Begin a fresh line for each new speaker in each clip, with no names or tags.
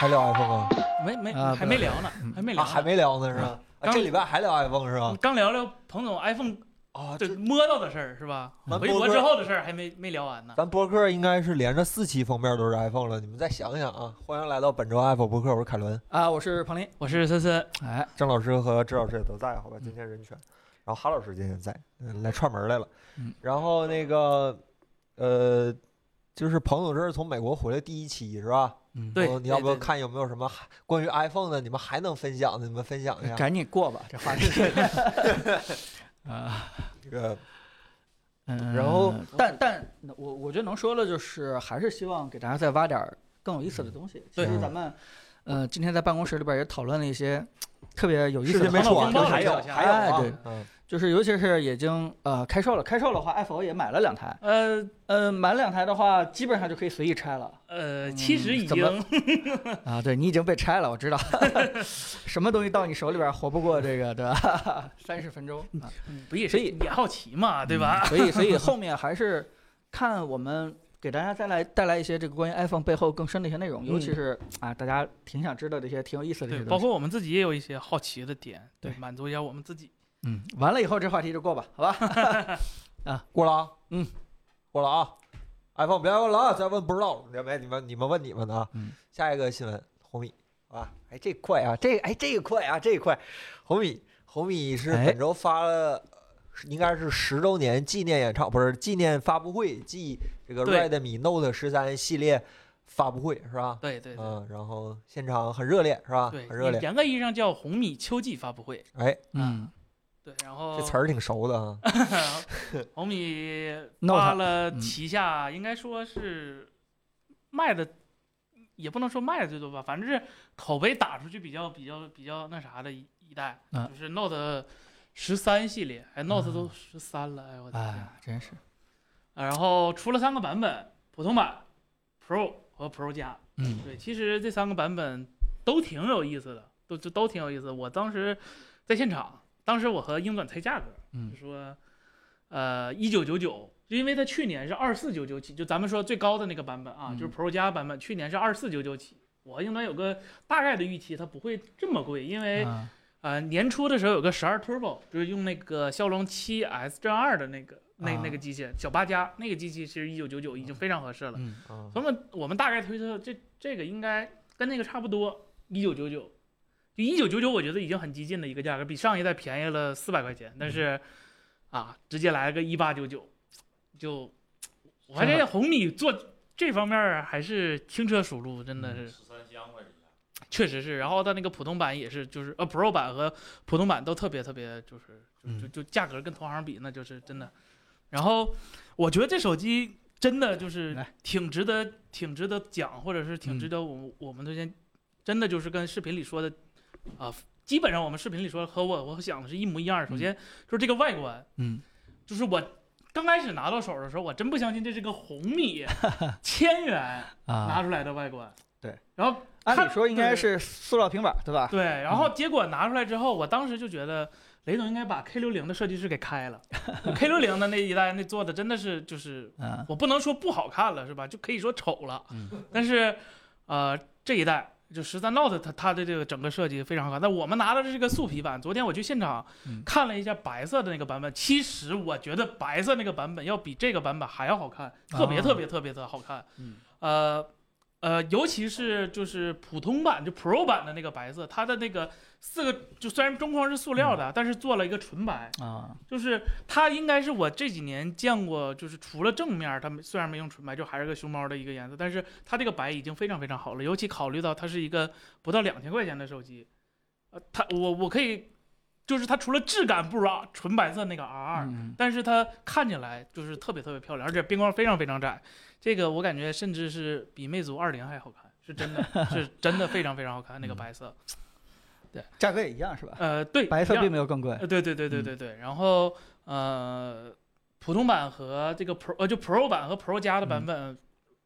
还聊 iPhone 啊？
没没
啊
还没聊呢，还没
啊，
聊嗯呢，
还没聊呢是吧？啊
刚
这礼拜还聊 iPhone 是吧？
刚聊聊彭总 iPhone
啊，
这
这
摸到的事儿是吧？
咱
回
波
国
哥
之后的事儿还没没聊完呢。
咱播客应该是连着四期封面都是 iPhone 了，你们再想想啊！欢迎来到本周 iPhone 播客，我是凯伦，
啊，我是庞林，
我是森森，
哎，
郑老师和支老师也都在，好吧？今天人全，然后哈老师今天在，嗯，来串门来了
嗯。
然后那个，呃，就是彭总这是从美国回来第一期是吧？
嗯，
对
然哦后你要不要
对对
看有没有什么还关于 iPhone 的，你们还能分享的，你们分享一下。
赶紧过吧，这 话题。啊，
这个
嗯
然后
但但我我觉得能说的就是，还是希望给大家再挖点儿更有意思的东西。
对
其实咱们，呃，今天在办公室里边也讨论了一些特别有意
世
思
界
的
没
话
说
题
完，
风暴
还有
还有
还有啊
哎对，
嗯，
就是尤其是已经呃开售了，开售的话，Apple 也买了两台，
呃
呃，买了两台的话，基本上就可以随意拆了。
呃，其实
嗯
已
怎
经
么 啊，对你已经被拆了，我 知道。什么东西到你手里边儿活不过这个，对吧？ 三十分钟啊，
嗯不也
所
是
以
也好奇嘛，对吧？
所以，所以后面还是看我们给大家带来带来一些这个关于 iPhone 背后更深的一些内容，尤其是啊，大家挺想知道的一些挺有意思的一
嗯对，
些
包
东西。
括我们自己也有一些好奇的点，
对
满足一下我们自己。
嗯，完了以后这话题就过吧，好吧？
过了啊，
嗯，
过了啊。iPhone 别问了啊，再问不知道了，你们你们你们问你们的啊。
嗯
下一个新闻，红米啊，哎这快啊，这哎这个快啊，这个快。红米红米是
哎
本周发了，呃应该是十周年纪念演唱，不是纪念发布会，即这个
对
Redmi Note 十三系列发布会是吧？
对对对
嗯，然后现场很热烈是吧？很热
对，
烈。
严格意义上叫红米秋季发布会。
哎，
嗯，
对，然后
这词儿挺熟的啊。
红米
Note，
发啊了
嗯
旗下，应该说是卖的，也不能说卖的最多吧，反正是口碑打出去比较比较比较那啥的一一代，
啊
就是 Note 十三系列，哎，Note 都十三了，哎我的天！
哎，真是，哎
啊然后出了三个版本，普通版、Pro 和 Pro 加。
嗯
对，其实这三个版本都挺有意思的，都都都挺有意思的。我当时在现场，当时我和英短猜价格，
嗯
就说，呃，一九九九，就因为它去年是二四九九起，就咱们说最高的那个版本啊，就是
嗯
Pro 加版本，去年是二四九九起。我和英短有个大概的预期，它不会这么贵，因为、
啊
呃年初的时候有个十二 Turbo，就是用那个骁龙七 S 正二的那个那
啊
那个机械小八加，那个机器是一九九九，已经非常合适了。
嗯
嗯
那么我们大概推测这这个应该跟那个差不多，一九九九，就一九九九，我觉得已经很激进的一个价格，比上一代便宜了四百块钱，但是啊，直接来个一八九九，就我发现红米做这方面儿还是轻车熟路，真的是。
嗯十三香吧，你
确实是，然后它那个普通版也是，就是呃 Pro 版和普通版都特别特别，就是
嗯
就就就价格跟同行比，那就是真的。然后我觉得这手机真的就是
来
挺值得挺值得讲，或者是挺
嗯
值得我们我们这些真的就是跟视频里说的啊、基本上我们视频里说和我我想的是一模一样的。
嗯
首先就是这个外观，
嗯，
就是我刚开始拿到手的时候，我真不相信这是个红米千元
啊，
拿出来的外观。
对，
然后。
按理
看
说应该
对
是塑料平板儿，对吧？
对，然后结果拿出来之后，我当时就觉得雷总应该把 K 6 0的设计师给开了。K 6 0的那一代那做的真的是就是，
嗯
我不能说不好看了是吧？就可以说丑了。
嗯
但是，呃，这一代就十三 Note 它它的这个整个设计非常好看。但我们拿的是个素皮版，昨天我去现场
嗯
看了一下白色的那个版本，其实我觉得白色那个版本要比这个版本还要好看，特别
啊
特别特别的好看。
嗯
呃呃，尤其是就是普通版就 Pro 版的那个白色，它的那个四个就虽然中框是塑料
嗯
的，但是做了一个纯白，
啊，
就是它应该是我这几年见过，就是除了正面儿，它没虽然没用纯白，就还是个熊猫的一个颜色，但是它这个白已经非常非常好了。尤其考虑到它是一个不到两千块钱的手机，呃，它我我可以，就是它除了质感不如啊纯白色那个 R 二、
嗯
但是它看起来就是特别特别漂亮，而且边框非常非常窄，这个我感觉甚至是比魅族二零还好看，是真的，是真的非常非常好看那
嗯
个白色。
价格也一样是吧？
呃，对，
白
一
色
样
并没有更贵，
呃，对对对对对对。然后呃，普通版和这个 Pro 呃就 Pro 版和 Pro 加的版本，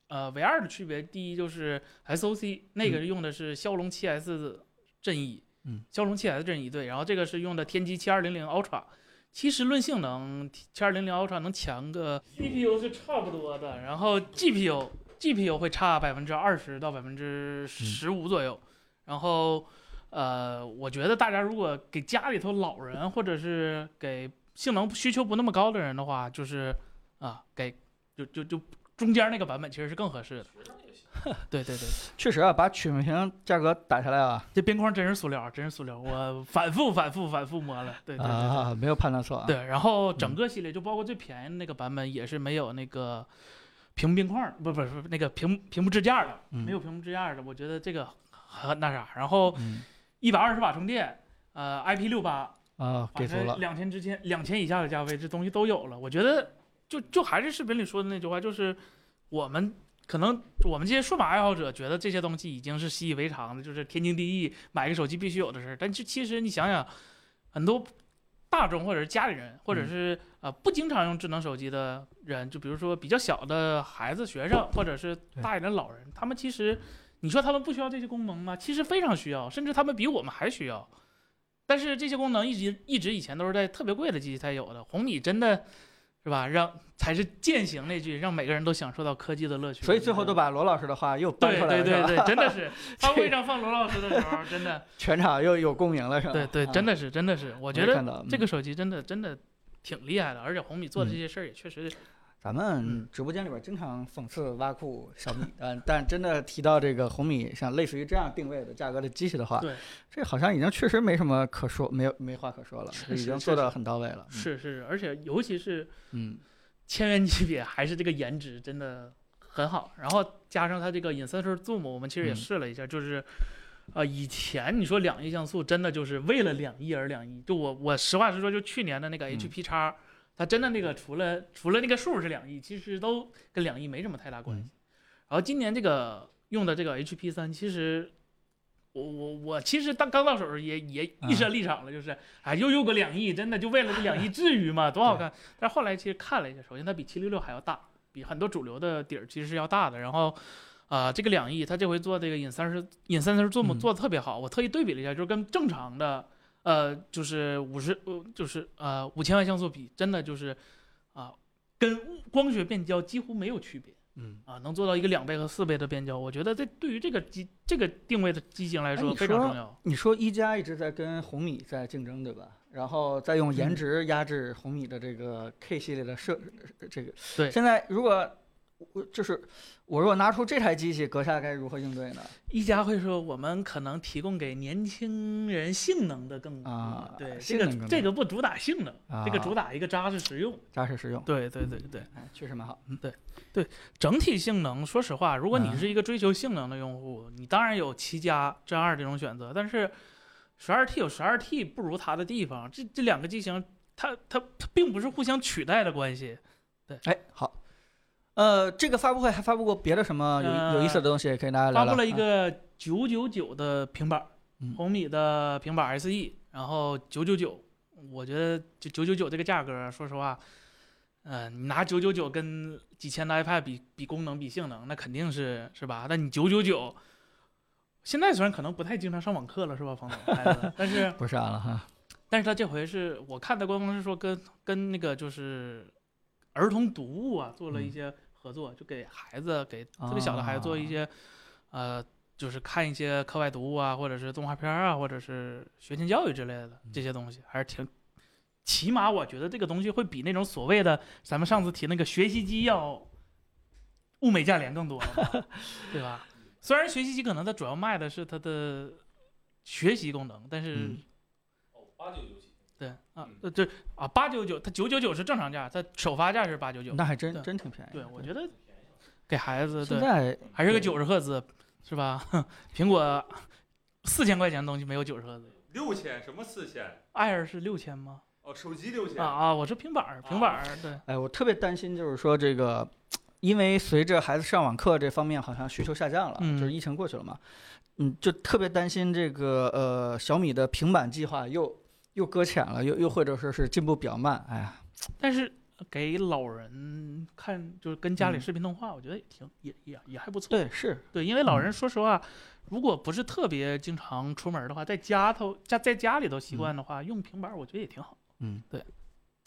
呃，唯二的区别，第一就是 SOC 那个用的是骁龙七 S 阵翼，
嗯，
骁龙七 S 阵翼对，然后这个是用的天玑七二零零 Ultra。其实论性能，七二零零 Ultra 能强个 CPU 是差不多的，然后 GPU GPU 会差百分之二十到百分之十五左右。然后，呃，我觉得大家如果给家里头老人或者是给性能需求不那么高的人的话，就是啊，给就就就中间那个版本其实是更合适的。 对对对，
确实啊，把曲面价格打下来啊
这边框真是塑料，真是塑料，我反复反复反复摸了。对对对对
啊，没有判断错啊。
对，然后整个系列就包括最便宜的那个版本，也是没有那个屏幕边框儿，不不不，那个屏屏幕支架的，
嗯
没有屏幕支架的。我觉得这个很那啥。然后
嗯
一百二十瓦充电，呃，IP 六八，
啊，给足了。
两千之前，两千以下的价位，这东西都有了。我觉得就就还是视频里说的那句话，就是我们。可能我们这些数码爱好者觉得这些东西已经是习以为常的，就是天经地义，买个手机必须有的事儿。但就其实你想想，很多大众或者是家里人，
嗯
或者是呃不经常用智能手机的人，就比如说比较小的孩子、学生，或者是大一点的老人，他们其实你说他们不需要这些功能吗？其实非常需要，甚至他们比我们还需要。但是这些功能一直一直以前都是在特别贵的机器才有的，红米真的是吧？让才是践行那句让每个人都享受到科技的乐趣。
所以最后都
把
把罗老师的话又搬
对
出来
对
了，是
对
吧？
对，真的是发布会上放罗老师的时候，真 的
全场又有共鸣了，是吧？
对对，真
的，
的是真的是，我
嗯我
觉
也
得
看到
这
嗯
个手机真的真的挺厉害的，而且红米做的这些事儿也确实
咱们
嗯
直播间里边经常讽刺挖苦小米，嗯，但真的提到这个红米像类似于这样定位的价格的机器的话，
对，
这好像已经确实没什么可说，没有没话可说了，
确
已
实
经
确
做
实
的很到位了。嗯，
是是，而且尤其是
嗯，
千元级别，还是这个颜值真的很好。然后加上它这个 Inserter Zoom，我们其实也
嗯
试了一下，就是，呃，以前你说两亿像素，真的就是为了两亿而两亿。就我我实话实说，就去年的那个
嗯
HP 叉、它真的那个除了除了那个数是两亿，其实都跟两亿没什么太大关系。然后今年这个用的这个 HP 三，其实。我我我其实当刚到手时候也也预设立场了，就是哎又有个两亿，真的就为了这两亿，至于吗？多好看！但是后来其实看了一下，首先它比七六六还要大，比很多主流的底儿其实是要大的。然后，啊、这个两亿，它这回做这个 in 三十 in 三十 zoom
嗯
做的特别好，我特意对比了一下，就是跟正常的呃就是五十呃就是呃五千万像素比，真的就是啊、跟光学变焦几乎没有区别。
嗯
啊，能做到一个两倍和四倍的变焦，我觉得这对于这个机这个定位的机型来
哎
说
你
非常
说
重要。
你说一加一直在跟红米在竞争，对吧？然后再用颜
嗯
值压制红米的这个 K 系列的设呃这个。
对
现在如果我就是我如果拿出这台机器，阁下该如何应对呢？
一加会说，我们可能提供给年轻人性能的更
啊
对，这
性能
个
更
这个不主打性能，这个
啊
主打一个扎实实用。
扎实实用，
对对对对，
哎，确实蛮好。
整体性能，说实话，如果
啊
你是一个追求性能的用户，你当然有七加真二这种选择，但是十二 T 有十二 T 不如它的地方，这这两个机型，它它它并不是互相取代的关系。
哎，好。呃，这个发布会还发布过别的什么有、有意思的东西，可以跟大家聊
呃发
聊。啊
布了一个九九九的平板儿
嗯，
红米的平板儿 SE，然后九九九，我觉得就九九九这个价格，说实话，嗯、你拿九九九跟几千的 iPad 比，比功能比性能，那肯定是是吧？但你九九九，现在虽然可能不太经常上网课了，是吧，冯总？孩子但是
啊不是啊了哈。
但是他这回是我看他官方是说跟跟那个就是儿童读物啊做了一
嗯
些合作，就给孩子给特别小的孩子做一
啊
些、呃，就是看一些课外读物啊，或者是动画片儿啊，或者是学前教育之类的
嗯
这些东西，还是挺。起码我觉得这个东西会比那种所谓的咱们上次提那个学习机要物美价廉更多了吧对吧？虽然学习机可能它主要卖的是它的学习功能，但是、
嗯
哦
对啊，
嗯
呃对啊，八九九，它九九九是正常价，它首发价是八九九。
那还真
对
真挺便宜。
对，我觉得给孩子
现
对
在
还是个
对
九十赫兹，是吧？ 苹果四千块钱的东西没有九十赫兹。
六千什么四千？
Air 是六千吗？
哦，手机六千啊
啊啊，我是平板儿，平板儿对。
哎，我特别担心，就是说这个，因为随着孩子上网课这方面好像需求下降了，
嗯
就是疫情过去了嘛，嗯，就特别担心这个呃小米的平板计划又又搁浅了，又又或者说是进步比较慢，哎呀，
但是给老人看，就是跟家里
嗯
视频通话，我觉得也挺也也也还不错。
对，是
对，因为老人
嗯
说实话，如果不是特别经常出门的话，在家头家在家里头习惯的话，
嗯
用平板儿我觉得也挺好。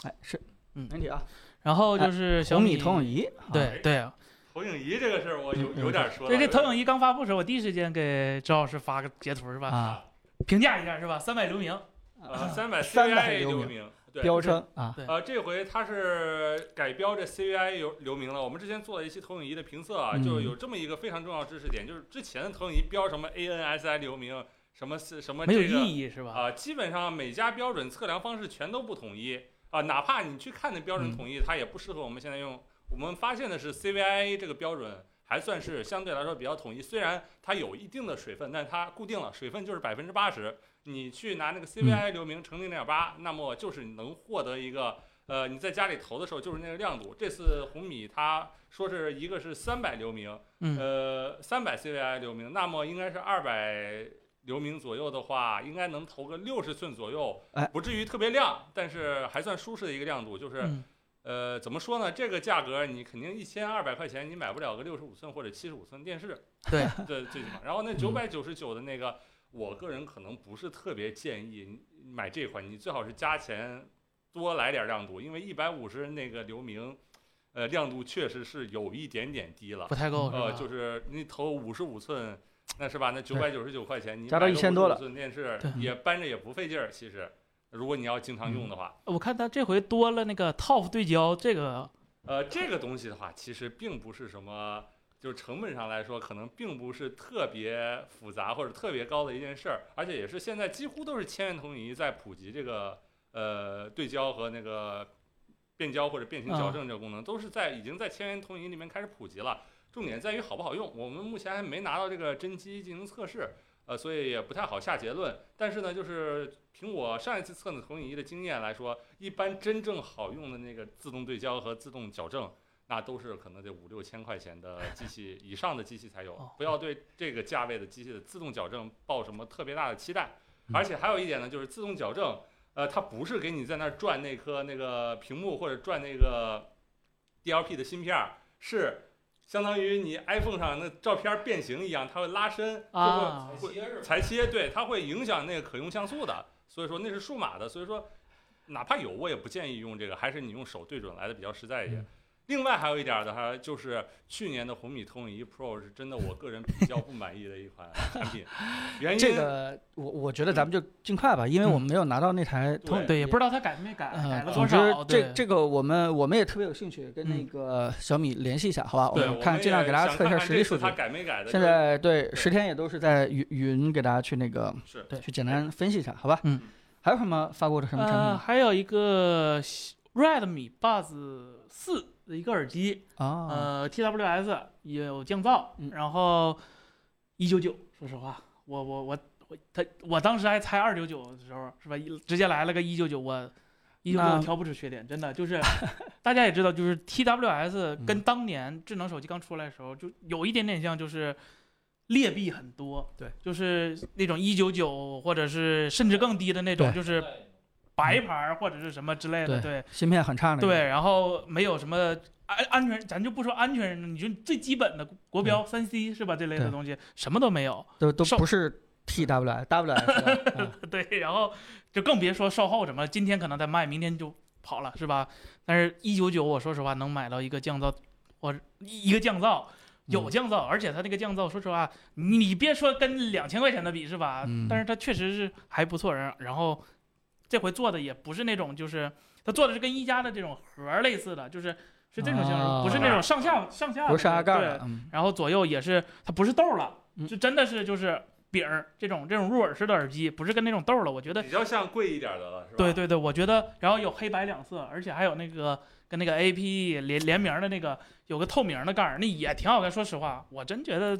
哎是，
嗯
没问题啊，
然后就是小
哎红米
米
投影仪，啊
对对啊，
投影仪这个事儿我有
嗯
有点说到
对，
儿。
这投影仪刚发布的时候，我第一时间给周老师发个截图是吧？
啊，
评价一下是吧？三百流明，
啊，三百
300
CVI
流
流
明
明，对，
标称啊，
呃，这回它是改标这 CVI 流流明了。我们之前做了一期投影仪的评测啊，
嗯
就有这么一个非常重要的知识点，就是之前的投影仪标什么 ANSI 流明，什么是什么
没有
这个
意义是吧？
啊、基本上每家标准测量方式全都不统一啊、哪怕你去看那标准统一，它也不适合我们现在用。我们发现的是 CVIA 这个标准还算是相对来说比较统一，虽然它有一定的水分，但是它固定了，水分就是百分之八十。你去拿那个 CVIA 流明乘零点八，那么就是能获得一个。呃，你在家里投的时候就是那个亮度。这次红米它说是一个是三百流明，
嗯，
呃，三百 CVI 流明，那么应该是二百流明左右的话，应该能投个六十寸左右
哎，
不至于特别亮，但是还算舒适的一个亮度。就是、
嗯
呃，怎么说呢？这个价格你肯定一千二百块钱你买不了个六十五寸或者七十五寸电视，
对 嗯
对，最起码。然后那九百九十九的那个，我个人可能不是特别建议你买这款，你最好是加钱多来点亮度，因为一百五十那个流明，呃，亮度确实是有一点点低了
不。太
哦
够是吧？
呃，就是你投五十五寸，那是吧？那九百九十九块钱，你
加到
买个
1000多了
55寸电视
对
也搬着也不费劲儿。其实，如果你要经常
嗯
用的话，
我看他这回多了那个 TOF 对焦，这个
呃，这个东西的话，其实并不是什么，就是成本上来说，可能并不是特别复杂或者特别高的一件事儿，而且也是现在几乎都是千元投影仪在普及这个呃对焦和那个变焦或者变形矫正这个功能，都是在已经在千元投影仪里面开始普及了。重点在于好不好用，我们目前还没拿到这个真机进行测试，呃，所以也不太好下结论。但是呢，就是凭我上一次测的投影仪的经验来说，一般真正好用的那个自动对焦和自动矫正，那都是可能得五六千块钱的机器以上的机器才有
哦。
不要对这个价位的机器的自动矫正抱什么特别大的期待。
嗯
而且还有一点呢，就是自动矫正，呃，它不是给你在那儿转那颗那个屏幕或者转那个 DLP 的芯片儿，是。相当于你 iPhone 上那照片变形一样，它会拉伸，就会
啊，
裁切，对，它会影响那个可用像素的，所以说那是数码的，所以说哪怕有，我也不建议用这个，还是你用手对准来的比较实在一点
嗯。
另外还有一点的话，就是去年的红米投影仪 Pro 是真的我个人比较不满意的一款产 品，原因
这个我我觉得咱们就尽快吧，因为我们没有拿到那台投影
对
嗯对，也不
知
知道他改没改，改
呃，
了
总
多
之
少。
这
对
这个我们我们也特别有兴趣，跟那
嗯
个小米联系一下，好吧？
对，
们
我
看尽量给大家
也
测一下
想看看
实际
这次
数据
它。改没改的。
现
就是
在对十天也都是在云云给大家去那个
是
对
去简单分析一下，好吧？
嗯，
还有什么发过的什么产品
呃，
吗？
还有一个 Redmi Buds 四的一个耳机，
啊，
呃，TWS 也有降噪，
嗯
然后一九九，说实话，我我我我他我当时还猜二九九的时候是吧，一直接来了个一九九，我一九
那
九挑不出缺点，真的就是 大家也知道，就是 TWS
嗯
跟当年智能手机刚出来的时候就有一点点像，就是。劣币很多，
对，
就是那种一九九或者是甚至更低的那种，
对
就是白牌儿或者是什么之类的，对
芯片很差那
呃
个。
对，然后没有什么安安全，咱就不说安全，你就最基本的国标三 C 是吧？这类的
嗯对
东西什么都没有，
都都
售
不是 T W W S 了。
对，然后就更别说售后什么，今天可能在卖，明天就跑了是吧？但是一九九，我说实话能买到一个降噪，我一个降噪。有
嗯
降噪，而且它那个降噪，说实话，你你别说跟两千块钱的比是吧？
嗯
但是它确实是还不错。然然后这回做的也不是那种，就是它做的是跟一加的这种盒儿类似的，就是是这种形式，
哦
不是那种上下上下的
不是沙拉盖
对
儿了，嗯
然后左右也是它不是豆儿了
嗯，
就真的是就是饼儿这种这种入耳式的耳机，不是跟那种豆儿了。我觉得，
比较像贵一点的了，是吧？
对对对，我觉得，然后有黑白两色，而且还有那个跟那个 A P E 联联名的那个有个透明的盖儿，那也挺好看。说实话，我真觉得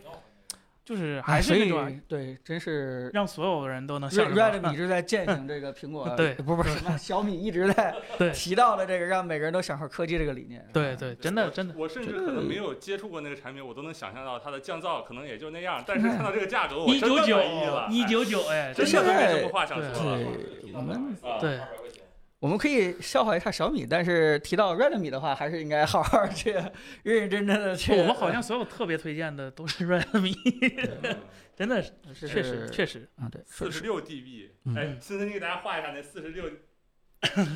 就是还
哎
是
所
那
以
种、
对，真是
让所有人都能享
Red
受
Redmi
到。，
一直在践行这个苹果
对
不是不是什么小米一直在
对
提到了这个让每个人都享受科技这个理念。
对对，真的真的，
我我甚至可能没有接触过那个产品，我都能想象到它的降噪可能也就那样，但是看到这个价格， 我
一
真的啊
九
满
九
意了，
一九九，哎，
真
真
的
的
没什么话想说了。
对，我们
啊
对
我们可以笑话一下小米，但是提到 Redmi 的话，还是应该好好去认认真真的去。
哦我们好像所有特别推荐的都是 Redmi，真的是
呃是
确实确实。
啊，对，
四
是
十六 DB，
嗯
哎，森森，你给大家画一下那四十六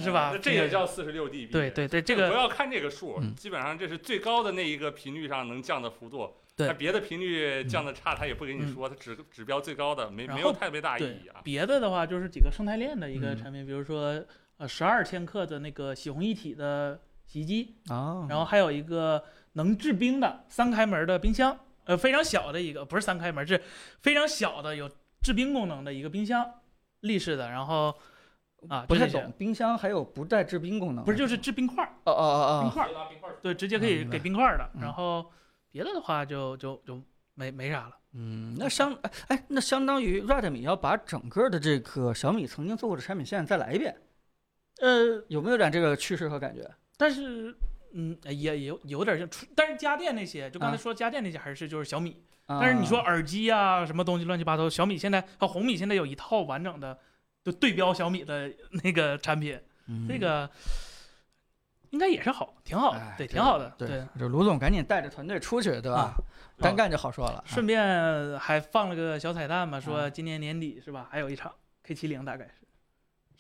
是吧
那？这也叫四十六 dB。
对对对，这
不
个
要看这个数，
嗯
基本上这是最高的那一个频率上能降的幅度。
对嗯
那别的频率降的差，它也不给你说，它指指标最高的没
然后
没有太别大
对
意义啊。
别的的话就是几个生态链的一个
嗯
产品，比如说呃十二千克的那个洗烘一体的洗衣机，
啊
然后还有一个能制冰的三开门的冰箱，呃，非常小的一个，不是三开门，是非常小的有制冰功能的一个冰箱，立式的，然后啊
不
就
太
这些
懂，冰箱还有不带制冰功能？
不是就是制冰块儿，
哦哦哦
冰
哦，
块儿，
拉冰块儿
对，直接可
啊
以
明白
给冰块儿的，
嗯
然后别的的话就就就没没啥了。
嗯，那相哎哎，那相当于 Redmi 要把整个的这个小米曾经做过的产品线再来一遍，
呃，
有没有点这个趋势和感觉？
但是嗯，哎也也有有点像，但是家电那些，就刚才说家电那些还是就是小米，
啊
但是你说耳机啊什么东西乱七八糟，小米现在和红米现在有一套完整的就对标小米的那个产品，
嗯
这个应该也是好，挺好的
哎，
对，
这
挺
个
好的，
对，这卢总赶紧带着团队出去，对吧
啊？
单干就好说了。
顺便还放了个小彩蛋嘛，说
啊
今年年底是吧，还有一场 K 7 0大概是，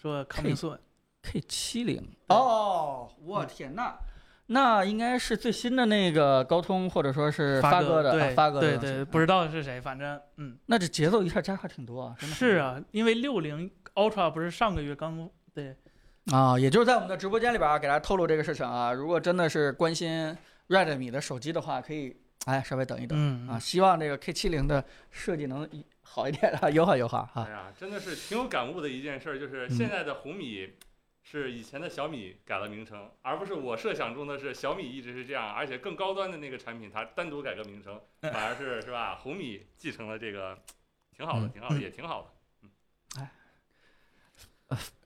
说
K-
coming soon，
K 七零哦，我天呐，那应该是最新的那个高通或者说是发哥
哥
的啊
对
发哥的
对
东西
对，不知道是谁，反正嗯
那这节奏一下加快挺多啊，真的很
是啊，因为六零 Ultra 不是上个月刚对
啊，也就是在我们的直播间里边、啊、给大家透露这个事情啊。如果真的是关心 Redmi 的手机的话，可以哎稍微等一等、
嗯
啊。希望这个 K 7 0的设计能一好一点啊，优化优化啊
哎。呀，真的是挺有感悟的一件事
嗯
儿，就是现在的红米是以前的小米改了名称，而不是我设想中的是小米一直是这样，而且更高端的那个产品它单独改个名称，
哎
反而是是吧？红米继承了这个，挺好的，
嗯
挺好的，也挺好的。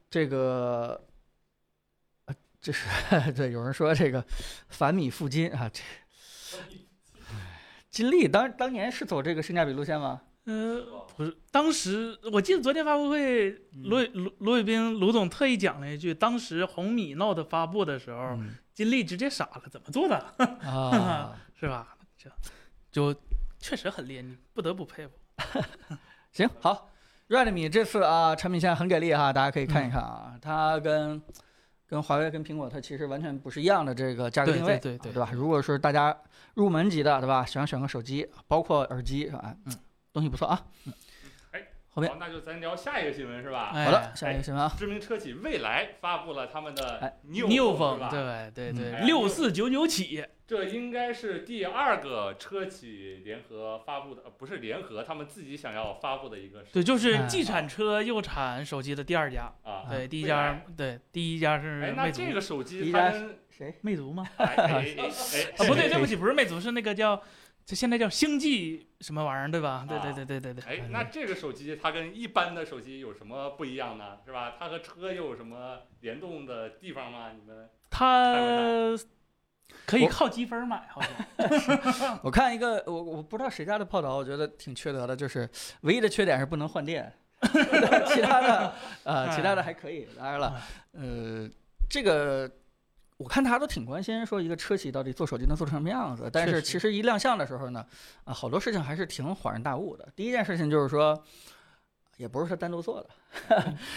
这个，呃这是 对有人说这个反米负金啊，这金立当当年是走这个性价比路线吗？
呃，不是，当时我记得昨天发布会，卢
嗯
伟卢卢伟冰卢总特意讲了一句，当时红米 Note 发布的时候，
嗯
金立直接傻了，怎么做的，
啊，
是吧？这就确实很厉害，你不得不佩服。
行好，Redmi 这次啊产品线很给力哈，大家可以
嗯
看一看啊，它跟跟华为跟苹果它其实完全不是一样的这个价格
对
定位，啊
对对对
对吧？如果说大家入门级的对吧，想选个手机，包括耳机是吧？
嗯，
东西不错啊。后面
好，那就咱聊下一个新闻是吧？
哎
好的，下一个新闻啊，
知名车企蔚来发布了他们的
哎
New
牛
风
风
是吧？，
对对对，
嗯
六四九九起，
这应该是第二个车企联合发布的，呃不是联合，他们自己想要发布的一个是
对，就是哎
哎
既产车又产手机的第二家，
啊。
对，第一
未
家
来，
对，第一家
哎
是，
那
魅族
这，个手
第
机
一
它
家
跟
谁？
魅族 吗？
哎哎哎哎哎
啊，不对，
谁
对不起，不是魅族，是那个叫，就现在叫星际什么玩意儿，对吧？对对对对对对。
哎，那这个手机它跟一般的手机有什么不一样呢？是吧？它和车又有什么联动的地方吗？你们
它可以
我
靠积分买，好像
我看一个，我我不知道谁家的报道，我觉得挺缺德的，就是唯一的缺点是不能换电， 其他的呃，其他的还可以。当然了，
哎
呃，这个我看大家都挺关心，说一个车企到底做手机能做成什么样子。但
确
是
实
其实一亮相的时候呢，啊，好多事情还是挺恍然大悟的。第一件事情就是说，也不是他单独做的，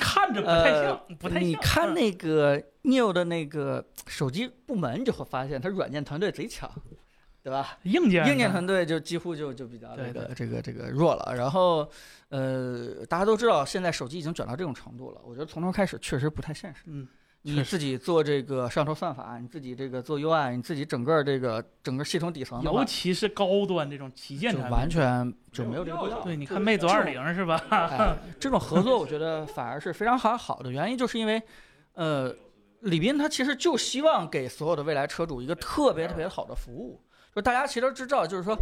看着不太像，不太像。
呃你看
嗯
那个 Neo 的那个手机部门，你就会发现他软件团队贼强，对吧？
硬件呢，嗯
硬件团队就几乎就就比较这
对
个这个这个弱了。然后，呃，大家都知道现在手机已经卷到这种程度了，我觉得从头开始确实不太现实。
嗯，
你
确实
自己做这个摄像头算法，你自己这个做 UI，你自己整个这个整个系统底层的
尤
话，
其是高端这种旗舰
就
产品，
完全就没有这个
必要
必
了
要。
对。你看魅族
这种
二零是 吧？
哎，这种合作我觉得反而是非常好好的原因，就是因为，呃，李斌他其实就希望给所有的未来车主一个特别特别好的服务。就大家其实都知道，就是说，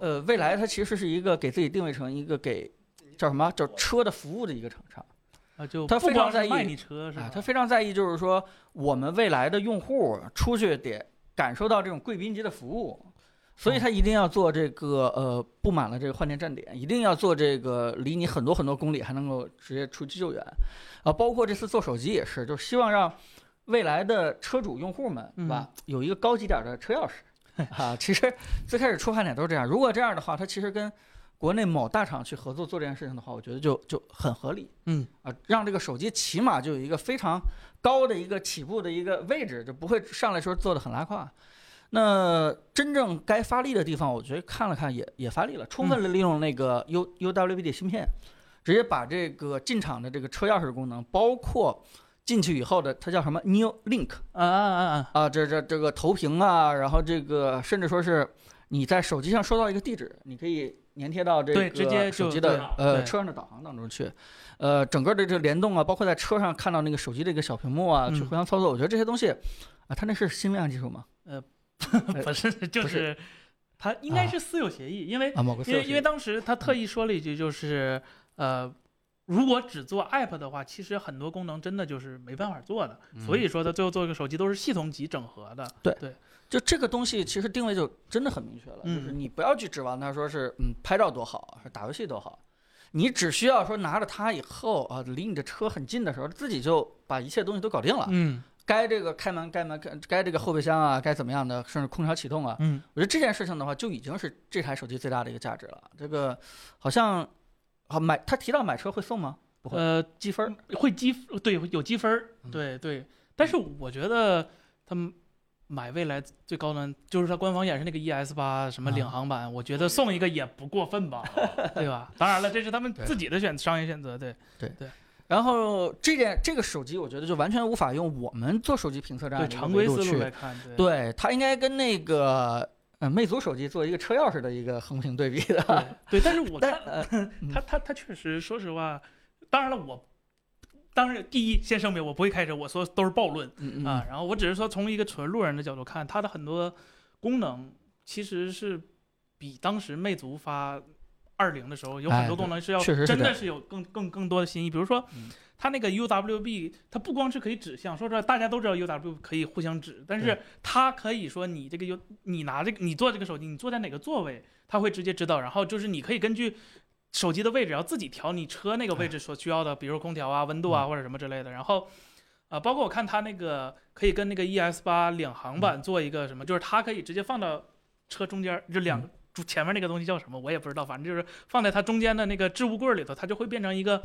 呃，未来它其实是一个给自己定位成一个给叫什么叫车的服务的一个厂商
啊，就
他
不
非常
光
在
是
意
卖你车是
啊
吧，？
他非常在意，就是说我们未来的用户出去得感受到这种贵宾级的服务。所以他一定要做这个，呃，布满了这个换电站点，一定要做这个离你很多很多公里还能够直接出去救援，啊，包括这次做手机也是，就是希望让未来的车主用户们，对吧，有一个高级点的车钥匙，啊，其实最开始出发点都是这样，如果这样的话，它其实跟国内某大厂去合作做这件事情的话，我觉得就就很合理。
嗯
啊，让这个手机起码就有一个非常高的一个起步的一个位置，就不会上来说做的很拉胯。那真正该发力的地方，我觉得看了看也也发力了，
嗯
充分的利用那个 U UWB 芯片，直接把这个进厂的这个车钥匙功能，包括进去以后的它叫什么 New Link
啊啊啊！
啊，这这这个投屏啊，然后这个甚至说是你在手机上收到一个地址，你可以粘贴到这
对直接
个手
就
机的
对
呃
对
车上的导航当中去，呃，整个的这个联动啊，包括在车上看到那个手机的一个小屏幕啊，去
嗯
互相操作，我觉得这些东西啊，它那是新微量技术吗？
不是，就
呃不是
是他应该
啊
是私有协议，因为
啊，某个私
因
有
为
企
因
业
为当时他特意说了一句，就是呃，如果只做 app 的话，其实很多功能真的就是没办法做的，
嗯
所以说他最后做一个手机都是系统级整合的。
就这个东西其实定位就真的很明确了，就是
嗯
你不要去指望它说是嗯拍照多好，是打游戏多好，你只需要说拿着它以后啊，离你的车很近的时候，自己就把一切东西都搞定了。
嗯
该这个开门、该门、该该这个后备箱啊，该怎么样的，甚至空调启动啊，
嗯，
我觉得这件事情的话，就已经是这台手机最大的一个价值了。这个好像好买，他提到买车会送吗？不会
呃，
积分儿
会积对有积分儿，
嗯
对对。但是我觉得他们买未来最高端，就是它官方演示那个 ES 八什么领
啊
航版，我觉得送一个也不过分 吧，对吧？当然了，这是他们
对
自己的选商业选择，对
然后这件这个手机，我觉得就完全无法用我们做手机评测这样
对
啊的一个
常规
维
思
度
路
去
来看，对
对，它应该跟那个呃魅族手机做一个车钥匙的一个横屏对比 的。
对。但是我
但
看
呃，
他他他确实，说实话，当然了，我当然第一先声明，我不会开车，我说都是暴论。
嗯嗯
啊，然后我只是说从一个纯路人的角度看，它的很多功能其实是比当时魅族发二零的时候有
哎
很多功能是要
确实是
真
这
的
样
是有更更更多的新意，比如说
嗯
它那个 UWB，它不光是可以指向，说实话大家都知道 UWB 可以互相指，但是
对
它可以说你这个 U 你拿这个你坐这个手机，你坐在哪个座位，它会直接知道，然后就是你可以根据。手机的位置，然后自己调你车那个位置所需要的，比如空调啊、温度
嗯
啊或者什么之类的。然后啊，包括我看它那个可以跟那个 ES 八领
嗯
航版做一个什么，就是它可以直接放到车中间儿，就两个主前面那个东西叫什么我也不知道，反正就是放在它中间的那个置物柜儿里头，它就会变成一个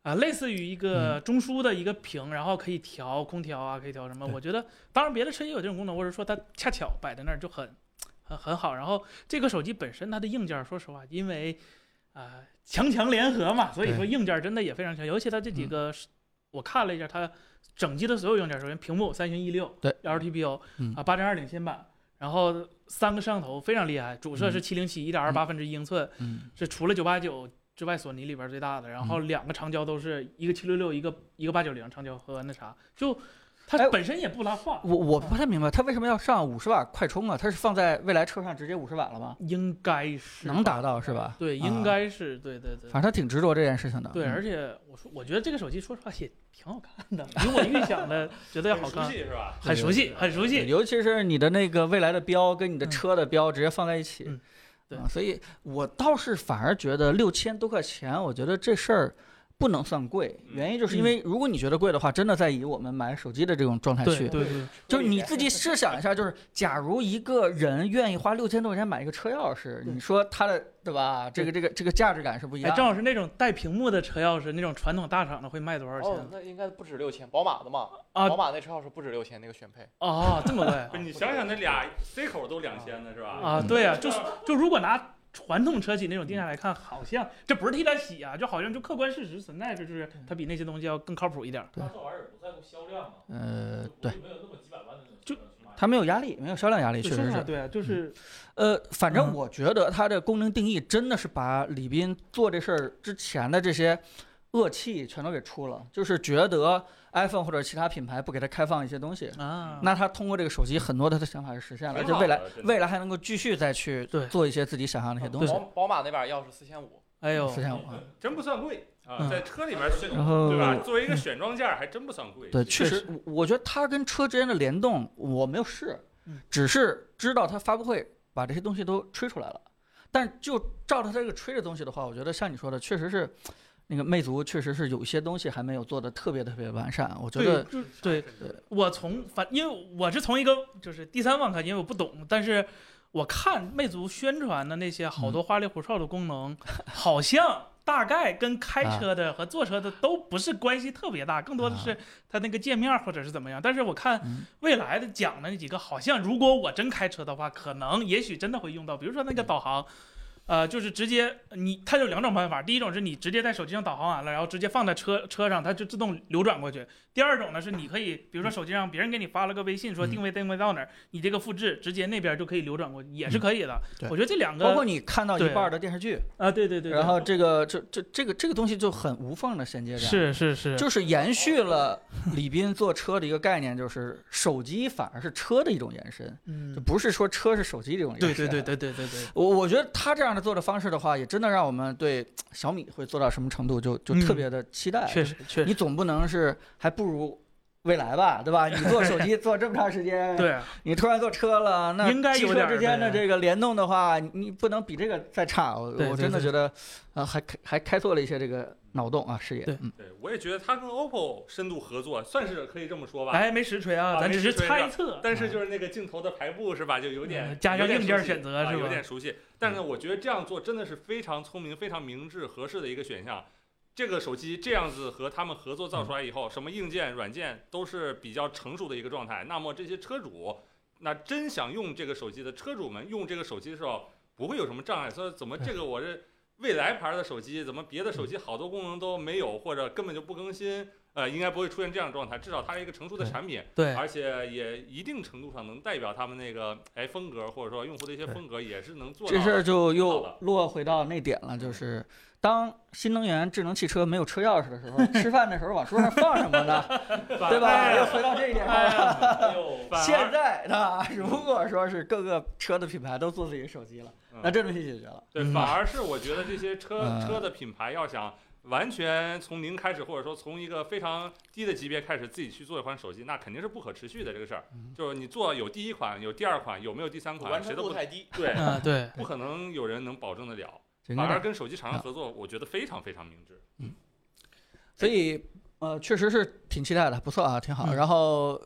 啊、类似于一个中枢的一个屏，然后可以调空调啊，可以调什么。
对
我觉得当然别的车也有这种功能，或者说它恰巧摆在那儿就很很很好。然后这个手机本身它的硬件儿，说实话，因为啊、强强联合嘛，所以说硬件儿真的也非常强，尤其它这几个是、我看了一下它。整机的所有硬件，首先屏幕三星一 E 六，
对
，LTPO
嗯
啊八点二领先版，然后三个摄像头非常厉害，主摄是七零七一点二八分之一英寸，
嗯
是除了九八九之外索尼里边最大的，然后两个长焦都是一个七六六，一个一个八九零长焦和那啥，就
哎
它本身也不拉胯，
啊我我不太明白，它为什么要上五十瓦快充啊？它是放在未来车上直接五十瓦了吗？
应该是
能
吧
达到是吧？
对，
啊
应该是对对对
反。正他挺执着这件事情的。
对，
嗯
而且我说，我觉得这个手机说实话也挺好看的，比我预想的觉得要好
很熟
看，
悉是吧？
很熟悉，
对
很熟悉。
尤其是你的那个未来的标跟你的
嗯
车的标直接放在一起，
嗯对
啊，所以我倒是反而觉得六千多块钱，我觉得这事儿不能算贵，
嗯
原因就是因为如果你觉得贵的话，真的在以我们买手机的这种状态
对
去
对，对，
就是你自己设想一下，就是假如一个人愿意花六千多块钱买一个车钥匙，
对
你说他的对吧？这个这个这个价值感是不一
哎，
样
正
的。
好是那种带屏幕的车钥匙，那种传统大厂的会卖多少
哦
钱，？
那应该不止六千，宝马的嘛，
啊
宝马那车钥匙不止六千，那个选配。
哦，这么 贵啊
不是你想想那俩 C 口都两千呢是吧？
啊？
嗯
对啊，就是就如果拿传统车企那种定价来看，好像这不是替他洗啊，就好像就客观事实存在，就是它比那些东西要更靠谱一点。
对
他这玩意儿也不在乎销量嘛，
呃，
就
对，
没有那么几百万的那种
就
车去卖
他没有压力，没有销量压力，确
说
实
实话
是。
对啊，就是
呃，反正
嗯
我觉得它的功能定义真的是把李斌做这事儿之前的这些恶气全都给出了，就是觉得 iPhone 或者其他品牌不给他开放一些东西，
啊，
那他通过这个手机很多他的想法是实现了，而
挺
且
好
未来
的真的
未来还能够继续再去
对
做一些自己想象的一些东西
宝。宝马那把钥匙四千五，
哎呦
四，千五，
真不算贵啊，
嗯
在车里边选
然后
对吧？作为一个选装件儿还真不算贵。
对，
其
确实，我我觉得它跟车之间的联动我没有试
嗯，
只是知道它发布会把这些东西都吹出来了。但就照它这个吹的东西的话，我觉得像你说的，确实是那个魅族确实是有一些东西还没有做的特别特别完善。我觉
对，
得
就对
真的
我从反，因为我是从一个就是第三方看，因为我不懂，但是我看魅族宣传的那些好多花里胡哨的功能，好像大概跟开车的和坐车的都不是关系特别大，更多的是它那个界面或者是怎么样。但是我看
嗯
未来的讲的那几个，好像如果我真开车的话，可能也许真的会用到，比如说
嗯
那个导航。呃，就是直接你，它有两种办法。第一种是你直接在手机上导航啊完了，然后直接放在车车上，它就自动流转过去。第二种呢是你可以，比如说手机上别人给你发了个微信说
嗯
定位定位到哪儿，你这个复制直接那边就可以流转过去，也是
嗯
可以的。
对
我觉得这两个
包括你看到一
对
半儿的电视剧，
啊，对对对，对
然后这个这这这个这个东西就很无缝的衔接着，
是是是，
就是延续了李斌坐车的一个概念，就是手机反而是车的一种延伸，
嗯
就，不是说车是手机这种延伸。啊
对对对对对对对，
我我觉得他这样的做的方式的话，也真的让我们对小米会做到什么程度就就
嗯
特别的期待。
确实确实
哎你总不能是还不如未来吧，对吧？你做手 机做这么长时间，
对啊，
你突然做车了，那
应该
汽
有
车
点儿
之间的
呗
这个联动的话，你你不能比这个再差。我
对
我
对
真的
对
觉得，呃，还开还开拓了一些这个脑洞啊，视野。
对
嗯，
对，我也觉得它跟 OPPO 深度合作，算是可以这么说吧。
哎，没实锤啊，
啊
咱
没
只是
实锤
猜测，
但是就是那个镜头的排布是吧，就有点
嗯加上
有点
硬件
熟悉
选择是
啊，有
吧嗯
点熟悉。但是呢，我觉得这样做真的是非常聪明、非常明智、合适的一个选项。这个手机这样子和他们合作造出来以
嗯
后，什么硬件、软件都是比较成熟的一个状态。那么这些车主，那真想用这个手机的车主们用这个手机的时候，不会有什么障碍。所以怎
哎
么这个我这未来牌的手机，怎么别
嗯
的手机好多功能都没有，或者根本就不更新？呃，应该不会出现这样的状态。至少它是一个成熟的
对
产品，
对
而且也一定程度上能代表他们那个哎风格，或者说用户的一些风格，也是能做到
这
的。
事儿就
做
又
到了
落回到那点了，就是当新能源智能汽车没有车钥匙的时候，吃饭的时候往桌上放什么 呢？对吧？
哎
又回到这一点上了。
哎呀
哎 呦，
反
现
而
在啊，如果说是各个车的品牌都做自己的手机了，
嗯
那这问题解决了。
对，
嗯
反而是我觉得这些车
呃
车的品牌要想完全从零开始，或者说从一个非常低的级别开始自己去做一款手机，那肯定是不可持续的这个事儿。
嗯
就是你做有第一款，有第二款，有没有第三
完
款，谁
成
都
度
不
太低。
对，
嗯对，
不可能有人能保证 得了。
就应该
反
这
而
样
跟手机厂商
啊
合作，我觉得非常非常明智。
所以呃，确实是挺期待的，不错啊，挺好。
嗯
然后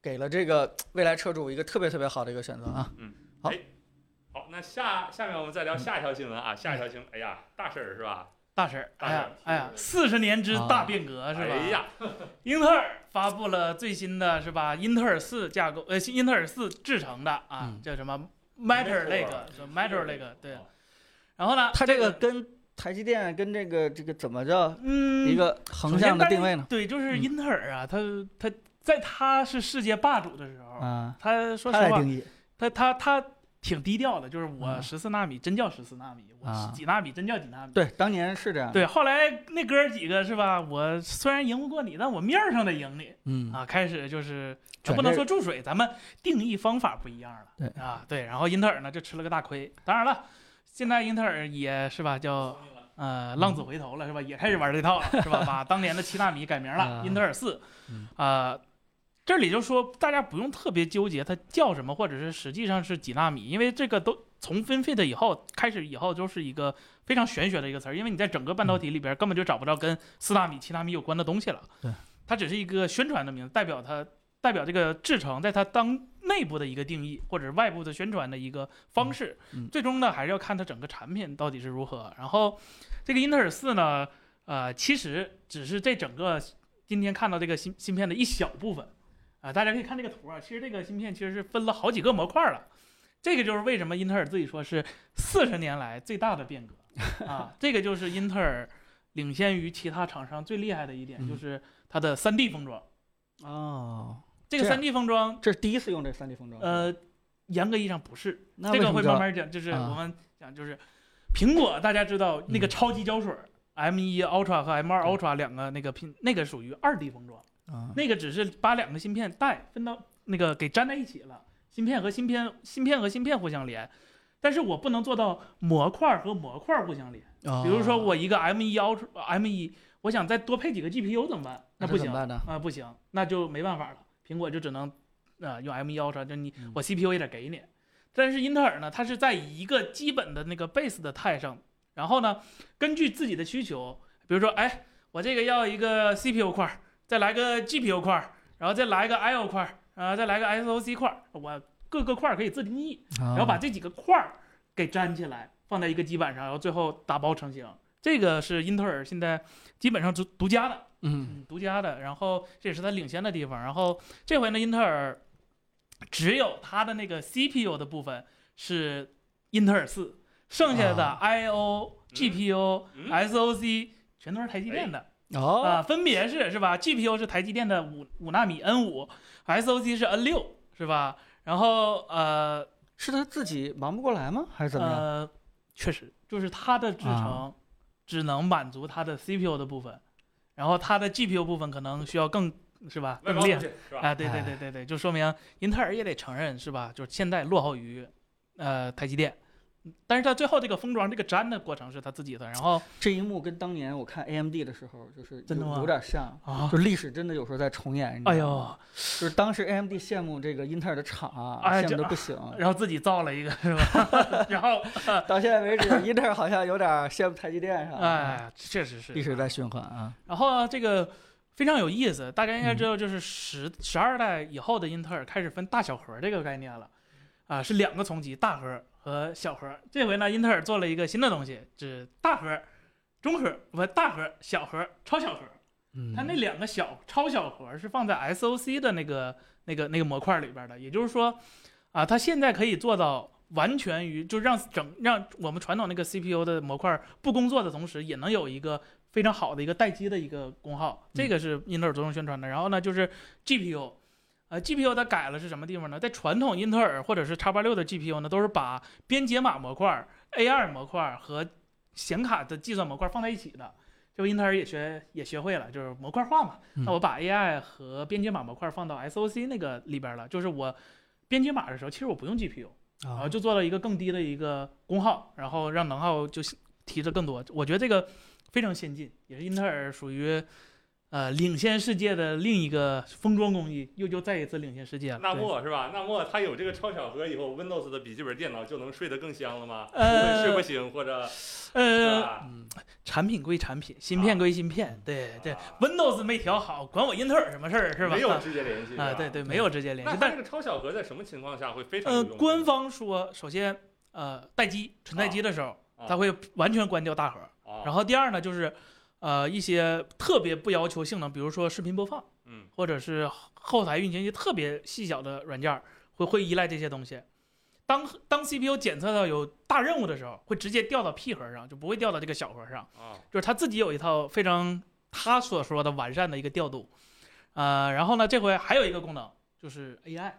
给了这个未来车主一个特别特别好的一个选择啊。
好，那下下面我们再聊下一条新闻啊，下一条新闻，哎呀，大事儿是吧？
大婶儿，
大
哎
婶儿
呀哎呀，四十年之
啊
大变革是吧？
哎呀，
英特尔发布了最新的是吧？英特尔四架构，呃，英特尔四制成的啊
嗯，
叫什么 Matter
Meteor
那个，Matter 那个，
哦
对。然后呢，
它这个跟台积电跟这个这个怎么叫
嗯，
一个横向的定位呢？
对，就是
嗯
英特尔啊，它它在它是世界霸主的时候，
啊，
它说
它
实
来
话，
定义
它它它挺低调的，就是我
啊
十四纳米真叫十四纳米，我
啊
十几纳米真叫几纳米。
对，当年是这样。，
对，后来那哥儿几个是吧？我虽然赢不过你，但我面儿上得赢你
嗯，
啊！开始就是，咱
卷
不能
这
说注水，咱们定义方法不一样了。
对
啊，对，然后英特尔呢就吃了个大亏。当然了，现在英特尔也是吧，叫
聪明了，
呃，浪子回头了是吧？也开始玩这套了是吧？把当年的七纳米改名了
啊，
英特尔四
嗯，
啊，这里就说大家不用特别纠结它叫什么，或者是实际上是几纳米，因为这个都从 FinFET 以后开始以后就是一个非常玄学的一个词儿，因为你在整个半导体里边根本就找不着跟四纳米、七纳米有关的东西了。
对，
它只是一个宣传的名字，代表它代表这个制程在它当内部的一个定义，或者是外部的宣传的一个方式。
嗯嗯
最终呢，还是要看它整个产品到底是如何。然后，这个英特尔四呢，呃，其实只是这整个今天看到这个芯芯片的一小部分啊、大家可以看这个图啊，其实这个芯片其实是分了好几个模块了。这个就是为什么英特尔自己说是四十年来最大的变 革啊，这个就是英特尔领先于其他厂商最厉害的一点，
嗯
就是它的三 D 封装。
哦，
这个
这样
三 D 封装，
这是第一次用这三 D 封装。，
呃，严格意义上不是，
那
这
为什
个
么
会
叫
慢慢讲，就是
啊
我们讲就是苹果，大家知道那个
嗯
超级胶水、M 1 Ultra 和 M 2
对
Ultra 两个那个拼，那个属于二 D 封装，
啊
那个只是把两个芯片带分到那个给粘在一起了，芯片和芯片，芯片和芯片互相连。但是我不能做到模块和模块互相连，
啊
比如
哦
说我一个 M 1 Ultra M 1我想再多配几个 GPU 怎么办？
那
不
这
行
怎么办呢
啊、不行，那就没办法了。苹果就只能啊、用 M 1 Ultra，就你
嗯
我 CPU 也得给你。但是英特尔呢，它是在一个基本的那个 base 的态上，然后呢，根据自己的需求，比如说，哎，我这个要一个 CPU 块儿，呃再来个 GPU 块儿，然后再来个 I/O 块儿，啊、再来个 SOC 块儿，我各个块儿可以自定义，
然
然后把这几个块儿给粘起来，放在一个基板上，然后最后打包成型。这个是英特尔现在基本上独独家的，
嗯
嗯，独家的。然后这也是它领先的地方。然后这回呢，英特尔只有它的那个 CPU 的部分是英特尔四，剩下的
啊
IO、
嗯
GPU、
嗯
SOC 全都是台积电的
哦
啊，分别是是吧？GPU 是台积电的五五纳米 N 五，SOC 是 N 六是吧？然后呃
是他自己忙不过来吗？还是怎么样？
呃，确实就是它的制程
啊
只能满足它的 CPU 的部分，然后它的 GPU 部分可能需要更是吧
外
更
包
厉害。
出去是吧？
啊，对
哎
对对对对，就说明英特尔也得承认是吧？就是现在落后于呃台积电，但是它最后这个封装这个粘的过程是他自己的，然后
这一幕跟当年我看 AMD 的时候，就是有
真的吗
有点像。
啊，
就历史真的有时候在重演，你知 道
哎
吗
呦，
就是当时 AMD 羡慕这个英特尔的厂啊，
哎
羡
这
慕的不行。
然后自己造了一个是吧？ 然 后
到现在为止， 英特尔好像有点羡慕台积电上。，
哎，确实是
历史在循环啊。
然后啊这个非常有意思，大家应该知道，就是十十二代以后的英特尔开始分大小核这个概念了，啊，是两个层级，大核和小核。这回呢，英特尔做了一个新的东西，指大核、中核不大核、小核、超小核。
嗯
它那两个小超小核是放在 SOC 的那个那个那个模块里边的，也就是说，啊，它现在可以做到完全于，就让整让我们传统那个 CPU 的模块不工作的同时，也能有一个非常好的一个待机的一个功耗，这个是英特尔着重宣传的。然后呢，就是 GPU。呃，GPU 它改了是什么地方呢？在传统英特尔或者是 x 八六的 GPU 呢，都是把编解码模块、A2 模块和显卡的计算模块放在一起的。就英特尔也学也学会了，就是模块化嘛。
嗯
那我把 AI 和编解码模块放到 SOC 那个里边了，就是我编解码的时候，其实我不用 GPU，然
啊
后就做到一个更低的一个功耗，然后让能耗就提的更多。我觉得这个非常先进，也是英特尔属于呃领先世界的另一个封装工艺，又又再一次领先世界了。
纳
对
莫是吧？纳莫它有这个超小核以后，Windows 的笔记本电脑就能睡得更香了吗？
呃
睡不醒或者是
呃，
吧
嗯
产品归产品，芯片
啊
归芯片，对对
啊
，Windows 没调好，管我英特尔什么事儿是吧？
没有直接联系
啊，对。对，没有直接
是
联
吧那
系，
它
但
这个超小核在什么情况下会非常有
呃，
用呢？
官方说，首先，呃，待机存待机的时候，
啊
它会完全关掉大核。
啊，
然后第二呢，就是，呃，一些特别不要求性能，比如说视频播放，
嗯
或者是后台运行一些特别细小的软件儿，会会依赖这些东西。当当 CPU 检测到有大任务的时候，会直接调到 P 核上，就不会调到这个小核上。
啊，
就是他自己有一套非常他所说的完善的一个调度，呃，然后呢，这回还有一个功能就是 AI，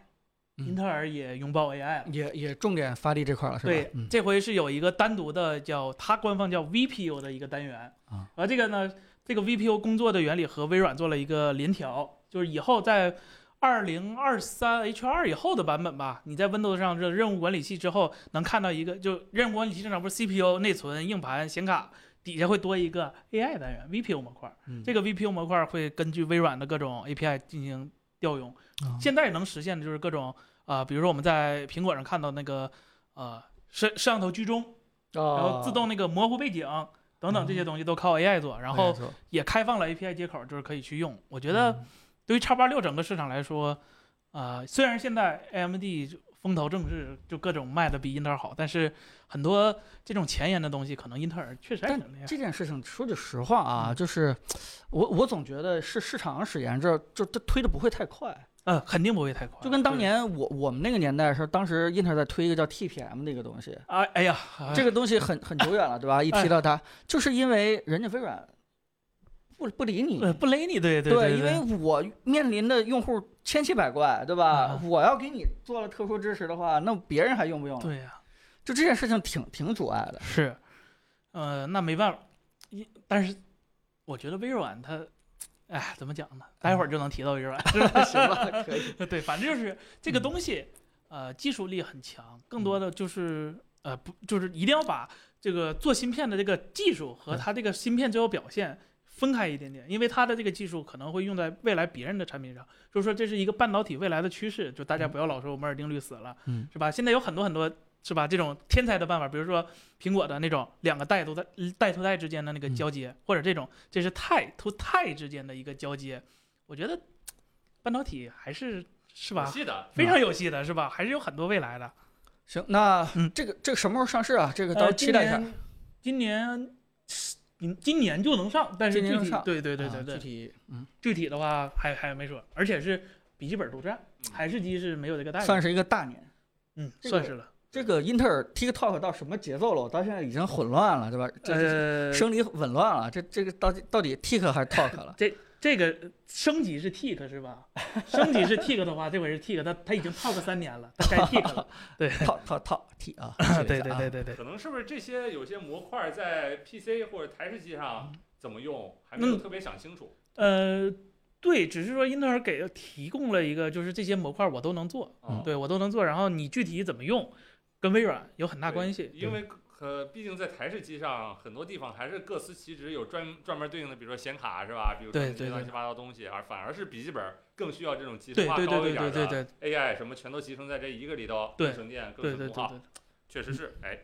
嗯
英特尔也拥抱 AI 了。
也也重点发力这块了，是吧？
对，
嗯
这回是有一个单独的叫它官方叫 VPU 的一个单元
啊，
而这个呢，这个 VPU 工作的原理和微软做了一个联调，就是以后在二零二三 H 2以后的版本吧，你在 Windows 上这任务管理器之后能看到一个，就任务管理器上不是 CPU、内存、硬盘、显卡底下会多一个 AI 单元 VPU 模块，
嗯
这个 VPU 模块会根据微软的各种 API 进行调用。
啊
现在能实现的就是各种啊、呃比如说我们在苹果上看到那个呃摄摄像头居中，然
哦
后自
啊
动那个模糊背景等等这些东西都靠 AI 做，然后也开放了 API 接口，就是可以去用。我觉得
嗯
对于 x 八六整个市场来说，呃，虽然现在 AMD 就风头正势，就各种卖的比英特尔好，但是很多这种前沿的东西，可能英特尔确实还
但
挺厉害。
这件事情，说句实话啊，
嗯
就是我我总觉得是市场使然，这就这推的不会太快，
呃，肯定不会太快，
就跟当
对
年我我们那个年代的时候，当时英特尔在推一个叫 TPM 的一个东西，
啊，哎呀，哎
这个东西很很久远了，对吧？一提到它，就是因为人家微软不不理你，
呃不勒你，对对
因为我面临的用户千奇百怪，对吧
啊？
我要给你做了特殊支持的话，那别人还用不用了？
对呀、
就这件事情挺挺阻碍的。
是，呃，那没办法，一但是我觉得微软它，哎，怎么讲呢？待会儿就能提到微软， 是吧？
行了，可以。
对，反正就是这个东西，呃，技术力很强，更多的就是呃，不就是一定要把这个做芯片的这个技术和它这个芯片最后表现分开一点点，因为它的这个技术可能会用在未来别人的产品上，就是说这是一个半导体未来的趋势，就大家不要老说我们尔定律死了，
嗯
是吧？现在有很多很多。是吧？这种天才的办法，比如说苹果的那种两个带都带带头带之间的那个交接，或者这种这是态 to 态之间的一个交接，我觉得半导体还是是吧？
记得
非常有戏的是吧？还是有很多未来的。
行，那
嗯
这个这个什么时候上市啊？这个到时
呃，
候期待一下。
今年，今年今年就能上，但是
今
具
年
体
能上
对对对
啊
对对，
具体嗯，
具体的话还还没说，而且是笔记本独占，海式机是没有这个代理，
算是一个大年。
嗯
这
算
个
是了。
这个英特尔 TikTok 到什么节奏了？我到现在已经混乱了，对吧？这这
呃，
生理紊乱了，这这个到底到底 Tik 还是 Talk 了？
这个升级是 tick 是吧？ 升级是 tick 的话，这回是 tick，它它已经 talk 三年了，它该 tick 了。，
套套套 T 啊
对对对对对。
可能是不是这些有些模块在 PC 或者台式机上怎么用，还没
嗯
有特别想清楚。
呃，对，只是说英特尔给提供了一个，就是这些模块我都能做，
嗯
对我都能做。然后你具体怎么用，跟微软有很大
对
关系。
因为呃，毕竟在台式机上很多地方还是各司其职，有专专门对应的，比如说显卡是吧？比如
对
说一
对
些乱
对
七八糟东西，而反而是笔记本更需要这种集
对
成化
对对
高
对
一
对
点
对
的
对
AI 什么全都集成在这一个里头，
对
更省电
对
更
对
省
对
功耗，
对。嗯
确实是。哎，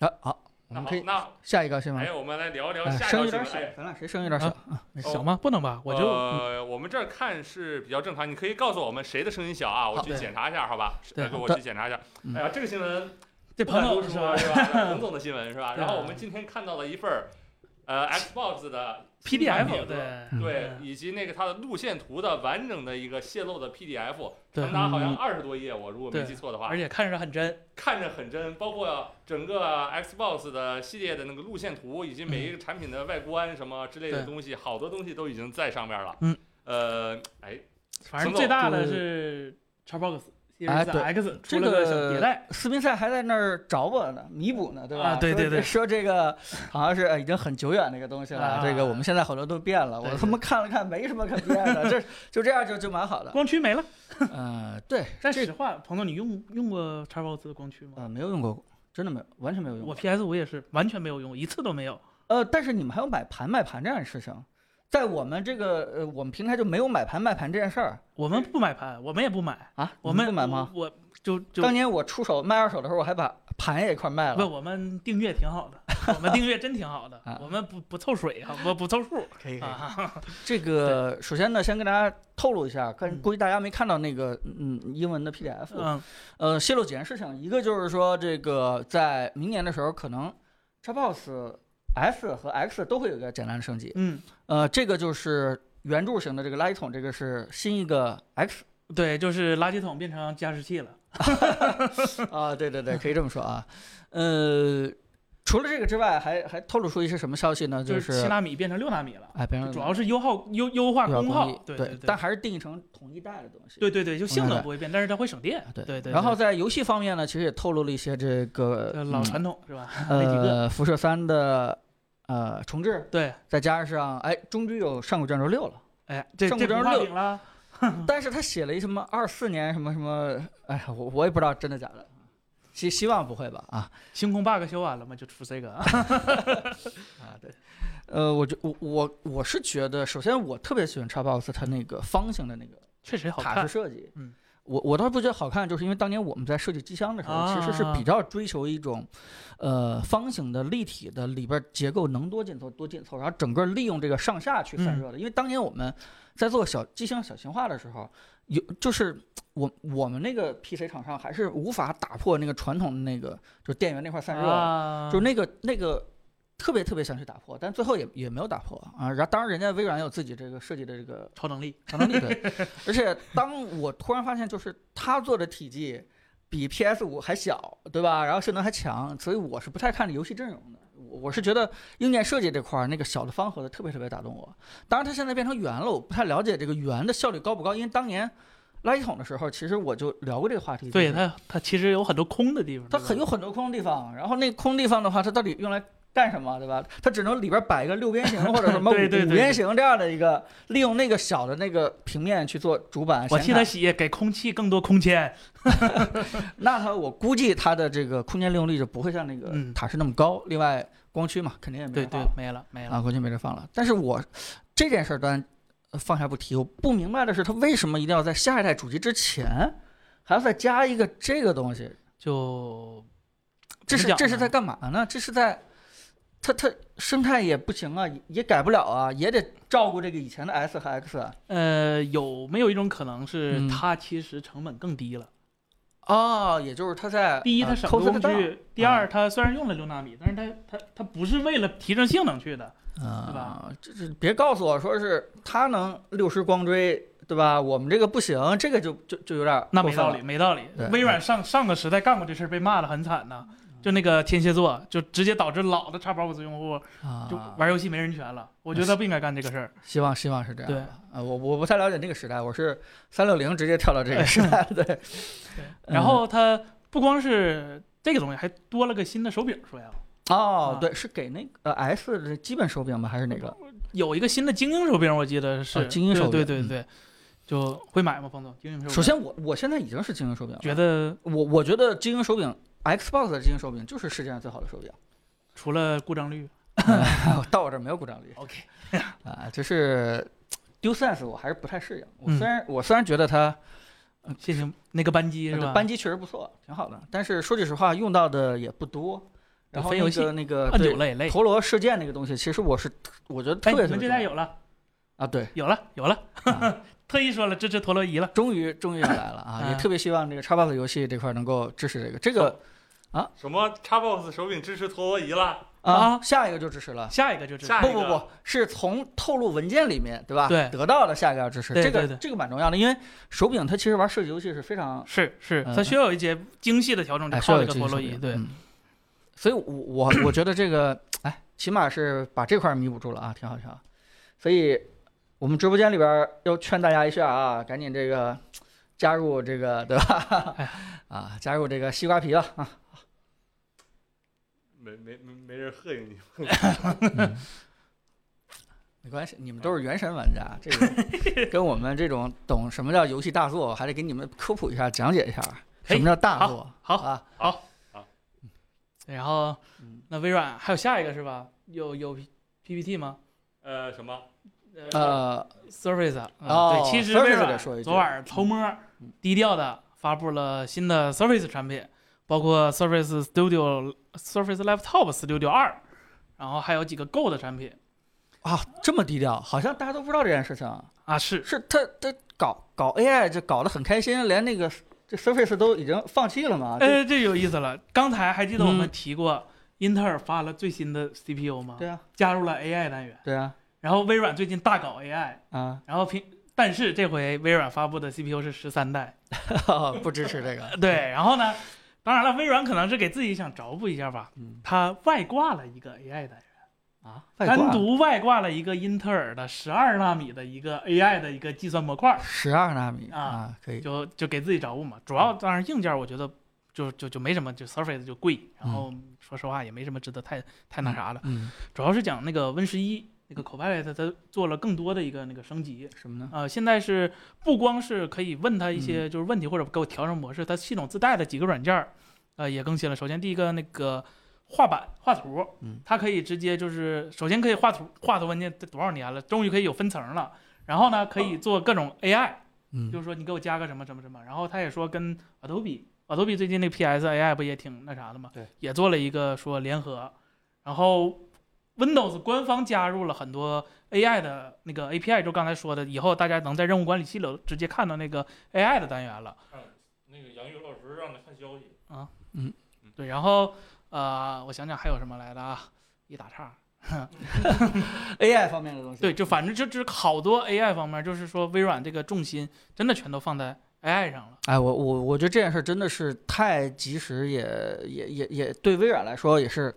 啊好，我
那
们
好
可，以
那
下一个新闻
哎，。我们来聊聊
哎
下一
声
条
有点
新闻。
小
哎，，
咱俩谁声有点小啊？没事
行吗？不能吧？我就嗯
呃，我们这儿看是比较正常，你可以告诉我们谁的声音小啊？我去
对
检查一下，好吧？
对
大哥，我
对
去检查一下
嗯。
哎呀，这个新闻
这
不
朋
敢多
友是
说
吧
是 吧？彭总的新闻是吧？
对
然后我们今天看到了一份儿，呃，Xbox 的新产品
？PDF
和
对
对
嗯，
以及那个它的路线图的完整的一个泄露的 PDF，
对嗯
长达好像二十多页，我如果没
对
记错的话
而，且看着很真。
看着很真，包括整个 Xbox 的系列的那个路线图，以及每一个产品的外观什么之类的
嗯对
东西，好多东西都已经在上面了。
嗯，
呃，哎，
反正
彭总
最大的
对
是 Xbox
哎
Series
对
X 出
这
了个小
个
迭代。
斯宾塞还啊在那儿找我呢，弥补呢，对吧？
啊对对对
说说这个好像是呃已经很久远的一个东西了，
啊
这个我们现在好多都变了。
对
我
对
他妈看了看，没什么可变 的，这就这样就就蛮好的。
光驱没了。
呃，对，
但实话，彭总，你用用过 Xbox 的光驱吗？
呃，没有用过，真的没有，完全没
嗯
有用
我
过。
PS 五也是完全没有用，一次都没有。
呃，但是你们还有买盘卖盘这样的事情，在我们这个呃我们平台就没有买盘卖盘这件事儿
我们不买盘，我们也不买，
啊。
我
你
们
不买吗？？
我我就就
当年我出手卖二手的时候，我还把盘也一块卖
不，
了。
我们订阅挺 好的，我们订阅真挺好的
啊，
我们不不凑水啊，不不凑数
可以可以。
啊。
这个首先呢，先跟大家透露一下，但
嗯
估计大家没看到那个嗯英文的 PDF，、
嗯，
呃，泄露几件事情，一个就是说这个在明年的时候，可能 Xbox S 和 X 都会有一个简单的升级。
嗯，
呃，这个就是圆柱形的这个垃圾桶，这个是新一个 X
对，就是垃圾桶变成加湿器了。
啊，对对对，可以这么说啊。呃，除了这个之外，还还透露出一些什么消息呢？
就是嗯七纳米变成六纳米了，
哎，别
就
人
主要是优化优优化功耗，对
对，
对，
但还是定义成同一代的东西。
对对对，就性
明
能
白
不会变，但是它会省电
啊。
对对，
然后
对
在游戏方面呢，其实也透露了一些这个
呃老
嗯
传统是吧？那几个
呃辐射三的呃重置，
对，
再加上哎，终于有上古卷轴六了。
哎，这
上
这
古卷
不
轴
画
六
饼了。嗯
但是他写了一什么二四年什么什么，哎呀，我我也不知道真的假的，希希望不会吧啊
星空 bug 修完了吗？就出这个啊。
啊对，呃，我觉我我我是觉得，首先我特别喜欢 Xbox 它那个方形的那个
确实好
塔
看
式。设计，
嗯。
我我倒是不觉得好看，就是因为当年我们在设计机箱的时候，其实是
啊
比较追求一种，呃，方形的、立体的，里边结构能多紧凑多紧凑，然后整个利用这个上下去
嗯
散热的。因为当年我们在做小机箱小型化的时候，有就是我我们那个 PC 厂商还是无法打破那个传统的那个就电源那块散热，
啊
就那个那个特别特别想去打破，但最后也也没有打破啊。然后当然人家微软有自己这个设计的这个
超能力，
超能力对。而且当我突然发现，就是它做的体积比 PS 五还小，对吧？然后性能还强，所以我是不太看这游戏阵容的。我我是觉得硬件设计这块儿那个小的方盒子特别特别打动我。当然，它现在变成圆了，我不太了解这个圆的效率高不高，因为当年垃圾桶的时候，其实我就聊过这个话题。
对
就是
它它其实有很多空的地方，
它
对吧
很有很多空的地方，然后那空地方的话，它到底用来干什么，对吧？它只能里边摆一个六边形或 者什么五
对对对
五边形这样的一个，利用那个小的那个平面去做主板。
我
显
替
卡
它洗，给空气更多空间。
那它我估计它的这个空间利用率就不会像那个
嗯
塔式那么高。另外，光驱嘛，肯定也没
对
得放
对
了，
没了没了。
啊，光驱没地儿放了。但是我这件事儿当然呃放下不提，我不明白的是，它为什么一定要在下一代主机之前还要再加一个这个东西？
就
这
怎么
是
讲
这是
呢
在干嘛呢？这是在它它生态也不行啊，也也改不了啊，也得照顾这个以前的 S 和 X 啊。
呃，有没有一种可能是
嗯
它其实成本更低了？
哦，也就是它在
第一，它
呃
省
抠
工
的大啊
具；第二，它虽然用了六纳米，但是它它它不是为了提升性能去的。
啊，这这别告诉我说是它能六十光追，对吧？我们这个不行，这个就就就有点儿
那
过
没
分
道
了
理，。没道理
对。嗯
微软上上个时代干过这事儿，被骂的很惨呐。就那个天蝎座，就直接导致老的 Xbox 用户就
啊，
玩游戏没人权了。我觉得不应该干这个事儿。
希望希望是这样。
对，
啊，我我不太了解那个时代，我是三六零直接跳到
哎
这个时代。 对， 嗯
然后它不光是这个东西，还多了个新的手柄，说要啊，
哦对，是给那个呃 S 的基本手柄吗？还是哪个？
有一个新的精英手柄，我记得
啊
是
精英手柄
对对对对，就会买吗？冯总，精英手柄。
首先我我现在已经是精英手柄了，
觉得
我我觉得精英手柄 Xbox 的精英手柄就是世界上最好的手柄。
除了故障率，
到我这儿没有故障率。
OK
啊，就是 DualSense 我还是不太适应。我
嗯
虽然、我虽然觉得它
谢谢那个扳机是吧？
扳
机
机确实不错，挺好的，但是说句实话，用到的也不多。然后
分
那
游戏
个那个
按
对
钮累累。
陀螺射箭那个东西，其实我是特我觉得
哎，
特
你
别特
们
别
这
重
代
要
有了，
啊，对，
有了，有了
啊，
特意说了支持陀螺仪了。
终于终于要来了 啊！也
啊
特别希望这个 Xbox 游戏这块能够支持这个这个
什么 Xbox 手柄支持陀螺仪了？
啊，
啊
下一个就支持了。
下一个就是
下
不
一
不
个
不，是从透露文件里面对吧？
对
得到的下一个要支持，
对
这个
对对
这个蛮重要的，因为手柄它其实玩射击游戏是非常
是是，
嗯
它需要有一些精细的调整，就嗯
哎，
靠这嗯
这
个陀螺仪。对，
嗯所以我，我我觉得这个，哎，起码是把这块儿弥补住了啊，挺好挺好。所以，我们直播间里边儿要劝大家一下啊，赶紧这个加入这个，对吧？
哎
啊，加入这个西瓜皮了啊！
没没没没人膈应你。
没关系，你们都是原神玩家，这个跟我们这种懂什么叫游戏大作，还得给你们科普一下、讲解一下
可以
什么叫大作。
好
啊，
然后
嗯
那微软还有下一个是吧？有有 PPT 吗？
呃，什么？
呃，
Surface 啊、嗯
哦
对，其实
Surface
微
得
软
说一句
昨晚偷摸
嗯
低调的发布了新的 Surface 产品，包括 Surface Studio、Surface Laptop Studio 二，然后还有几个 Go 的产品
啊，这么低调，好像大家都不知道这件事情啊。
啊，是
是他他搞搞 AI 就搞得很开心，连那个这 Surface 都已经放弃了嘛？这
呃，这有意思了。刚才还记得我们
啊嗯
提过，英特尔发了最新的 CPU 吗？
对啊，
加入了 AI 单元，
对啊，
然后微软最近大搞 AI，
啊，
然后平。但是这回微软发布的 CPU 是十三代，
不支持这个，
对，然后呢，当然了，微软可能是给自己想着补一下吧，
嗯
它外挂了一个 AI 单元，
啊，
单独外挂了一个英特尔的十二纳米的一个 AI 的一个计算模块，
十二纳米
啊
啊，可以，
就就给自己找补嘛。主要当然硬件我觉得就就就没什么，就 Surface 就贵，然后说实话也没什么值得太太那啥的。
嗯，
主要是讲那个 Win 十一那个 Copilot 它做了更多的一个那个升级。
什么呢？嗯
呃，现在是不光是可以问它一些就是问题，或者给我调整模式，它系统自带的几个软件儿，呃，也更新了。首先第一个那个画板画图，
嗯
它可以直接就是首先可以画图，画图文件这多少年了，终于可以有分层了。然后呢，可以做各种 AI，、就
哦嗯，
是说你给我加个什么什么什么。然后他也说跟 Adobe Adobe 最近那 PS AI 不也挺那啥的嘛，
对，
也做了一个说联合。然后 Windows 官方加入了很多 AI 的那个 API，就刚才说的，以后大家能在任务管理器里直接看到那个 AI 的单元了。
那个杨玉老师让他看消息，
对，然后呃，我想想还有什么来的啊？一打岔，
，AI 方面的东西，
对，就反正就就是好多 AI 方面，就是说微软这个重心真的全都放在 AI 上了。
哎，我我我觉得这件事真的是太及时也，也也也对微软来说也是，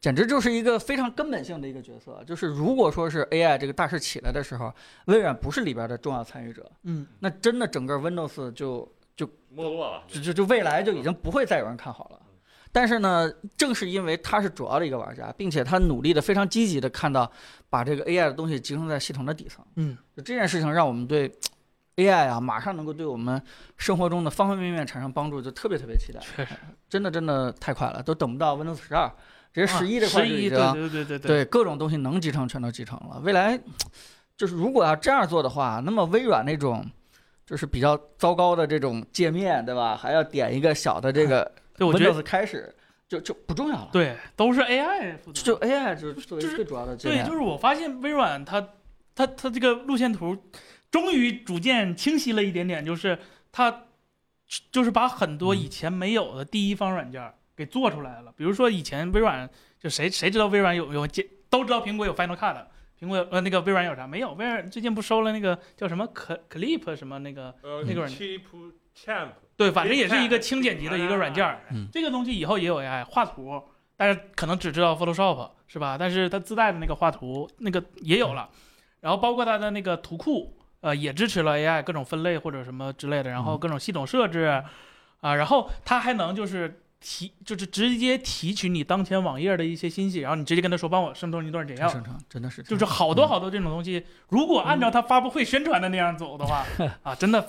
简直就是一个非常根本性的一个角色。就是如果说是 AI 这个大势起来的时候，微软不是里边的重要参与者，
嗯，
那真的整个 Windows 就
没落了。
就就就未来就已经不会再有人看好了。但是呢，正是因为他是主要的一个玩家，并且他努力的非常积极的看到把这个 AI 的东西集中在系统的底层，
嗯，
就这件事情让我们对 AI 啊，马上能够对我们生活中的方方面面产生帮助，就特别特别期待。
确实，
真的真的太快了，都等不到 Windows 十二，直接十一这块
啊十
就已
一，对
经、
对对对对，
对各种东西能集成全都集成了。未来就是如果要这样做的话，那么微软那种就是比较糟糕的这种界面，对吧？还要点一个小的这个
对我觉得
Windows 开始，就就不重要了。
对，都是 AI 负责。
就 AI 就是作为
就是
最主要的这
对，
样，
就是我发现微软它它它这个路线图终于逐渐清晰了一点点，就是它就是把很多以前没有的第一方软件儿给做出来了。比如说以前微软就谁谁知道微软有有这都知道苹果有 Final Cut，苹果有呃那个微软有啥没有？微软最近不收了那个叫什么 Cl- Clip 什么那个
呃
那个软件
，Cheap Champ，
对，反正也是一个轻剪辑的一个软件
哎
儿。
嗯
这个东西以后也有 AI 画图，但是可能只知道 Photoshop 是吧？但是它自带的那个画图那个也有
嗯
了，然后包括它的那个图库，呃，也支持了 AI 各种分类或者什么之类的，然
嗯
后各种系统设置，啊、然后它还能就是提就是直接提取你当前网页的一些信息，然后你直接跟他说帮我生成一段简
真
要。
生成嗯真的是
就是好多好多这种东西，如果按照它发布会宣传的那样走的 话，啊，真的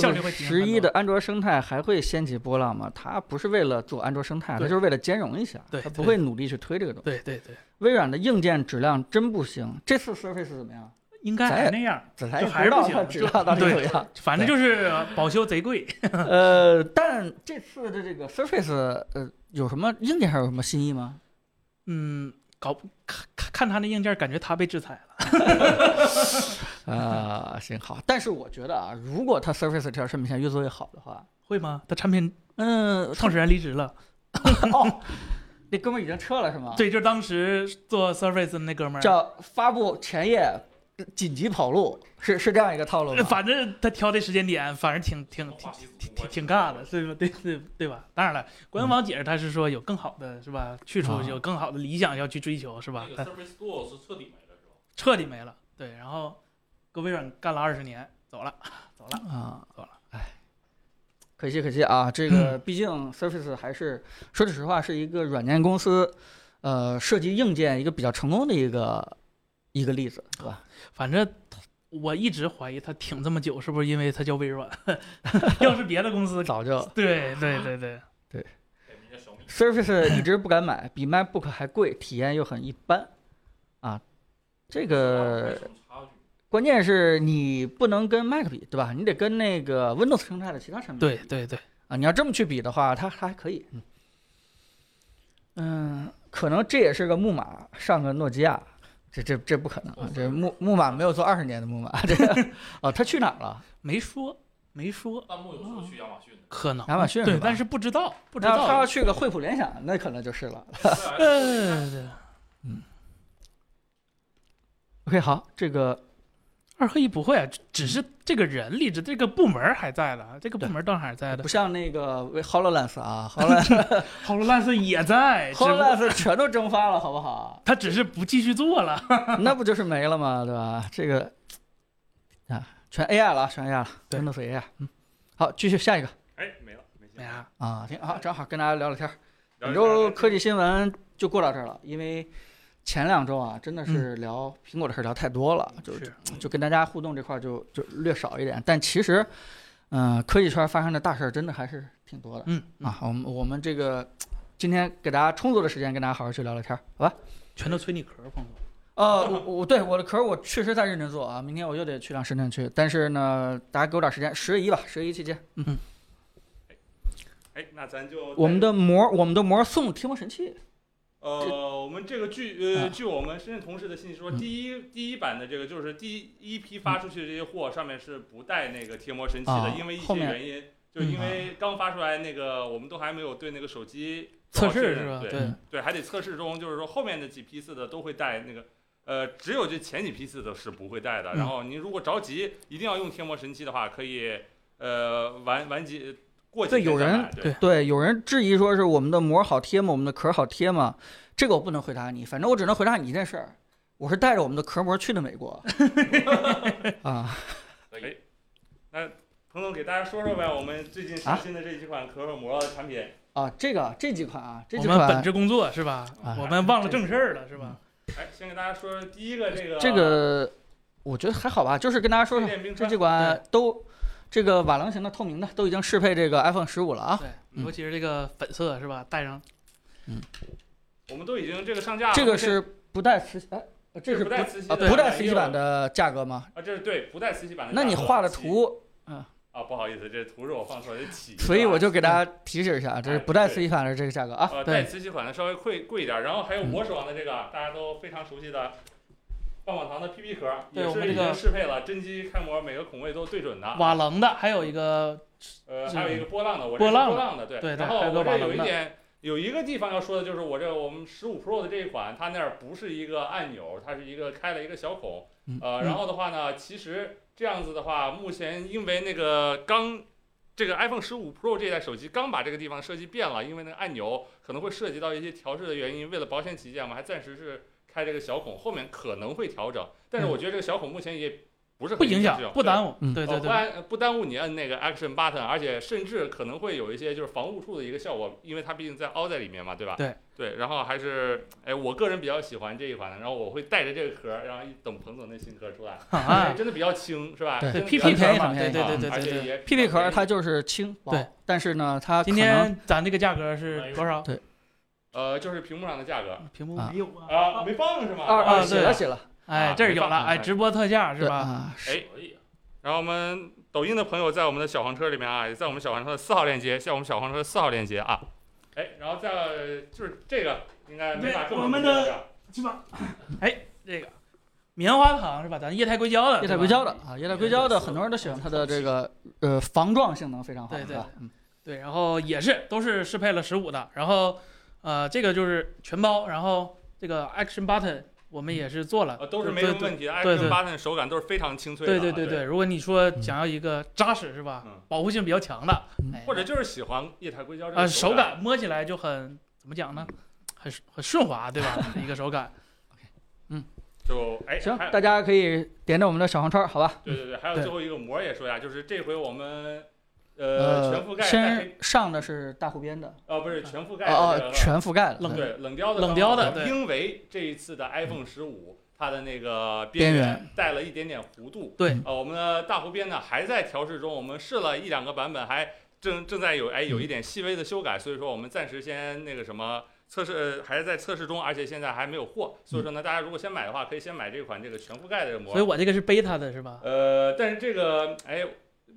效率
Windows
会提升
十
很
一
多
的安卓生态还会掀起波浪吗？它不是为了做安卓生态，它
对
就是为了兼容一下，
对
它
对
不会努力去推这个东西。
对对对，
微软的硬件质量真不行，这次 Surface 怎么样？
应该
咱
还
也
那样。
这才
就是还是不
不知
行
道它质量到底
对
怎么 样？
反正就是保修贼贵。
呃，但这次的这个 Surface 呃有什么硬件上有什么新意吗？
嗯，搞不看看看他那硬件，感觉他被制裁了。
啊、 行好，但是我觉得啊，如果它 Surface 这条产品线越做越好的话，
会吗？他产品
嗯，
创始人离职了。
哦，那哥们儿已经撤了是吗？，
对，就是当时做 Surface 的那哥们儿，
叫发布前夜紧急跑路，是是这样一个套路吗？
呃反正他挑这时间点，反正挺
啊
挺挺挺挺挺尬的，是吧？对对对吧？当然了，官方解释他是说有更好的是吧？去处
啊
有更好的理想要去追求是吧
那？个
他
Surface Duo 是彻底没了是吧？
彻底没了。对，然后搁微软干了二十年，走了。
啊，
走了，嗯
哎，可惜可惜啊，这个毕竟 Surface 还是说句实话是一个软件公司，呃，设计硬件一个比较成功的一个一个例子，对吧？
反正他我一直怀疑他挺这么久，是不是因为他叫微软？ 要是别的公 司，
早就
对对对对，
改名叫小米。
Surface 一直不敢买，比 MacBook 还贵，体验又很一般，啊，这
呃
没
个
什么差距。
关键是你不能跟 Mac 比，对吧？你得跟那个 Windows 生态的其他产品比
对对对，
啊，你要这么去比的话，它它还可以。嗯嗯，可能这也是个木马上个诺基亚，这这这不可能啊！这木木马没有做二十年的木马， 这个哦，它去哪儿了？
没说没说，
弹幕有说去亚马逊的，
可能
亚马逊
对
哦是，吧
但是不知道不知
那它
道
要。去个惠普联想，那可能就是了。
呃，对
OK，好，这个
二合一不会啊，只只是这个人离职，这个部门还在的，啊这个部门倒还在的
不。像那个 Hololens 啊，Hololens
好了，烂 s 也在，只不过
Hololens 全都蒸发了，好不 好？
他只是不继续做了。
那不就是没了吗？对吧？这个啊，全 AI 了，全 AI 了
对
，Windows AI。嗯，好，继续下一个
哎，没了，没信
哎
了
呀，
啊，挺好，正好跟大家聊聊天儿。
聊
本
一
周
聊
科技新闻就过到这儿了，因为前两周啊，真的是聊苹果的事儿聊太多了，就是就跟大家互动这块儿就就略少一点。但其实，嗯、科技圈发生的大事儿真的还是挺多的
嗯，
啊。我们我们这个今天给大家充足的时间跟大家好好去聊聊天儿，好吧？
全都吹你壳儿，朋友。
呃，我我对我的壳儿我确实在认真做啊，明天我又得去趟深圳去，但是呢，大家给我点儿时间，十月一吧，十月一期间，
哎，那咱就
我们
带
的膜，我们的膜送天魔神器，
呃，我们这个据呃
啊
据我们深圳同事的信息说，
嗯
第一第一版的这个就是第一批发出去的这些货上面是不带那个贴膜神器
啊
的，因为一
后
些
面嗯
原因，就因为刚发出来那个我们都还没有对那个手机
测
做好
试
确
是吧
认？对
对，
对，还得测试中，就是说后面的几批次的都会带那个。呃，只有这前几批次的是不会带的。
嗯
然后您如果着急一定要用贴膜神器的话，可以呃晚晚几过几
对
天
有
再
人
买
对
对，有人质疑说是我们的膜好贴吗？我们的壳好贴吗？这个我不能回答你，反正我只能回答你一件事儿，我是带着我们的壳膜去的美 国。啊，
哎彭总给大家说说呗，我们最近上新的这几款可口膜的产品，
啊，这个这几款啊，这
我
几
们本
款
职工作是吧？
啊
我们忘了正事儿了是吧？
哎，先给大家说说第一个这个
这个我觉得还好吧，就是跟大家说
水
说
电冰
这
川
几款都这个瓦楞型的透明的都已经适配这个 iPhone 十五了啊。
对，
嗯
尤其是这个粉色是吧？戴上
我们都已经这个上架了，
这个是不带磁哎，这是
不
不
带磁吸
啊
的
不带磁吸
版
版的价格吗？
啊，这是对不带磁吸版的。
那你画的
然后
图
啊、啊，不好意思，这图是我放错了，这起。
所以我就给大家提示一下，这是不带
啊哎对
磁吸盘的这个价格 啊。
呃带磁吸款的稍微贵贵一点，然后
嗯
还有我手上的这个大家都非常熟悉的棒棒糖的 PP 壳，
对
也
我们
是
这
已
个
经适配了真机开模，每个孔位都对准的。
瓦楞的，还有一个
呃，
是
还有一个波浪的，我
嗯
这
波
是
浪的
波浪的，对
对
然
它
后
还有个
我这
瓦
有
楞
一
的
点，有一个地方要说的就是我这我们十五 Pro 的这一款，它那儿不是一个按钮，它是一个开了一个小孔
嗯。
呃，然后的话呢，其实这样子的话，目前因为那个刚。这个 iPhone 十五 Pro 这代手机刚把这个地方设计变了，因为那个按钮可能会涉及到一些调试的原因，为了保险起见，我们还暂时是开这个小孔，后面可能会调整，但是我觉得这个小孔目前也不是很
嗯不影响
这种，
不
对
耽误。
嗯
对
呃
对
不
对，
按不耽误你摁那个 action button，而且甚至可能会有一些就是防误触的一个效果，因为它毕竟在凹在里面嘛，对吧？
对
对，然后还是哎，我个人比较喜欢这一款的，然后我会带着这个壳儿，然后一等彭总那新壳儿出来，
啊，
真的比较轻，是吧？
对
真的比
PP
较
很
壳
便宜
嘛，
很
对
便宜
对对对
而
对
且
对。
也比较
PP 壳
便宜
它就是轻薄
对，
但是呢，它
今
可能
天咱这个价格是多少？
呃就是屏幕上的价格
屏幕
啊
没有啊？
啊，没报应是吗？
二
啊
二
对
写了写了，
哎，这儿有了，哎，直播特价是
对
吧？
啊，是
哎
可以啊，
然后我们抖音的朋友在我们的小黄车里面啊，也在我们小黄车的四号链接，在我们小黄车的四号链接啊。哎，然后在就是这个应该没
对
法这么
我们
理解
的
是吧
哎这个棉花糖是吧？咱液态硅胶的，
液
对
态
吧
硅胶的啊，液态硅胶的很多人都喜欢它的这个呃防撞性能非常好，
对对
是吧？嗯
对，然后也是都是适配了十五的，然后呃，这个就是全包，然后这个 Action Button 我们也是做了，
呃，都是
对
没
对
什么问题的。
对
iPhone
对
八的手感都是非常清脆的
对
啊。
对对对，如果你说
嗯
想要一个扎实是吧
嗯，
保护性比较强的，哎
或者就是喜欢液态硅胶这
啊
个
手
感。
感摸起来就很怎么讲呢？很很顺滑， 对吧？一个手感，
就哎，
行
还，有
大家可以点着我们的小黄车，好吧？
对对对，还有
对
最后一个膜也说一下，就是这回我们呃全
呃
覆，盖带黑，
先上的是大湖边的，
呃不是全覆盖
哦
的这
哦，
个
全覆盖了，
冷
对啊冷雕的
冷雕的
方法
对
因为这一次的 iPhone 十五。它的那个
边
缘
缘
带了一点点弧度，
对
呃，我们的大弧边呢还在调试中，我们试了一两个版本，还正正在有哎有
嗯
一点细微的修改，所以说我们暂时先那个什么测试，呃还是在测试中，而且现在还没有货，所以说呢，大家如果先买的话，可以先买这款这个全覆盖的
嗯
膜
所以，我这个是 beta 的是吧？
呃，但是这个哎，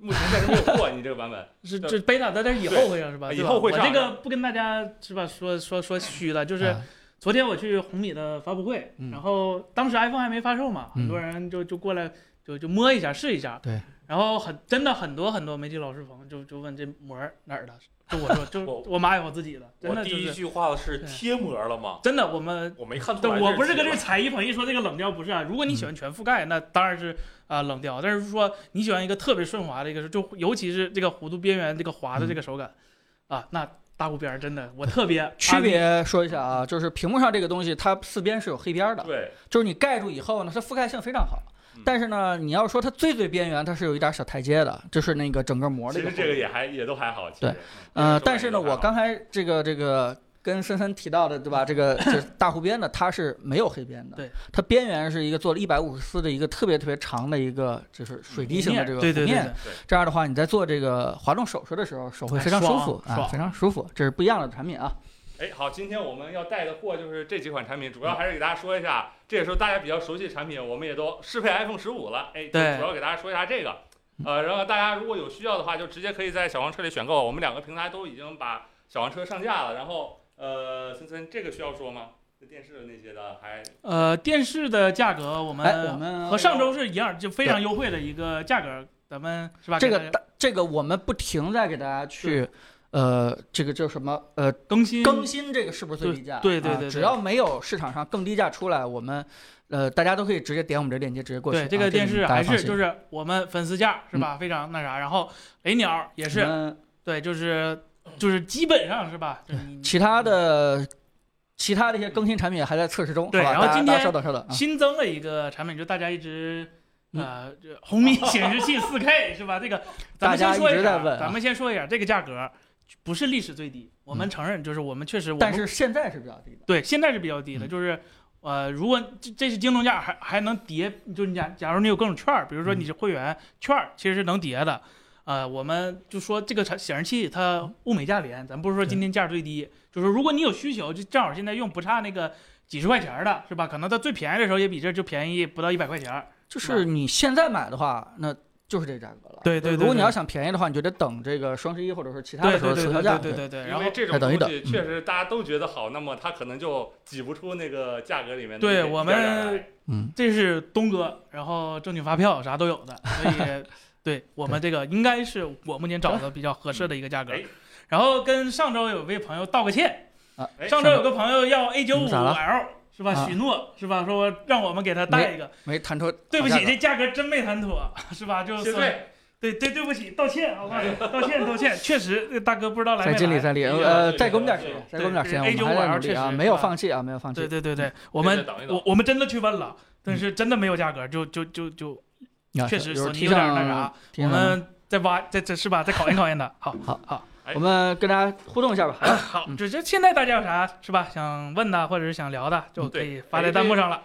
目前暂时没有货，你这个版本，
是
对
这 beta，但但是以后会上是吧？
以
对吧
后会上
我这个不跟大家是吧？说说说虚了，就是。
啊
昨天我去红米的发布会，
嗯
然后当时 iPhone 还没发售嘛，
嗯
很多人就就过来就就摸一下试一下。
对。
然后很真的很多很多媒体老师朋友就就问这膜儿哪儿的，就我说就
我
我买我自己的， 真
我
的就
第一
是
句话是
对
贴膜了吗？
真的我们。
我没看出
但
来，
我不是跟
这
这踩一捧一说这个冷调不是啊，如果你
嗯
喜欢全覆盖，那当然是啊、冷调。但是说你喜欢一个特别顺滑的一个，就尤其是这个弧度边缘这个滑
嗯
的这个手感，啊，那大弧边儿真的我特别
区别说一下啊，就是屏幕上这个东西，它四边是有黑边儿的，
对，
就是你盖住以后呢，它覆盖性非常好
嗯。
但是呢，你要说它最最边缘，它是有一点小台阶的，就是那个整个膜的
其
一个
实
厚
这
度
个也还也都还好，其实
对，呃，
这个手感
但是呢，
也都还
我
啊
好
刚才这个这个跟森森提到的，对吧？这个就是大湖边的，它是没有黑边的，
对，
它边缘是一个做了一百五十丝的一个特别特别长的一个就是水滴性的这个
对对
弧
对对
面，这样的话你在做这个滑动手势的时候，手会
哎
非常舒
爽
服啊，
爽
非常舒服，这是不一样的产品啊。
哎，好，今天我们要带的货就是这几款产品，主要还是给大家说一下，这也是大家比较熟悉的产品，我们也都适配 iPhone 十五了，哎，就
对
主要给大家说一下这个。
嗯
呃，然后大家如果有需要的话，就直接可以在小黄车里选购，我们两个平台都已经把小黄车上架了。然后，呃，森森，这个需要说吗？这电视的那些的还
呃，电视的价格我们、
哎，我们
和上周是一样，就非常优惠的一个价格，咱们是吧？
这
给
个
大家
大这个我们不停在给大家去。呃，这个叫什么？呃，
更新
更新这个是不是最低价？
嗯对对
啊
对对对
只要没有市场上更低价出来，我们呃大家都可以直接点我们这链接直接过去啊。
对这个电视
大家
还
放
是
心
就是我们粉丝价是
嗯
吧？非常那啥，然后雷鸟也
我
是
们
对，就是就是基本上是吧？就是你
其他的其他的一些更新产品还在测试中，
对
好吧
然后
大家
今
大家
天
稍等稍等啊，
新增了一个产品，就大家一直。
嗯
呃，这红 米显示器 4K 是吧？这个咱们
大
先
家
说
一直
一
在
下，
问啊
咱们先说一下这个价格不是历史最低，我们承认，就是我们确实我们
嗯但是现在是比较低的。
对，现在是比较低的，
嗯
就是呃，如果这这是京东价，还还能叠，就是你假假如你有各种券儿，比如说你是会员、券儿，其实是能叠的。呃，我们就说这个产显示器它物美价廉，咱不是说今天价最低，就是如果你有需求，就正好现在用不差那个几十块钱儿的，是吧？可能它最便宜的时候也比这就便宜不到一百块钱儿。
就是你现在买的话，那就是这价格了。
对对对
如果你
对
要想便宜的话，你就得等这个双十一或者是其他
对
的时
对
候
对
促销
对
价。
对对对，
因
然
为
后
这
再
种
等一
东
等嗯
西确实大家都觉得好，那么它可能就挤不出那个价格里面的
对
那个
我
价格
们
来
嗯，
这是东哥，然后正经发票啥都有 的，所以对我们这个应该是我目前找的比较合适的一个价格
哎。
然后跟上周有位朋友道个歉
啊，
哎
上周有个朋友要 A 9
嗯
5
咋了
L 是吧？
啊
许诺是吧？说让我们给他带一个，
没谈出。
对不
好
起，
价格
这价格真没谈妥 是吧？就
谢
是
罪，
对对对不起，道歉好吧？道歉道 歉，确实这大哥不知道来
哎在
没
这里，
来。
在这里，
对
呃，
对
再给我们
对
点时
对
间，再给我们点时间，
对
我们还在努力
这
啊，
是
没有放弃啊，没有放
对
弃。
对对对，我们
再等一等
我我们真的去问了，
嗯
但是真的没有价格，就就就就
啊
确实
有
索
人
尼
提
有点
上
那啥，
提
我
上来了，
们再挖再这是吧？再考验考验他。好，
好
好，
哎
我们跟大家互动一下吧。
好，
嗯
这这现在大家有啥是吧？想问的或者是想聊的，就
嗯
可
对
以发在弹幕上了。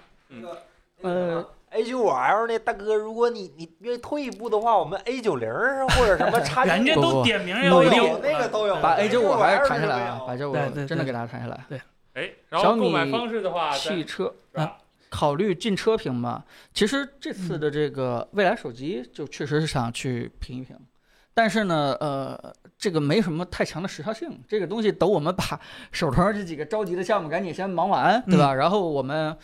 呃
，A 9 5 L 那大哥，如果你你愿意退一步的话，我们 A 9 0或啊者什 么叉
人家
不
都
不
点名
都
要
努力
聊
有，那个都有，
把
哎
A
九
9 5还是谈
下
下来啊，把这我
对对对
真的给大家谈下来。
哎，然
小
后
米
购买方式的话，咱
汽车
是吧
啊，考虑进车屏嘛？其实这
嗯
次的这个未来手机就确实是想去评一评，但是呢，呃，这个没什么太强的时效性。这个东西等我们把手头上这几个着急的项目赶紧先忙完，
嗯
对吧？然后我们。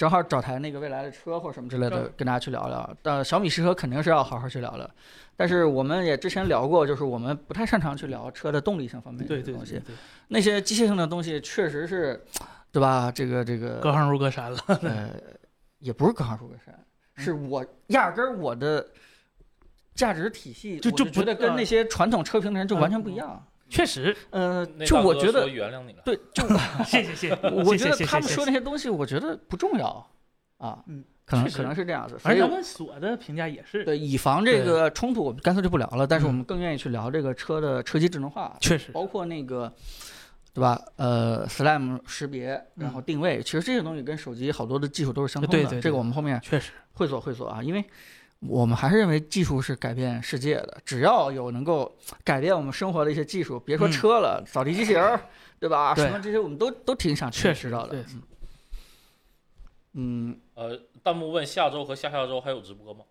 正好找台那个未来的车或者什么之类的，跟大家去聊聊。但小米十车肯定是要好好去聊聊，但是我们也之前聊过，就是我们不太擅长去聊车的动力性方面
对
的
对
东西。
对，对
那些机械性的东西确实是，对吧？这个这个
隔行如隔山了。
呃，也不是隔行如隔山，
嗯
是我压根儿我的价值体系
就
我
就不
就觉得跟那
呃
些传统车评的人就完全不
嗯
一样。
确实，
呃，
那
就
大
我
哥
觉
说
得，
原谅你了，
对，就
谢谢谢谢，
我觉
谢
得
谢
他们
谢谢
说那些东西，我觉得不重要啊
嗯，
可能
确
可能是这样子。所
而
以
咱们所的评价也是，
对，以防
对
这个冲突，我们干脆就不聊了。但是我
嗯
们更愿意去聊这个车的车机智能化，
确实
包括那个，对吧？呃，SLAM 识别，然后定位，其实这些东西跟手机好多的技术都是相通
嗯
的。
对对对
这个我们后面
确实，
会所会所啊，因为我们还是认为技术是改变世界的，只要有能够改变我们生活的一些技术，别说
嗯
车了，扫地机器人儿，对吧？
对
什么这些我们都都挺想
确实
知道的
对。
嗯
呃，弹幕问下周和下下周还有直播吗？
嗯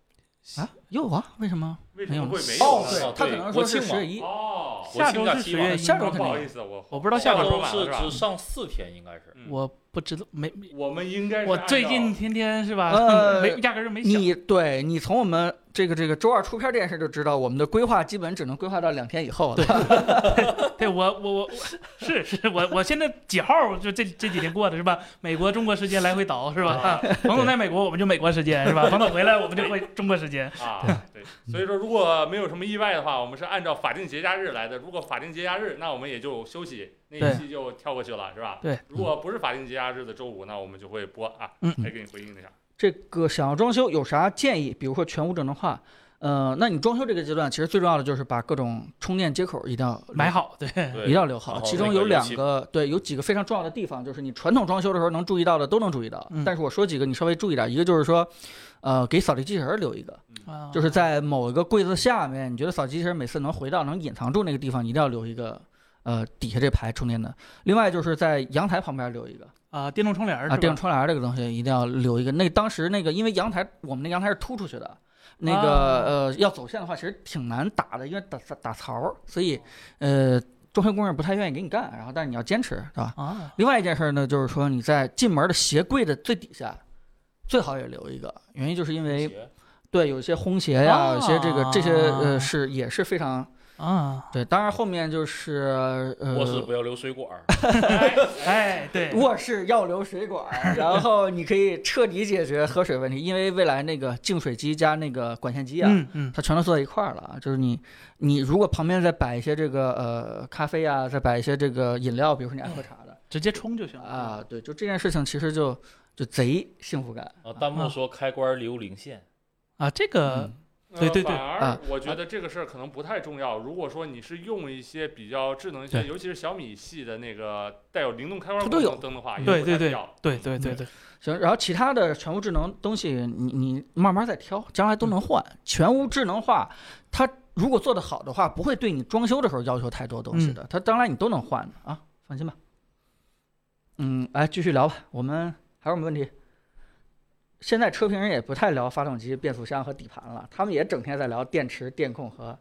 啊，有啊，为什么？
为什么会没
哦
有，呢？
对，
啊
他可能说是
国庆
十
嘛
月一，
哦，
国
下
庆
周
假
是
期
十
嘛
月一
下周
吗
肯
不
定
好
有
意思，我
我不知道下
下
下周
周
晚了
啊
是吧
只上四天，应该是
嗯
我不知道没。
我们应该是
我
按
最
照
近天天是吧，
呃
没压根儿就没想。
你对你从我们这个这个周二出片这件事就知道，我们的规划基本只能规划到两天以后了。
对我我我我是是我我现在几号就这这几天过的是吧？美国中国时间来回倒是吧？ 啊彭总在美国，我们就美国时间是吧？彭总回来，我们就回中国时间。
啊，对，所以说如果没有什么意外的话，我们是按照法定节假日来的。如果法定节假日，那我们也就休息，那
对
一期就跳过去了，是吧？
对，
如果不是法定节假日的周五，那我们就会播啊。
嗯
来给你回应一下。
这个想要装修有啥建议？比如说全屋智能化，呃，那你装修这个阶段，其实最重要的就是把各种充电接口一定要
买好，对，
留，
对
一定要留好。
然后
其
那
中
个
有
油
两
漆
个对，有几个非常重要的地方，就是你传统装修的时候能注意到的都能注意到。
嗯
但是我说几个你稍微注意点，一个就是说，呃，给扫地机器人儿留一个，
啊
就是在某一个柜子下面，你觉得扫地机器人每次能回到能隐藏住那个地方，你一定要留一个，呃，底下这排充电的。另外就是在阳台旁边留一个
啊电动窗帘儿是
啊，
吧？
电动窗帘这个东西一定要留一个。那当时那个因为阳台我们那阳台是突出去的，那个、
啊
呃要走线的话其实挺难打的，因为打打打槽儿，
哦
所以呃装修工人不太愿意给你干，然后但是你要坚持，是吧？
啊，
另外一件事呢，就是说你在进门的鞋柜的最底下，最好也留一个，原因就是因为。
鞋
对，有一些烘鞋呀、有些这个这些
啊
呃是也是非常
啊，
对。当然后面就是呃
卧室不要留水管儿，
哎， 对，
卧室要留水管儿，然后你可以彻底解决喝水问题，因为未来那个净水机加那个管线机啊。
嗯嗯，
它全都做在一块儿了啊，就是你，你如果旁边再摆一些这个呃咖啡啊，再摆一些这个饮料，比如说你爱喝茶的
直接冲就行了。
啊，对，就这件事情其实就就贼幸福感。
然后弹幕
嗯
说开关留 零线，
啊，这个
嗯，
对对对
呃反而
啊
我觉得这个事儿可能不太重要。如果说你是用一些比较智能一些，
对
尤其是小米系的那个带有灵动开关
它
功
都有
能灯的话，也
对
不
对
太
对
必要
对对对对，
行，然后其他的全屋智能东西你，你慢慢再挑，将来都能换。全屋智能化，它如果做得好的话，不会对你装修的时候要求太多东西的，它将来你都能换的啊，放心吧。嗯，来继续聊吧，我们还有什么问题？现在车评人也不太聊发动机、变速箱和底盘了，他们也整天在聊电池、电控和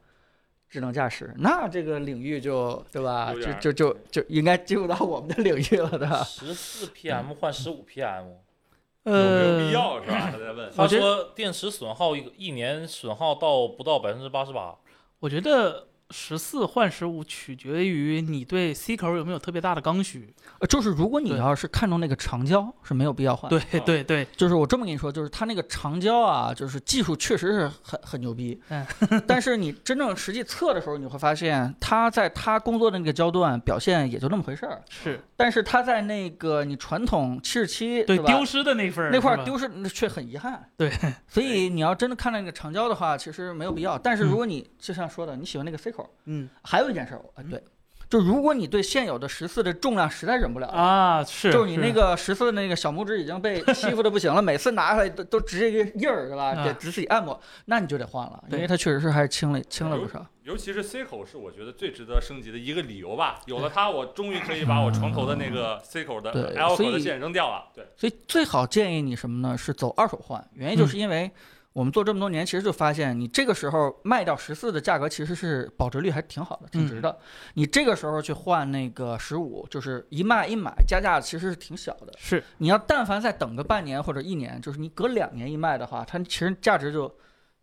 智能驾驶。那这个领域就对吧？
有点儿
就就就就应该进入到我们的领域了，对吧？
十四 PM 换十五 PM，
有没有必
呃，
要是吧？他在问，
嗯
他
我觉得
说电池损耗一个一年损耗到不到百分之八十八，
我觉得十四换十五取决于你对 C 口有没有特别大的刚需。
呃就是如果你
对
要是看中那个长焦，是没有必要换。
对对对，
就是我这么跟你说，就是它那个长焦啊，就是技术确实是很很牛逼，
嗯，
但是你真正实际测的时候，你会发现它在它工作的那个焦段表现也就那么回事儿，
是
但是它在那个你传统七十七
对
吧
丢失的那份儿
那块
是吧
儿丢失那却很遗憾，
对，
所以你要真的看那个长焦的话，其实没有必要，但是如果你、就像说的，你喜欢那个 C 口，
嗯
还有一件事儿，呃
嗯
对，就如果你对现有的十四的重量实在忍不了了
啊是
就是你那个十四那个小拇指已经被欺负的不行了，每 次拿下来都都直接一个印儿，是吧？
啊
得自己按摩，那你就得换了，因
对
为它确实是还是轻了轻了不少。
尤其是 C 口是我觉得最值得升级的一个理由吧。有了它，我终于可以把我床头的那个 C 口的
对
L
所
口的
以
线扔掉了。对，
所以最好建议你什么呢？是走二手换，原因就是
嗯
因为我们做这么多年，其实就发现你这个时候卖掉十四的价格其实是保值率还挺好的，挺
嗯
值的。你这个时候去换那个十五，就是一卖一买加价其实是挺小的。
是
你要但凡再等个半年或者一年，就是你隔两年一卖的话，它其实价值就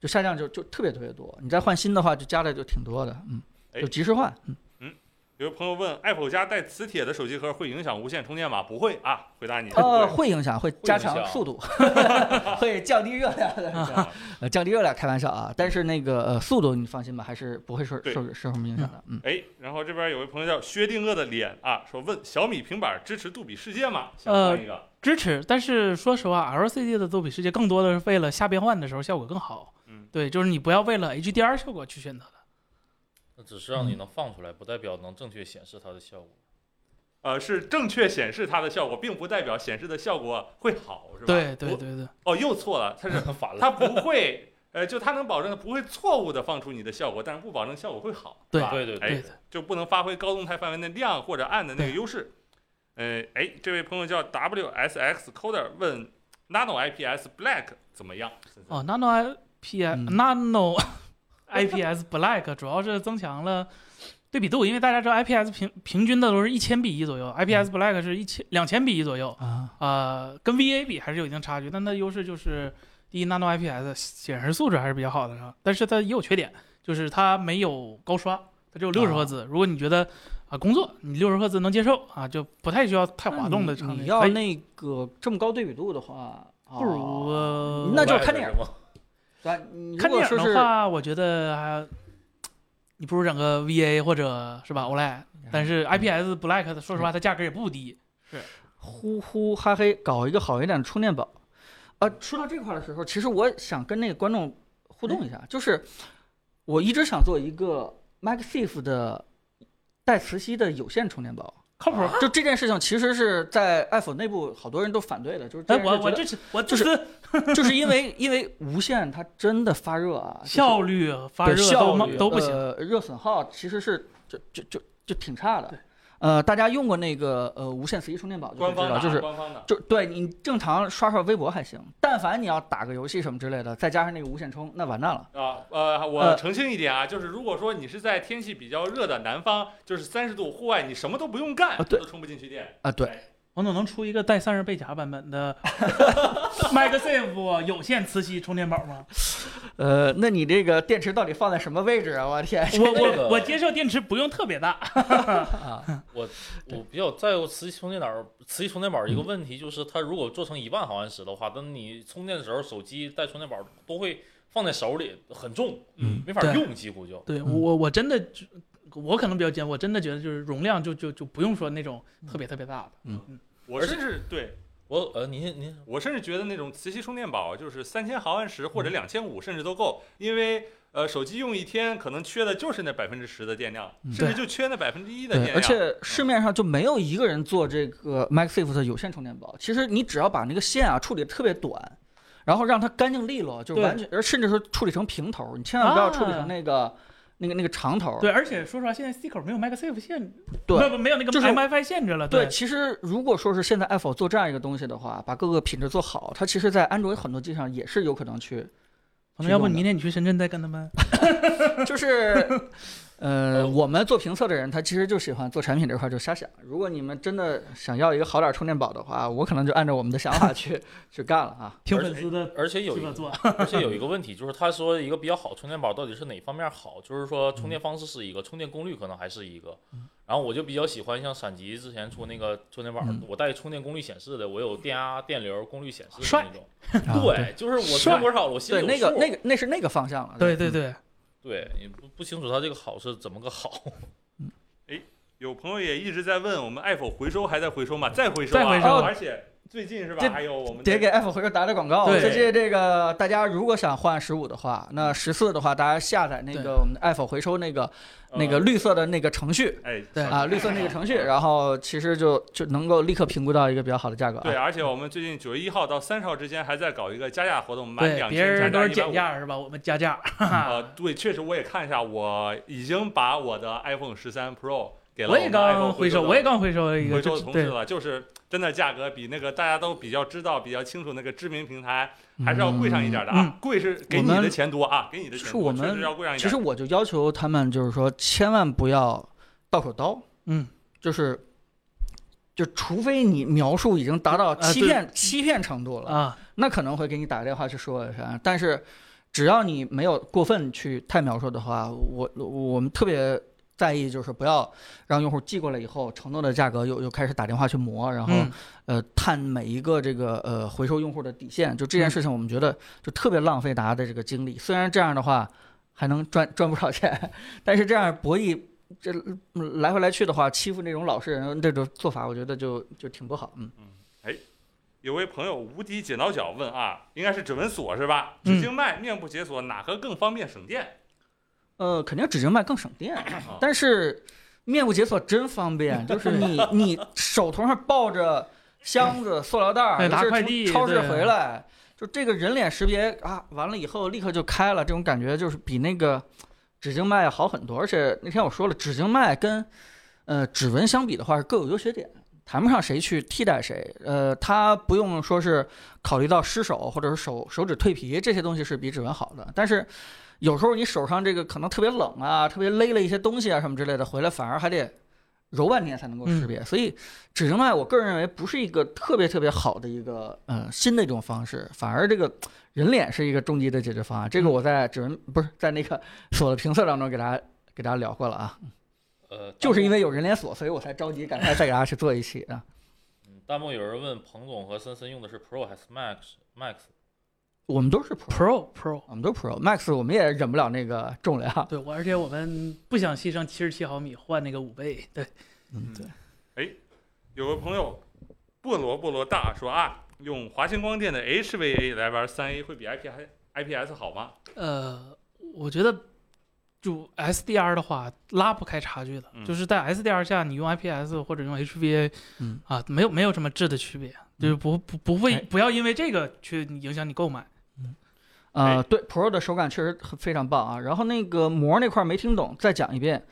就下降就就特别特别多。你再换新的话，就加的就挺多的，嗯，
哎
就及时换。
有朋友问，Apple 家带磁铁的手机壳会影响无线充电吗？不会啊，回答你，不
呃，
会。
会影响，会加
影响
强速度， 会降低热量的，
啊
呃降低热量开玩笑啊。但是那个呃速度你放心吧，还是不会受
对
受受什么影响的，嗯。
哎，然后这边有位朋友叫薛定谔的脸啊，说问小米平板支持杜比世界吗？想
呃
换一个，
支持，但是说实话，LCD 的杜比世界更多的是为了下变换的时候效果更好。
嗯，
对，就是你不要为了 HDR 效果去选择它。
那只是
嗯
让你能放出来，不代表能正确显示它的效 果。
呃，是正确显示它的效果，并不代表显示的效果会好，是吧？
对对
不
对对，
哦，又错了， 它是
反了，
它不会，呃，就它能保证它不会错误的放出你的效果，但是不保证效果会好，
对
是吧
对对
哎
对的，
就不能发挥高动态范围内亮或者暗的那个优势。呃，哎，这位朋友叫 WSX Coder 问 Nano IPS Black 怎么样？
哦，Nano IP、
嗯
Nano IPS Black 主要是增强了对比度，因为大家知道 IPS 平平均的都是一千比一左右，IPS Black 是一千两千比一左右。
啊，
呃，跟 VA 比还是有一定差距，但它优势就是第一，Nano IPS 显示素质还是比较好的，是吧？但是它也有缺点，就是它没有高刷，它只有六十
啊
赫兹。如果你觉得啊、工作你六十赫兹能接受啊，就不太需要太滑动的
那
场
嗯
景。哎
你你要
可以
那个这么高对比度的话，
不如、
哦
呃
那
那
就是看电影
吗？
对吧？你
看
如
电
果
影
说
的
是，
话，我觉得还你不如整个 VA 或者是吧 OLED，但
哎嗯
是 IPS Black 的说实话它价格也不
啊
低。
呼呼哈嘿，搞一个好一点的充电宝。啊，说到这块儿的时候，其实我想跟那个观众互动一下，就是我一直想做一个 MagSafe 的带磁吸的有线充电宝。
靠谱，
就啊这件事情，其实是在 Apple 内部好多人都反对的，就是这
哎，
件
我
事
我
觉
支持，我
就
支
是
持
得就是因为因为无线它真的发热啊，就是
效率、发
对
热
效
都
率
都不行。
呃，热损耗其实是就就就就挺差的
对。
呃，大家用过那个呃无线磁吸充电宝就会知
官方
道，
的，啊
就是
官方的。
就对你正常刷刷微博还行，但凡你要打个游戏什么之类的，再加上那个无线充，那完蛋了。
啊，呃，我
呃
澄清一点啊，就是如果说你是在天气比较热的南方，就是三十度户外，你什么都不用干，
啊对
都充不进去电。
啊，对，
王总能出一个带散热背夹版本 的 MagSafe 有线磁吸充电宝 吗？
呃，那你这个电池到底放在什么位置啊？我天，
我
这个
我我接受电池不用特别大，
啊，
我比较在乎磁吸充电宝，磁吸充电宝一个
嗯
问题就是，它如果做成一万毫安时的话，等你充电的时候，手机带充电宝都会放在手里，很重，
嗯，
没法
对
用，几乎就。
对
嗯
我我真的就我可能比较尖，我真的觉得就是容量就就就不用说那种特别特别大的，
我
而且
甚至对
我呃，您您
我甚至觉得那种磁吸充电宝就是三千毫安时
嗯
或者两千五甚至都够，因为呃手机用一天可能缺的就是那百分之十的电量，
嗯
甚至就缺那百分之一的
对，
电量。
而且市面上就没有一个人做这个 MagSafe 的有线充电宝。其实你只要把那个线啊处理得特别短，然后让它干净利落，就呃
对
完全，而甚至说处理成平头，你千万不要
啊
处理成那个。那个那个长头儿。
对，而且说实话，现在 C 口没有 MagSafe 限，
对
不不没有那个
就是
MFI 限制了，
对，其实如果说是现在 Apple 做这样一个东西的话，把各个品质做好，它其实，在安卓很多机上也是有可能去，
我们要不
去用的
明天你去深圳再跟他们？
就是，呃，我们做评测的人，他其实就喜欢做产品这块儿就瞎想。如果你们真的想要一个好点儿充电宝的话，我可能就按照我们的想 法去去干了 啊。
听
而
粉
且
丝的
而且有
基
一
本做，
而且有一个问题，就是他说一个比较好充电宝到底是哪方面好，就是说充电方式是一个，充电功率可能还是一个。然后我就比较喜欢像闪极之前出那个充电宝
嗯，
我带充电功率显示的，我有电压、电流、功率显示的
帅
那种。
啊
对，就是我
帅
充多少，我心
对，
里
那个
有数
那个那是那个方向 了。
对对对，
对，你不不清楚它这个好是怎么个好。
有朋友也一直在问我们爱否回收还在回收吗？再回收
再
啊，
回收
哦而且最近是吧？
这
还有我们
别
的
给 Apple 回头打打广告。
对
最近这个大家如果想换十五的话，那十四的话，大家下载那
对
个我们的 Apple 回收那个
嗯
那个绿色的那个程序
呃哎
对
小
啊，绿色那 个程序，然后其实就就能够立刻评估到一个比较好的价格啊。
对，而且我们最近九月一号到三十号之间还在搞一个加价活动，满
对，
两
别
千
人都
加
是
价一
减
百五。
价是吧？我们加价，
啊，对，确实我也看一下，我已经把我的 iPhone 十三 Pro 给了
我
我
也
们 iPhone
刚回收，
的
我也刚回收了一个，
回收
就
的
是
同事
对，
了，就是真的价格比那个大家都比较知道、比较清楚那个知名平台还是要贵上一点的啊，
嗯
贵是给
我
你
们
的钱多啊，给你的钱
是
多，
我
确
们
实要贵上一点。
其实我就要求他们，就是说千万不要到手刀，
嗯，
就是就除非你描述已经达到
啊
欺
对
骗、欺骗程度了，
啊，
那可能会给你打个电话去说一下。但是只要你没有过分去太描述的话，我我们特别。在意就是不要让用户寄过来以后承诺的价格又又开始打电话去磨，然后、
嗯
呃探每一个这个呃回收用户的底线，就这件
嗯
事情我们觉得就特别浪费大家的这个精力。虽然这样的话还能赚赚不少钱，但是这样博弈这嗯来回来去的话，欺负那种老实人这种做法，我觉得就就挺不好。嗯，
哎有位朋友无敌剪刀脚问啊，应该是指纹锁是吧？
嗯
直径麦、面部解锁哪个更方便省电？
呃，肯定指纹麦更省电，
啊
但是面部解锁真方 便，就是你你手头上抱着箱子、塑料袋儿，
对
就
拿
是
快
从
递
超市
对
回来，就这个人脸识别啊，完了以后立刻就开了，这种感觉就是比那个指静脉好很多。而且那天我说了，指静脉跟呃指纹相比的话是各有优缺点。谈不上谁去替代谁，呃，它不用说是考虑到失手或者是手手指蜕皮这些东西是比指纹好的，但是有时候你手上这个可能特别冷啊，特别勒了一些东西啊什么之类的，回来反而还得揉半天才能够识别。所以指纹脉，我个人认为不是一个特别特别好的一个呃新的一种方式，反而这个人脸是一个终极的解决方案。这个我在指纹不是在那个锁的评测当中给大家给大家聊过了啊，
呃，弹
就是因
幕
为有人脸锁，所以我才着急赶快再给大家去做一期啊。
嗯弹幕有人问彭总和森森用的是 Pro 还是 Max Max？
我们都是 Pro，
Pro Pro，
我们都 Pro Max，我们也忍不了那个重量。
对我，而且我们不想牺牲七十七毫米换那个五倍，对，
嗯
对有位朋友菠萝菠萝大说啊，用华星光电的 HVA 来玩三 A 会比 IP 还 IPS 好吗？
呃，我觉得就 SDR 的话拉不开差距的，
嗯
就是在 SDR 下你用 IPS 或者用 HVA，、
嗯
啊，没有没有什么质的区别，就是不不不会
哎啊
不要因为这个去影响你购买。
呃，对 Pro 的手感确实很非常棒啊。然后那个膜那块儿没听懂，再讲一遍。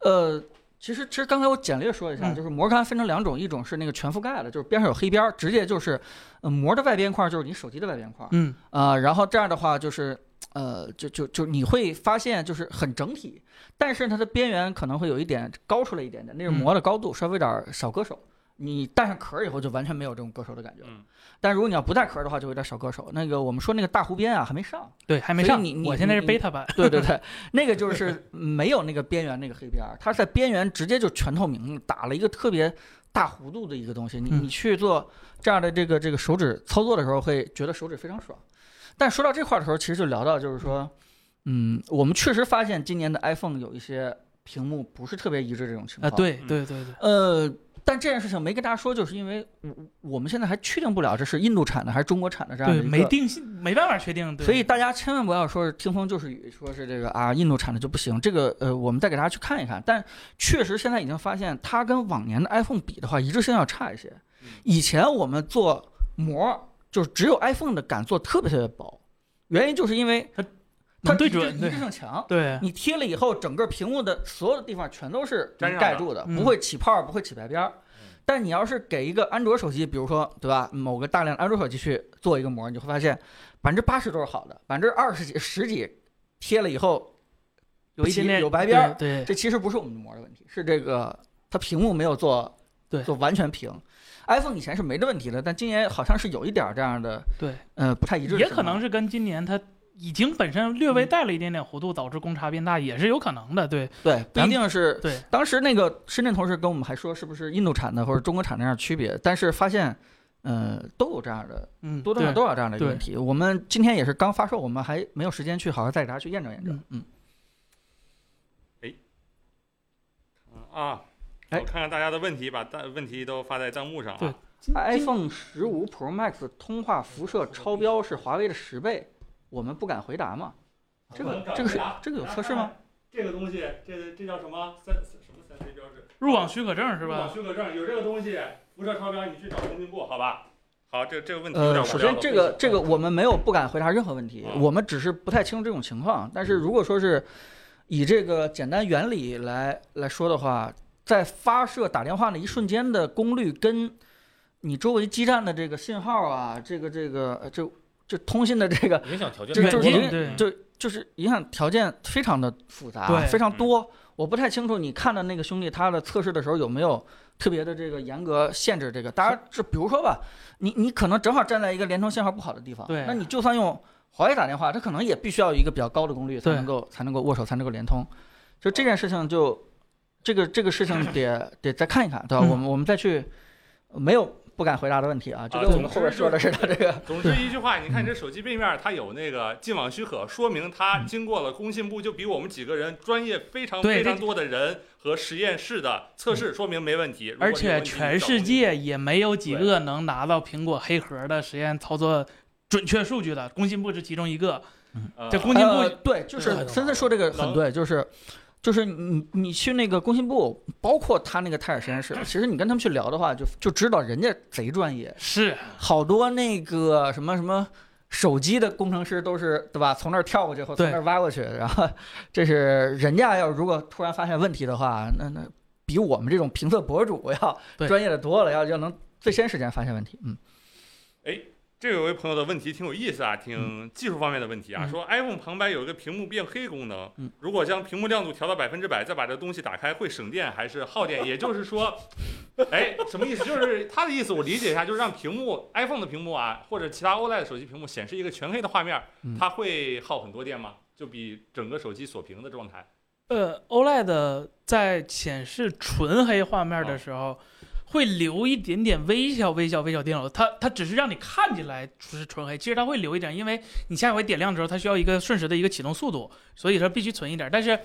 呃，其实其实刚才我简略说一下，
嗯
就是膜杆分成两种，一种是那个全覆盖的，就是边上有黑边儿，直接就是、呃、膜的外边块儿就是你手机的外边块儿
嗯，
啊、然后这样的话就是。呃，就就就你会发现，就是很整体，但是它的边缘可能会有一点高出来一点点，那是
嗯
膜的高度，稍微有点儿小割手。你戴上壳儿以后，就完全没有这种割手的感觉了。
嗯
但如果你要不戴壳儿的话，就有点小割手。那个我们说那个大湖边啊，还没上，
对，还没
所以
上，
你你
我现在是
你
beta 版，
对对对，那个就是没有那个边缘那个黑边儿，它是在边缘直接就全透明打了一个特别大弧度的一个东西。你
嗯
你去做这样的这个这个手指操作的时候，会觉得手指非常爽。但说到这块儿的时候，其实就聊到就是说，嗯，我们确实发现今年的 iPhone 有一些屏幕不是特别一致这种情
啊，
况。
对
嗯
对对对，
呃，但这件事情没跟大家说，就是因为我我们现在还确定不了这是印度产的还是中国产的这样的
对
一个
没定性，没办法确定，嗯对
所以大家千万不要说是听风就是雨，说是这个啊印度产的就不行。这个呃，我们再给大家去看一看。但确实现在已经发现，它跟往年的 iPhone 比的话，一致性要差一些
嗯。
以前我们做膜，就是只有 iPhone 的敢做特别特别薄，原因就是因为
它
它
能对
一阵
准
一
对
阵上墙。
对，
你贴了以后，整个屏幕的所有的地方全都是
粘上
盖
了
住的，
嗯
不会起泡儿，不会起白边儿
嗯。
但你要是给一个安卓手机，比如说对吧，某个大量的安卓手机去做一个膜，你会发现百分之八十都是好的，百分之二十几、十几贴了以后
有一点点
有白边儿
对，对
这其实不是我们的膜的问题，是这个它屏幕没有做
对
做完全平。iPhone 以前是没这问题的，但今年好像是有一点儿这样的，
对，
呃，不太一致的情况。
也可能是跟今年它已经本身略微带了一点点弧度，导致公差变大，也是有可能的。对，
对，不
咱
一
们
定是
对。
当时那个深圳同事跟我们还说，是不是印度产的或者中国产的那样区别？但是发现，呃，都有这样的，
嗯，
多多少少
对
都有这样的一个
对
问题。我们今天也是刚发售，我们还没有时间去好好再给大家去验证验证。嗯，
嗯啊，我
哎
看看大家的问题，把大问题都发在弹幕上
对
啊。
iPhone 十五 Pro Max 通话辐射超标是华为的十倍，我们不敢回答嘛？这
我们
个
敢
这个是
回答
这个有测试吗？？
这个东西，这这叫什么三什么三 C 标志？
入网许可证是吧？
许可证有这个东西，辐射超标，你去找工信部，好吧？好，这这个问题有
呃，
点无
首
聊
先
了
这
不
个
行
这个我们没有不敢回答任何问题，
嗯
我们只是不太清楚这种情况。但是如果说是以这个简单原理来来说的话，在发射打电话的一瞬间的功率跟你周围基站的这个信号啊，这个这个呃这这通信的这个
影响条件
这
太
就
多
是
原
了。
因对
影就就是影响条件非常的复杂，
嗯对
非常
嗯
多。我不太清楚你看的那个兄弟他的测试的时候有没有特别的这个严格限制这个。当然，这比如说吧，你你可能正好站在一个联通信号不好的地方，
对
那你就算用华为打电话，它可能也必须要有一个比较高的功率才
对
能够才能够握手才能够联通。就这件事情就，这个这个事情得得再看一看，对吧？
嗯
我们我们再去，没有不敢回答的问题啊，这
啊
跟我
总
们
之
后边
就
说的似的，这个
总之一句话，你看
嗯
这手机背面，它有那个进网许可，说明它经过了工信部，就比我们几个人专业非常
对
非常
这
多的人和实验室的测试，说明没问题。如果
而
有
且
问题
全世，界也没有几个能拿到苹果黑盒的实验操作准确数据的，工信部是其中一个。
呃
这工信
呃
部
对，就是
这
嗯
很
森森说这个很对，就是就是你你去那个工信部，包括他那个泰尔实验室，其实你跟他们去聊的话，就就知道人家贼专业，
是
好多那个什么什么。手机的工程师都是对吧？从那儿跳过去或从
对
那儿挖过去，然后这是人家要如果突然发现问题的话，那那比我们这种评测博主要
对
专业的多了，要要能最先时间发现问题。嗯，
这有位朋友的问题挺有意
嗯
思啊，挺技术方面的问题啊，
嗯
说 iPhone 旁白有一个屏幕变黑功能
嗯，
如果将屏幕亮度调到百分之百，再把这东西打开，会省电还是耗电？也就是说，哎，什么意思？就是他的意思，我理解一下，就是让屏幕 iPhone 的屏幕啊，或者其他 OLED 手机屏幕显示一个全黑的画面
嗯，
它会耗很多电吗？就比整个手机锁屏的状态
呃，OLED 在显示纯黑画面的时候，会留一点点微小、微小、微小电流。它它只是让你看起来是纯黑，其实它会留一点，因为你下回点亮之后，它需要一个瞬时的一个启动速度，所以说必须存一点。但是，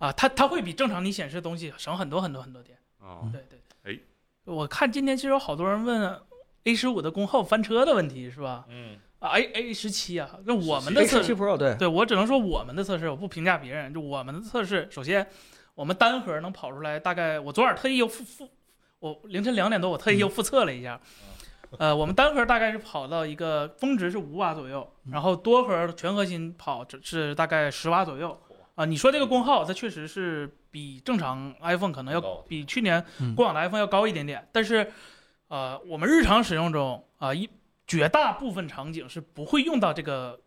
啊、它它会比正常你显示的东西省很多很多很多电。
啊，
对对。对
哎，
我看今天其实有好多人问 A 十五的功耗翻车的问题是吧？
嗯，
啊，A A 十七啊，那我们的
这
测
次七
试，
Pro 对，
对我只能说我们的测试，我不评价别人。就我们的测试，首先我们单核能跑出来大概，我昨晚特意又复复，我凌晨两点多我特意又复测了一下。呃，我们单核大概是跑到一个峰值是五瓦左右，
嗯
然后多核全核心跑只是大概十瓦左右。啊，你说这个功耗，它确实是比正常 iPhone 可能要
高的
比去年
嗯
过往的 iPhone 要高一点点，但是，呃，我们日常使用中啊，一绝大部分场景是不会用到这个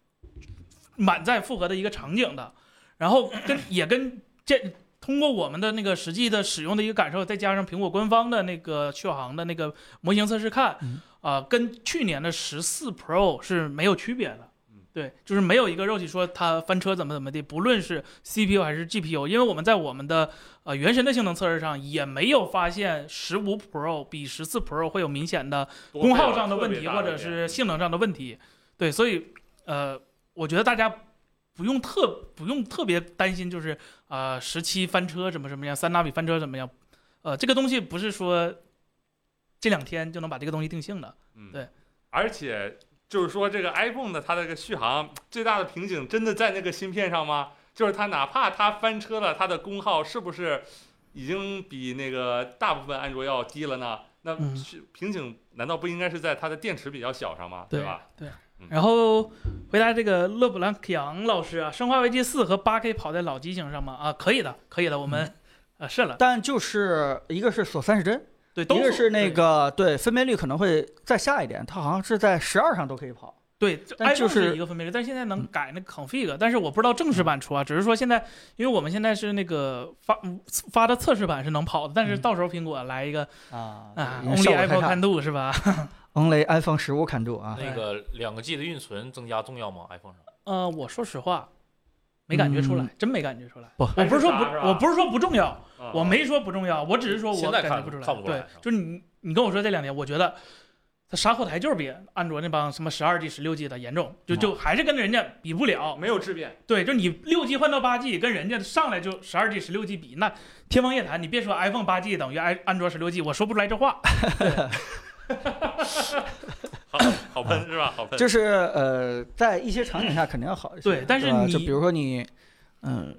满载负荷的一个场景的。然后跟也跟这通过我们的那个实际的使用的一个感受，再加上苹果官方的那个续航的那个模型测试看，啊、
嗯
跟去年的十四 Pro 是没有区别的
嗯。
对，就是没有一个肉体说它翻车怎么怎么地，不论是 CPU 还是 GPU，因为我们在我们的呃原神的性能测试上也没有发现十五 Pro 比十四 Pro 会有明显的
多
功
费
耗
了
上的
特
问
别
题
大
或
的
者
嗯电
是性能上的问题。对，所以呃，我觉得大家不用特不用特别担心，就是啊十七翻车怎么怎么样，三纳米翻车怎么样，呃，这个东西不是说这两天就能把这个东西定性的。
嗯，
对，
而且就是说这个 iPhone 的它的这个续航最大的瓶颈真的在那个芯片上吗？就是它哪怕它翻车了，它的功耗是不是已经比那个大部分安卓要低了呢？那
嗯
是瓶颈难道不应该是在它的电池比较小上吗？
对
吧？
对
嗯
然后回答这个勒布朗克杨老师啊，《生化危机四》和八 K 跑在老机型上吗？啊，可以的，可以的，我
嗯
们呃是了，
但就是一个是锁三十帧，
对，都
一个是那个对分辨率可能会再下一点，它好像是在十二上都可以跑。
对，这
但
iPhone
就是
一个分辨率，但是现在能改那个 config，但是我不知道正式版出啊，只是说现在，因为我们现在是那个发发的测试版是能跑的，但是
嗯
到时候苹果来一个
啊
啊
嗯效
，Only
果太
Apple
差
Can Do 是吧？
Only iPhone 十五 can do 啊，
那个两个 G 的运存增加重要吗？iPhone 上
呃，我说实话，没感觉出来
嗯，
真没感觉出来。
不
我不是说
还是啥是吧
不，我不是说不重要，
啊
我没说不重要，我只是说我
现在
感
看
觉出来。
看不出来啊
对
是吧，
就是你你跟我说这两年，我觉得它杀后台就是比安卓那帮什么十二 G、十六 G 的严重，
嗯
就就还是跟人家比不了。
没有质变，
对，就你六 G 换到八 G，跟人家上来就十二 G、十六 G 比，那天方夜谭。你别说 iPhone 八 G 等于安安卓十六 G，我说不出来这话。
哎
好好喷是吧？好喷。
就是呃，在一些场景下肯定要好一些。
对但是
吧
你
就比如说你，嗯、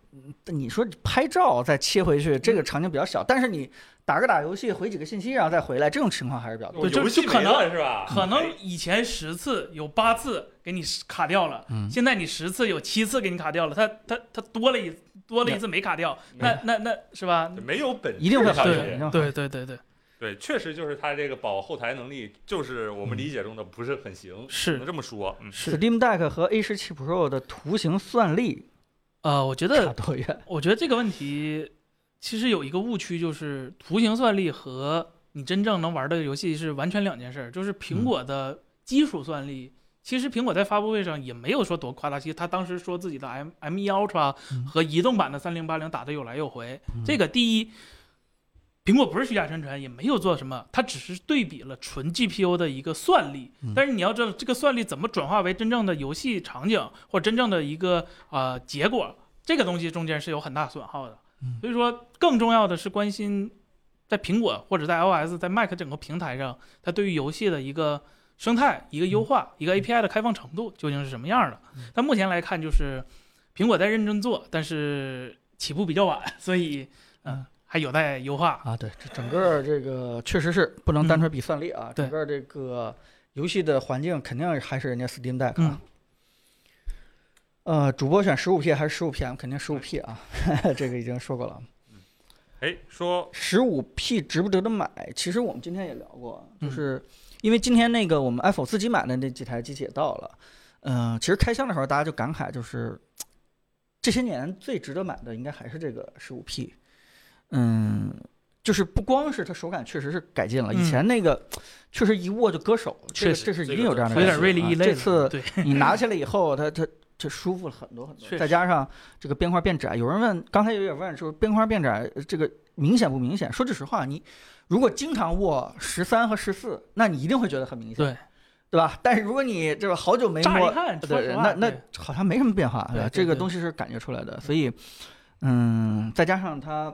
你说拍照再切回去，
嗯
这个场景比较小，但是你打个打游戏回几个信息，然后再回来，这种情况还是比较多。
我
对就
游戏
就可
没
能
了是吧？
可能
哎
以前十次有八次给你卡掉了，
嗯
现在你十次有七次给你卡掉了，它它它多了一多了一次没卡掉，那那那是吧？
没有本质
一定会好
上
一
的
对
些，
人
一定会好
对对对对，
对，确实就是它这个保后台能力，就是我们理解中的不是很行，只能
是
这么说。嗯，
是
Steam Deck 和 A 1 7 Pro 的图形算力
呃，我觉
差
得
多远？
我觉得这个问题其实有一个误区，就是图形算力和你真正能玩的游戏是完全两件事儿。就是苹果的基础算力，其实苹果在发布会上也没有说多夸大，其实他当时说自己的 M M 1 Ultra
嗯
和移动版的三零八零打得有来有回，这个第一。苹果不是虚假宣传，也没有做什么，它只是对比了纯 GPU 的一个算力
嗯。
但是你要知道，这个算力怎么转化为真正的游戏场景或真正的一个呃结果，这个东西中间是有很大损耗的。
嗯
所以说，更重要的是关心在苹果或者在 iOS、在 Mac 整个平台上，它对于游戏的一个生态、一个优
嗯
化、一个 API 的开放程度究竟是什么样的。但目前来看，就是苹果在认真做，但是起步比较晚，所以嗯、
嗯
还有待优化。
啊，对，这整个这个确实是不能单纯比算力啊，
对
整个这个游戏的环境肯定还是人家 Steam Deck
嗯
啊。呃，主播选十五 P 还是十五 PM？肯定十五 P 啊， 这个已经说过了。啊
哎，说
十五 P 值不值得买？其实我们今天也聊过，就
嗯
是因为今天那个我们 iPhone 自己买的那几台机器也到了，嗯、其实开箱的时候大家就感慨，就是这些年最值得买的应该还是这个十五 P，嗯，就是不光是它手感确实是改进了，
嗯
以前那个确实一握就割手，这个
确实
这是
这
一定
个
有这样的
有
感
点
觉啊，
锐利一类
这
了，
次
对，
你拿下来以后，它它它舒服了很多很
确
多，
实
再加上这个边框变窄，有人问，刚才有点问，说边框变窄呃这个明显不明显？说句实话，你如果经常握十三和十四，那你一定会觉得很明显，
对
对吧？但是如果你这个好久没
乍一
摸，
看，说
对
实，
那
话
那
对
好像没什么变化，
对
吧
对
这个
对
东西是感觉出来的，所以，嗯，再加上它。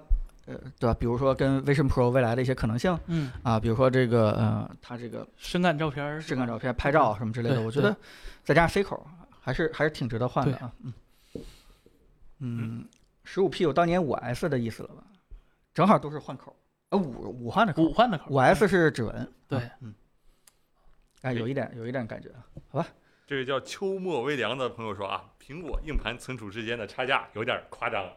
呃，对吧？比如说跟 Vision Pro 未来的一些可能性
嗯，
啊，比如说这个呃，它这个
深感照片儿，
这张照片、拍照什么之类的，
对
我觉
对
得再加上 C 口，还是还是挺值得换的啊。嗯嗯，十五 P 有当年五 S 的意思了吧？正好都是换口，呃，五五换的口
五，换的口儿，
五 S 是指纹。
对
啊，嗯，哎，有一点有一点感觉啊。
这位叫秋末微凉的朋友说啊，苹果硬盘存储之间的差价有点夸张了，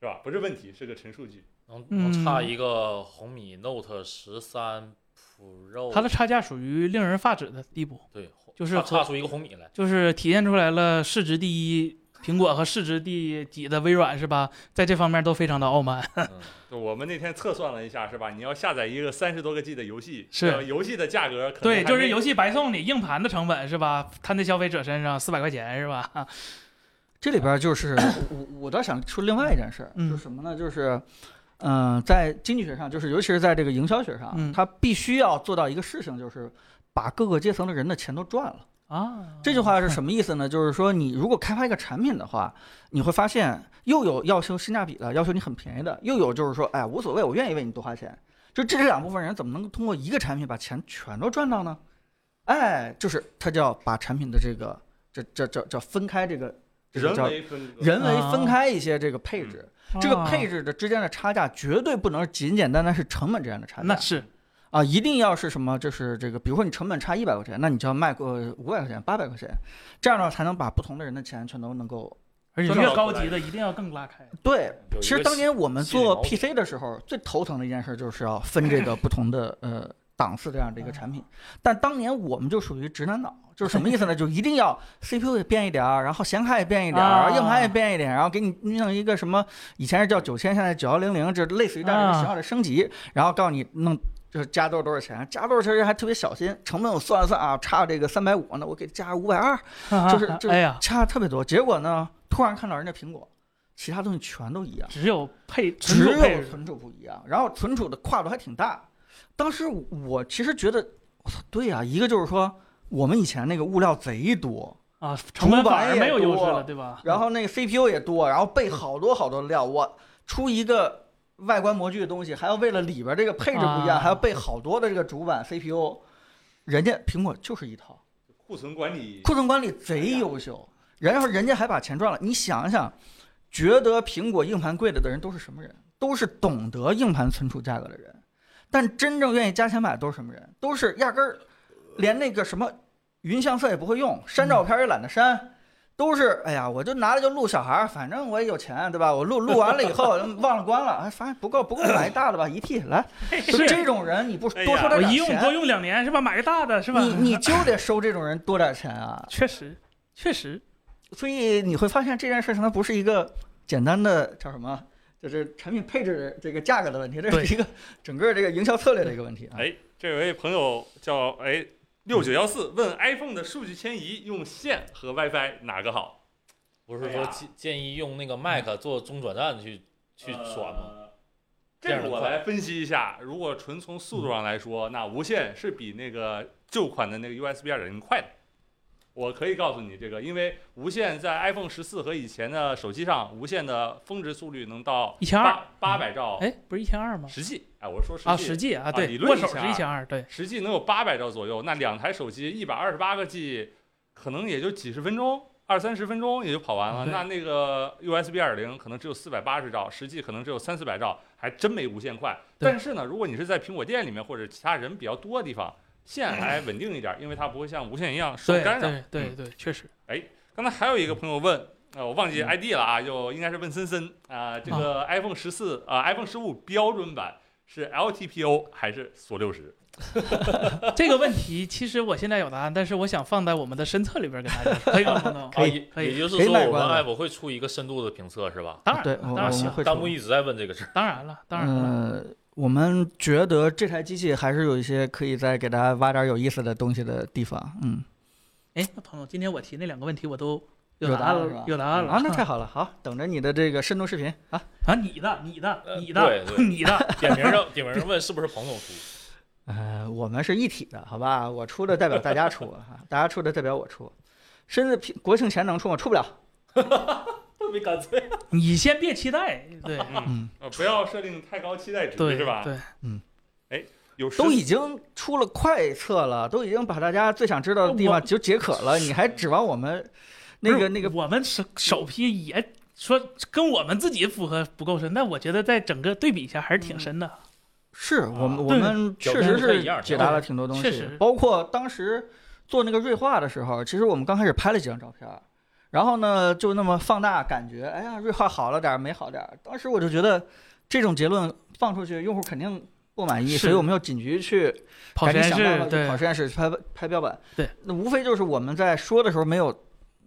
是吧？不是问题，是个陈述句。
能能
嗯
差一个红米 Note 十三 Pro，
它的差价属于令人发指的地步。
对
就是
差
和
差出一个红米来，
就是体现出来了市值第一苹果和市值第几的微软是吧？在这方面都非常的傲慢。
嗯
就我们那天测算了一下，是吧？你要下载一个三十多个 G 的游戏，
是
呃游戏的价格可能
对，
还
就是
没
游戏白送你硬盘的成本是吧？摊在消费者身上四百块钱是吧？
这里边就是 我我倒想说另外一件事儿，
嗯
就是什么呢？就是。嗯，在经济学上，就是尤其是在这个营销学上，
嗯
它必须要做到一个事情，就是把各个阶层的人的钱都赚了。
啊，
这句 话是什么意思呢？就是说，你如果开发一个产品的话，你会发现又有要求性价比的，要求你很便宜的，又有就是说，哎，无所谓，我愿意为你多花钱。就这两部分人怎么能够通过一个产品把钱全都赚到呢？哎，就是他就要把产品的这个这这这这分开这个这个
人
叫
为分割，
人为分开一些这个配置，这个配
置
置的之间的差价绝对不能是仅简单单是成本之间的差价。
那是
啊，一定要是什么？就是这个，比如说你成本差一百块钱，那你就要卖过五百块钱、八百块钱，这样的话才能把不同的人的钱全都能够
而且
专
越
门
高级的一定要更拉开。
对。
有一
其实
个
当年我们
心理
做
矛盾
PC 的时候，最头疼的一件事就是要分这个不同 的呃档次这样的一
嗯
个产品。但当年我们就属于直男脑，就是什么意思呢？ 就一定要 CPU 也变一点儿，然后显卡也变一点儿，
啊
然后硬盘也变一点，然后给你弄一个什么，以前是叫九千，现在九幺零零，这类似于这样一个
啊
型号的升级，然后告诉你弄。就是加多少多少钱，加多少钱还特别小心，成本我算了算啊，差这个三百五呢，我给加五百二，
啊
就是就是
哎呀，
差特别多。结果呢，突然看到人家苹果，其他东西全都一样。
只有配，
只
纯属配
有存储不一样，然后存储的跨度还挺大。当时我其实觉得，我操，对呀、一个就是说我们以前那个物料贼多，
啊，成本
主板
反而
也
没有优势
多
了，对吧？嗯
然后那个 CPU 也多，然后备好多好多料，我出一个外观模具的东西，还要为了里边这个配置不一
啊
样，还要备好多的这个主板 CPU，人家苹果就是一套。
呃库存管理
库存管理
哎
贼优秀，然后人家还把钱赚了。你想想，觉得苹果硬盘贵了的人都是什么人？都是懂得硬盘存储价格的人。但真正愿意加钱买的都是什么人？都是压根儿连那个什么云相册也不会用，删照片也懒得删。都是哎呀，我就拿来就录小孩儿，反正我也有钱，对吧？我录录完了以 后忘了关了，哎，反正不够不够买一大的吧，一 T 来。
哎
就是这种人，你不
哎呀
多收
啊我
点
一
点
用多
钱，
用两年是吧？买个大的是吧？
你你就得收这种人多点钱 啊！
确实确实，
所以你会发现这件事情它不是一个简单的叫什么，就是产品配置这个价格的问题，这是一个整个这个营销策略的一个问题啊。
哎，这位朋友叫哎六九幺四问 iPhone 的数据迁移用线和 WiFi 哪个好？
不
哎
是
呀
说建建议用那个 Mac 做中转站去去转吗？
呃这个我来分析一下，如果纯从速度上来说，那无线是比那个旧款的那个 USB 二点零快的。我可以告诉你这个，因为无线在 iPhone 十四和以前的手机上，无线的峰值速率能到
1200
八八百兆
哎，不是一千二吗？
实际。哎，我说实际，
啊，实际啊，
理
对，
论
握手
1200
是一千二，对，
实际能有八百兆左右，那两台手机一百二十八个 G，可能也就几十分钟，二三十分钟也就跑完了。
对
那那个 USB 二点零可能只有四百八十兆，实际可能只有三四百兆，还真没无线快。
对
但是呢，如果你是在苹果店里面或者其他人比较多的地方，线 还稳定一点，因为它不会像无线一样受
对
干扰。
对对对，确实
刚才还有一个朋友问，啊、我忘记
嗯
ID 了啊，就应该是问森森啊、这个 iPhone 十四啊，iPhone 十五标准版是 LTPO 还是锁六十？
这个问题其实我现在有答案，但是我想放在我们的身测里边跟大家说，可以吗，彭 总？
啊，也
可以
也就是
可以
说，
卖
我们
关了
App 会出一个深度的评测是吧？
当然，
对，我
当然
我
行
们会
弹幕
说。
一直在问这个事儿。
当然了，当然了，
呃，我们觉得这台机器还是有一些可以再给大家挖点有意思的东西的地方。嗯，
哎，那彭总，今天我提那两个问题我都
有
答
答
案
案了是吧
有答案了
啊，那太好了，好，等着你的这个深度视 频啊。
啊，你的，你的，
呃
你的
对，对
你的，
点名上点名上问是不是彭总出？
呃，我们是一体的，好吧？我出的代表大家出，啊大家出的代表我出。甚至平国庆前能出吗？出不了。
特别干脆。
你先别期待，对
嗯，
呃，不要设定太高期待值，
对
是吧？
对，
有十
都已经出了快测了，都已经把大家最想知道的地
我
方就解渴了，你还指望我们那
不
个
是
那个？嗯
我们首首批也说跟我们自己符合不够深，但我觉得在整个对比一下还是
嗯
挺深的。
是我们我
对
们
表
确
现
实
不太一
是
样
解答了挺多东
确
西
实，
包括当时做那个锐化的时候，其实我们刚开始拍了几张照片儿，然后呢就那么放大感觉，哎呀，锐化好了点儿，没好点儿。当时我就觉得这种结论放出去，用户肯定不满意，
是
所以我们要紧急去
跑
赶
实
紧
验
想
室
办法去
对
跑实验室拍拍标本。
对，
那无非就是我们在说的时候没有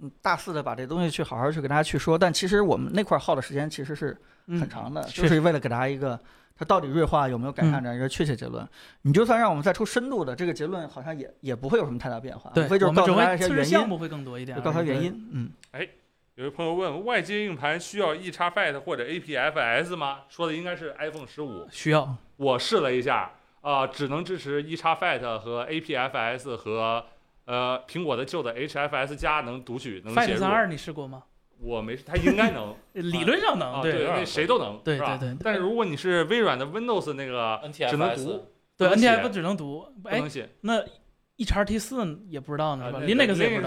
嗯大肆的把这东西去好好去给大家去说，但其实我们那块儿耗的时间其实是
嗯
很长的，
确
就
实嗯
是为了给大家一个它到底锐化有没有改善这样一个确切结论。你就算让我们再出深度的，这个结论好像也也不会有什么太大变化，
对，
无非就
我
是
们
告
只
诉大家
会
一
测
些
试
原
项
因，
目会更多一点而
就
已，
告诉他原
对。
因。嗯，
有位朋友问，外接硬盘需要 eXFAT 或者 APFS 吗？说的应该是 iPhone 十五。
需要
我试了一下，啊、只能支持 eXFAT 和 APFS 和呃苹果的旧的 HFS 加能读取能写
Find
入
三。二你试过吗？
我没，它应 该能
理论上能，
啊，
对
那谁都能，
对
是吧
对哎对
但是如果你是微软的 Windows 那个，只能
NTFS
读
对
不能写
，NTF 只能读，
不
哎
能，写。
那 E x T 四也不知道呢，
啊
是吧
那
？Linux 也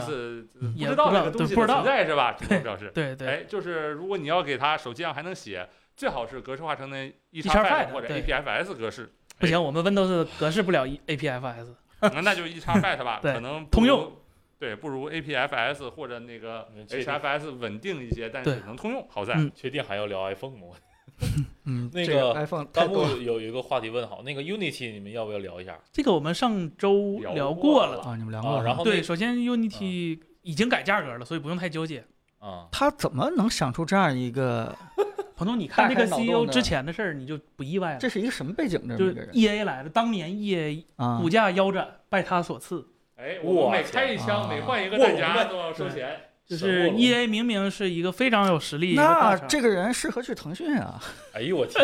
不知道，
Linux
也
不
不知道
知道这个东西
对
的
不知道
存在是吧？这种表示。
对对，
哎，就是如果你要给它手机上还能写，最好是格式化成那
XFAT
EXFAT 或者
对
APFS 格式。
不行，我们 Windows 格式不了 APFS。
那那就 HFS 吧，
对
可能不
通
如
用。
对，不如 APFS 或者那个
嗯确定
HFS 稳定一些，但
对
是能通用，好在
嗯
确定还要聊 iPhone 吗？
嗯，
那
这个
个
iPhone 太
弹
多
幕
了
有有一个话题问好，那个 Unity 你们要不要聊一下？
这个我们上周
聊
聊
过
过了
了，
啊，你们聊过
啊，
了。
然后那
对，首先 Unity
啊
已经改价格了，所以不用太纠结。
啊，
他怎么能想出这样一个？
彭总，你看这个
大开脑洞
CEO
的
之前的事儿，你就不意外了。
这是一个什么背景？这
就
么
是
一个人
EA 来了，当年 EA
啊
股，价腰斩，拜他所赐。
哎，
我
我每
天
开一箱，每
啊
换一个
卧
弹
龙
夹
呗
都要收
对
钱。
就
神
是
过了
EA 明明是一个非常有实力，一个
那
大厂
这个人适合去腾讯啊！
哎呦我天！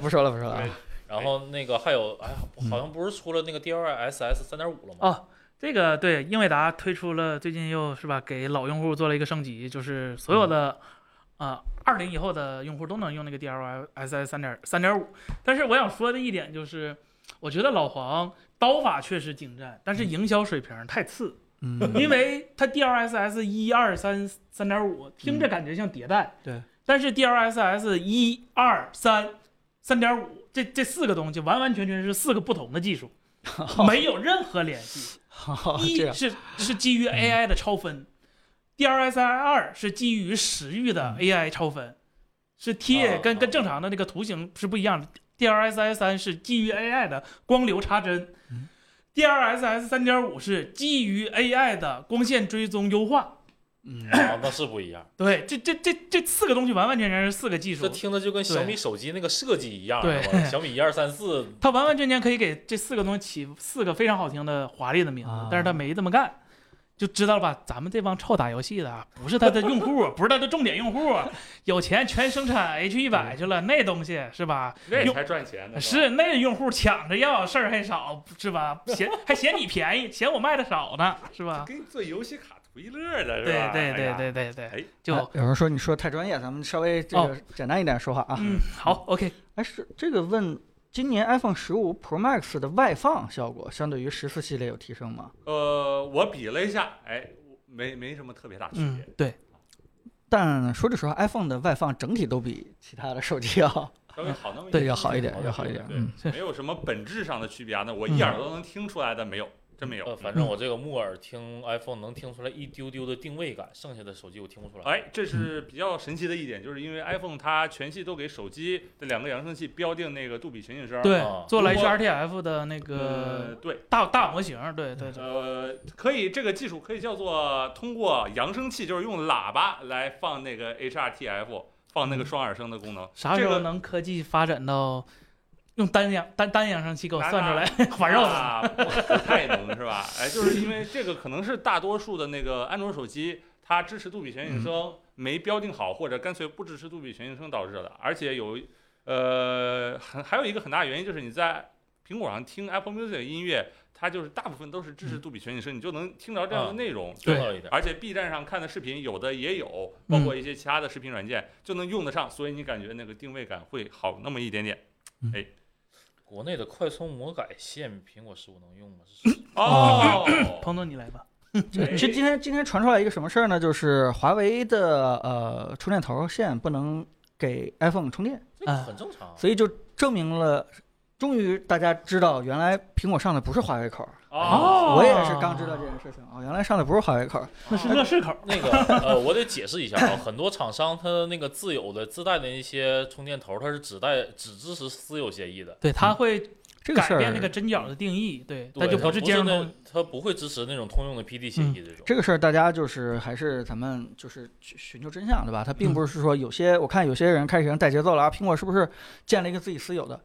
不说了，不说了啊。
然后那个还有，哎呀，好像不是出了那个 DLSS 三点五了吗？
哦，这个对，英伟达推出了最近又是吧，给老用户做了一个升级，就是所
嗯
有的啊二零以后的用户都能用那个 DLSS 三点三点五。但是我想说的一点就是，我觉得老黄刀法确实精湛，但是营销水平太次，
嗯，
因为它 DLSS 一二三三点五听着感觉像迭代，
嗯对，
但是 DLSS 一二三三点五这这四个东西完完全全是四个不同的技术， 没有任何联系。
好，哦这
一
样嗯
是是基于 AI 的超分，DLSS 二是基于时域的
嗯
AI 超分，是
啊
哦
TA 跟跟
啊
正常的那个图形是不一样的。DLSS 三是基于 AI 的光流插针
嗯
，DLSS 三点五是基于 AI 的光线追踪优化。
嗯，
啊，那是不一样，
对，这这这这四个东西完完全全是四个技
这
术，
听着就跟小米手机那个设计一样，
对
是吧小米一二 三四，
它完完全全可以给这四个东西起四个非常好听的华丽的名字，
啊
但是他没这么干，就知道了吧？咱们这帮臭打游戏的啊，不是他的用户，啊 不是他的重点用户，啊 有钱全生产 H 一百去了，那东西是吧？
那
用
才赚钱呢，
啊是那用户抢着要，事儿还少是吧？嫌 还嫌你便宜，嫌我卖的少呢是吧？
跟做游戏卡图一乐的是
对
吧？
对
哎
对
呀，
对对
哎
对，就哦
哎有人说你说太专业，咱们稍微这个简单一点说话啊。
嗯好 OK，
哎，是这个问，今年 iPhone 十五 Pro Max 的外放效果相对于十四系列有提升吗？
呃，我比了一下，哎，我没没什么特别大区
嗯
别。
对，
但说句实话，iPhone 的外放整体都比其他的手机要
稍微好那么一
嗯对
点
要好一点，
好
要好一点。
对
嗯，
对
没有什么本质上的区别啊。那我一耳朵能听出来的没有，真没有。
呃，反正我这个木耳听 iPhone 能听出来一丢丢的定位感，剩下的手机我听不出来。
哎，这是比较神奇的一点，就是因为 iPhone 它全系都给手机的两个扬声器标定那个杜比全景声。
对
啊，
做了
嗯如果
HRTF 的那
呃，
个
对，
大大模型，对对对，
呃，可以，这个技术可以叫做通过扬声器，就是用喇叭来放那个 HRTF，放
嗯
那个双耳声的功能。
啥时
这
候
个
能科技发展到用单扬单单扬声器给我哦算出来环绕的？
啊，不太能是吧？哎，就是因为这个可能是大多数的那个安卓手机，它支持杜比全景声没标定好，或者干脆不支持杜比全景声导致的。而且有呃，很还有一个很大的原因就是你在苹果上听 Apple Music 音乐，它就是大部分都是支持杜比全景声，你就能听着这样的
嗯
内容。
重要一点，
而且 B 站上看的视频有的也有，包括一些其他的视频软件就能用得上，所以你感觉那个定位感会好那么一点点。
国内的快充魔改线，苹果十五能用吗？是谁
哦，
彭总，你来吧。
这
哎
这今天今天传出来一个什么事儿呢？就是华为的呃充电头线不能给 iPhone 充电，
这
啊
个很正常。啊
所以就证明了，终于大家知道原来苹果上的不是华为口儿。
哦，
我也是刚知道这件事情啊、哦，原来上的不是华为口儿。
那是乐视口，
那个呃，我得解释一下啊，很多厂商它那个自有的自带的一些充电头，它是只带只支持私有协议的，
对，它会
这个事
改
儿，
变那个针脚的定义，对，它
对
就
它不
是兼容
那
通。，嗯
它不会支持那种通用的 PD 协议这种。
这个事儿，大家就是还是咱们就是去寻求真相，对吧？它
嗯
并不是说有些，我看有些人开始带节奏了啊，苹果是不是建了一个自己私有的？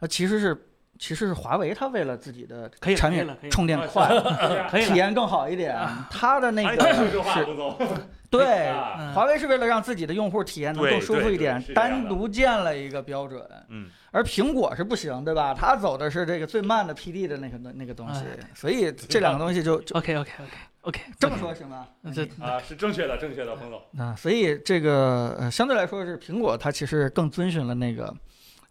那其实是其实是华为，它为了自己的
可以了
产
可以
品
了可以了
充电快，
可以
体
了，啊哎
验更好一点，它的那个
说实哎话，
是
胡总，
对。
啊
嗯
华为是为了让自己的用户体验能
对
更舒服
对
一
对
点
是，这样
单
的
独建了一个标准，
嗯，
而苹果是不行，对吧？它走的是这个最慢的 PD 的那个那个东西，
哎
所以这两个东西就就
OK OK OK OK，
这么说行吧？
这
啊，是正确的，正确的，彭总。
啊，所以这个呃，相对来说是苹果，它其实更遵循了那个，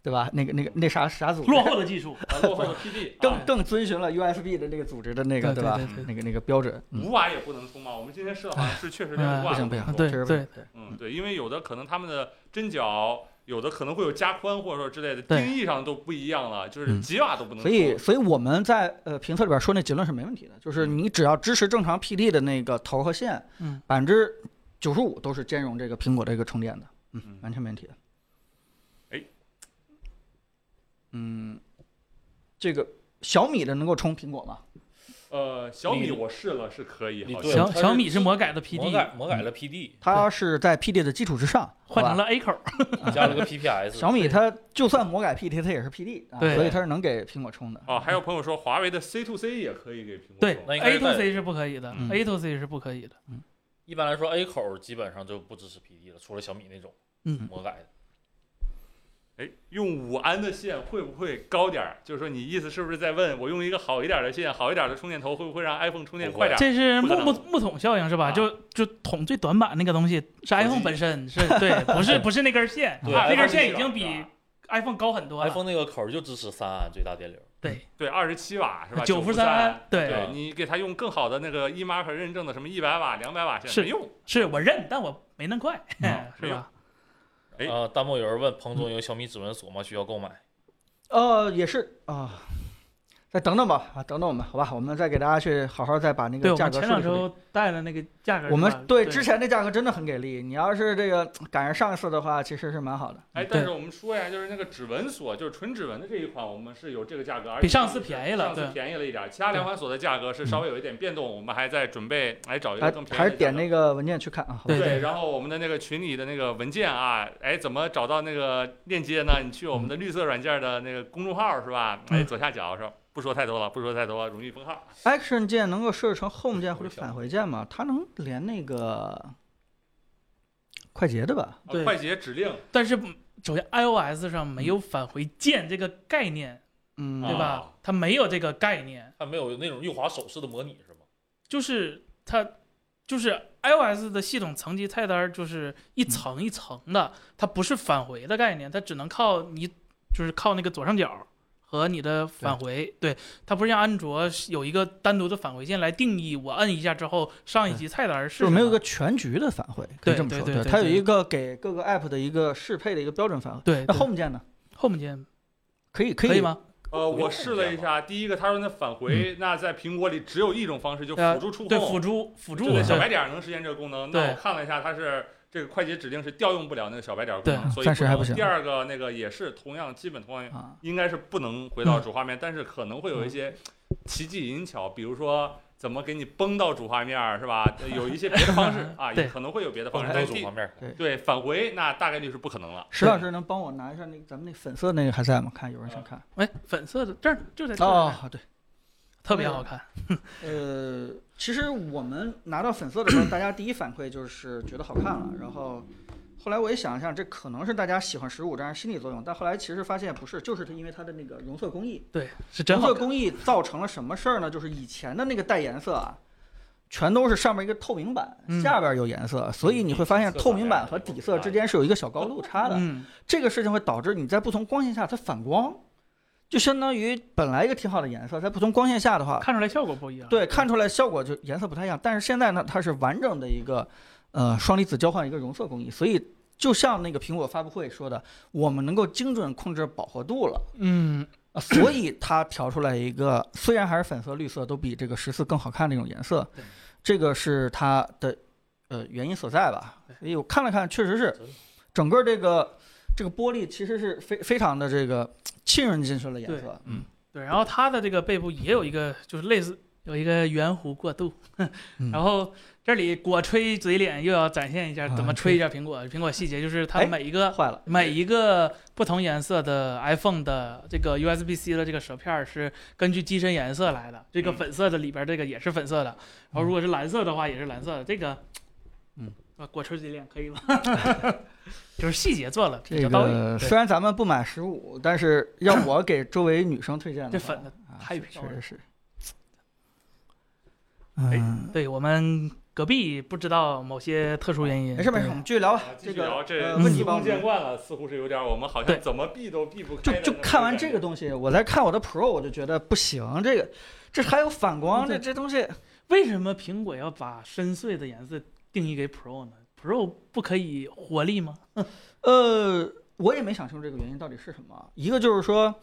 对吧？那个那个那啥啥组织，
落后的技术，
啊落后的 PD，啊
更更遵循了 USB 的那个组织的那个，
对
吧
对
对？
那个那个标准，嗯，
五瓦也不能充吗？我们今天试了，好像是确实这
哎
个五瓦
不行不
能
行，
充
对
确实不行
对
对，
嗯，对，因为有的可能他们的针脚有的可能会有加宽或者说之类的，
对
定义上都不一样了，就是
嗯
几瓦都不能
所
多。
以，所以我们在呃评测里边说那结论是没问题的，就是你只要支持正常 PD 的那个头和线，
嗯，
百分之九十五都是兼容这个苹果的一个充电的，嗯
嗯，
完全没问题的。
哎，
嗯，这个小米的能够充苹果吗？
呃，小米
你
我试了是可以，
你
好
对
像
小
它是
小米是魔改的
魔改
PD，
魔改了 PD，
它是在 PD 的基础之上
换成
了
了 A 口。
加了个 PPS。
小米，它就算魔改 PD，它也是 PD，啊，
对
所以它是能给苹果充的。
啊，还有朋友说华为的 C to C 也可以给苹果
对
用
那应该
，A
是
to
在
C 是不可以的
嗯
，A to C 是不可以的。
一般来说 A 口基本上就不支持 PD 了，除了小米那种
嗯，
魔改的。
哎，用五安的线会不会高点儿？就是说，你意思是不是在问我用一个好一点儿的线，好一点儿的充电头会不会让 iPhone 充电
不
快
会
点儿？
这是
不可
木
能
木木桶效应是吧？
啊
就就桶最短板那个东西是 iPhone 本身是对，不是不是那根线，啊
对
那根
iPhone
线已
是
经
吧
比 iPhone 高很多了。
iPhone 那个口就支持三安最大电流。
对，二十七瓦是吧？
九
伏
伏三安，哎对，
对你给它用更好的那个 e mark 认证的什么一百瓦、两百瓦线
是
没用。
是我认，但我没弄快， 是
没有
吧？
哎
啊，弹幕有人问彭总
嗯
有小米指纹锁吗？需要购买。
呃，也是啊，再等等吧，啊，等等我们，好吧，我们再给大家去好好再把那
对，
个
我
价
们
格
前
梳
两
理梳理。
周带了那个价格是吧，
我们对之
前
前的价格真的很给力，你要是这个赶上上一次的话，其实是蛮好的。
哎，
嗯对
但是我们说呀，就是那个指纹锁，就是纯指纹的这一款，我们是有这个价格，而
比
且
上次便宜了
上次
对
便宜了一点儿。其他两款锁的价格是稍微有一点变动，我们还在准备来找一个
还
更便宜的
还是点
价格
那个文件去看啊，好吧
对
对，然后我们的那个群里的那个文件啊，哎，怎么找到那个链接呢？你去我们的绿色软件的那个公众号是吧？哎，
嗯
左下角是吧？不说太多了，不说太多了，容易封号。
Action 键能够设置成 Home 键或者
回消
返回键吗？它能连那个快捷的吧？
啊
对
快捷指令，
但是首先 iOS 上没有返回键这个概念，
嗯，
对
啊
吧？它没有这个概念，
它没有那种右滑手势的模拟是吗？
就是它就是 iOS 的系统层级菜单儿就是
嗯
一层一层的，它不是返回的概念，它只能靠你就是靠那个左上角。和你的返回，对它不是像安卓有一个单独的返回键来定义，我摁一下之后上一级菜单儿是
就是没有
什
一
么
个全局的返回，可
对
以这么
对
说。
对对
它有
对
一个给各个 App 的一个适配的一个标准返回。
对
那
对
Home 键呢？
Home 键
可以可以
可以？吗？
呃，我试了一下，第一个他说那返回，那在苹果里只有一种方式，就
嗯呃
辅助触
对，辅
控，
助辅助
就那
对
小白点儿能实现这个功能。那
对
我看了一下，它是这个快捷指令是调用不了那个小白点儿功能，
对
所以
暂时还
能
不行
第二个那个也是同样，基本同样
啊，
应该是不能回
嗯
到主画面，但是可能会有一些奇技淫巧，比如说怎么给你崩到主画面儿，是吧？有一些别的 方式啊，
对
也可能会有别的方
放
式，
开
但
主
是
画面看。
对返回那大概率是不可能了。
石老师能帮我拿一下那个咱们那粉色那个还在吗？看有人想看。
哎，粉色的这儿就在这
哦，
儿，
好对，
特别好看。
呃，其实我们拿到粉色的时候，大家第一反馈就是觉得好看了，然后后来我也想一下，这可能是大家喜欢十五这样心理作用，但后来其实发现不是，就是它因为它的那个融色工艺，
对，是真
融
好
色
看。
工艺造成了什么事儿呢？就是以前的那个带颜色啊。全都是上面一个透明板，
嗯
下边有颜色，所以你会发现
色彩
透明板和底色之间是有一个小高度差的。
嗯，
这个事情会导致你在不同光线下它反光，就相当于本来一个挺好的颜色，在不同光线下的话，
看出来效果不一样。
对，看出来效果就颜色不太一样。但是现在呢，它是完整的一个呃双离子交换一个融色工艺，所以就像那个苹果发布会说的，我们能够精准控制饱和度了。
嗯，
啊所以它调出来一个虽然还是粉色、绿色都比这个十四更好看的一种颜色
对，
这个是它的呃原因所在吧？所以我看了看，确实是
真的
整个这个这个玻璃其实是非非常的这个浸润进去了颜
对
色，
嗯
对。然后它的这个背部也有一个，就是类似有一个圆弧过 渡。
嗯
然后这里果吹嘴脸又要展现一下
啊
怎么吹一下苹果。苹果细节就是它
哎
每一个
坏了，
每一个不同颜色的 iPhone 的这个 USB-C 的这个舌片儿是根据机身颜色来的，这个
嗯
粉色的里边儿这个也是粉色的，然后如果是蓝色的话也是蓝色的，这个，
嗯，
啊，果车这脸可以吗？ 就是细节做了比
这
较到位，
个
对
虽然咱们不买十五，但是要我给周围女生推荐的话，
这粉的
啊
太
是
漂亮
确实
了
是。
哎
嗯，
对我们隔壁不知道某些特殊原因，
没事没事，
对
我们继续聊吧
啊。继
这
续聊
个
这
呃
司
问题吧，我
空
们
见惯了，似乎是有点儿我们好
对
像怎么避都避不开
就
的
就
那种
看完
感觉
这个东西，我再看我的 Pro，我就觉得不行，这个这还有反光，
对
这这东西
为什么苹果要把深邃的颜色定义给 Pro 呢？Pro 不可以活力吗？
呃，我也没想清楚这个原因到底是什么。一个就是说，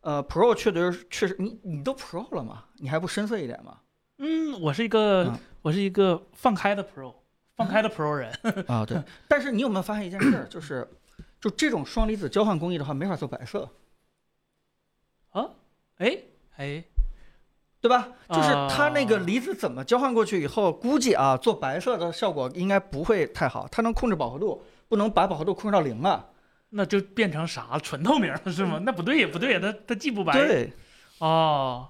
呃，Pro 确实确实，你你都 Pro 了嘛，你还不深邃一点吗？
嗯，我是一个、
嗯
我是一个放开的 Pro，放开的 Pro 人。
啊，对。但是你有没有发现一件事儿，就是就这种双离子交换工艺的话，没法做白色，
哎哎，
对吧？就是它那个
啊
离子怎么交换过去以后，估计啊，做白色的效果应该不会太好，它能控制饱和度，不能把饱和度控制到零啊。
那就变成啥纯透明了是吗？那不对呀，不对呀，它它既不白
对。
哦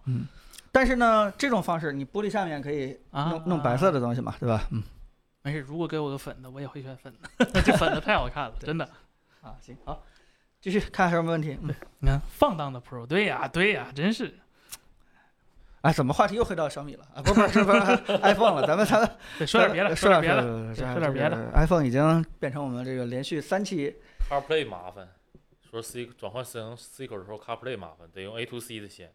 但是呢，这种方式你玻璃下面可以
啊，
弄弄白色的东西嘛，对吧？嗯
没事，如果给我个粉的，我也会选粉的， 这粉的太好看 了，真的。
啊，行，好，继续看还有什么问题？嗯，
你看放荡的 Pro，对呀、对呀、真是
啊，怎么话题又回到小米了？啊，不不是不是 iPhone 了，咱们咱们
对，说点别的，
说
点
点
别的。
的，
对说点别的
的。iPhone 已经变成我们这个连续三期
CarPlay 麻烦，说 C 转换成 C 口的时候 CarPlay 麻烦，得用 A to C 的先。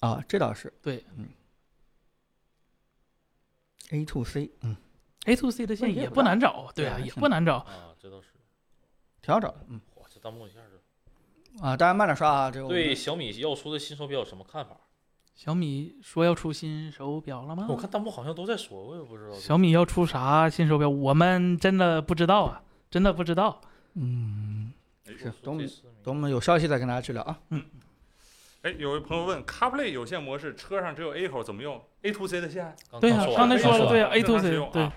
啊，这倒是
对，
嗯，A to C，嗯，
A to C 的线也不难找，对啊，
对
也不难找。
啊，这都是，
挺好找的，嗯
哇，这弹幕一下就
啊，大家慢点刷啊，这个我们
对小米要出的新手表有什么看法？
小米说要出新手表了吗
我？看弹幕好像都在说，我也不知道。
小米要出啥新手表？我们真的不知道啊，真的不知道。
嗯，
哎
是
都
等等我们有消息再跟大家去聊啊。
哎，有位朋友问，CarPlay 有线模式车上只有 A 口怎么用？A to C 的线？
对
呀
啊，，刚才
说
说
完
了，
了
对
呀
啊，A to
正常使
C，
用
对
啊，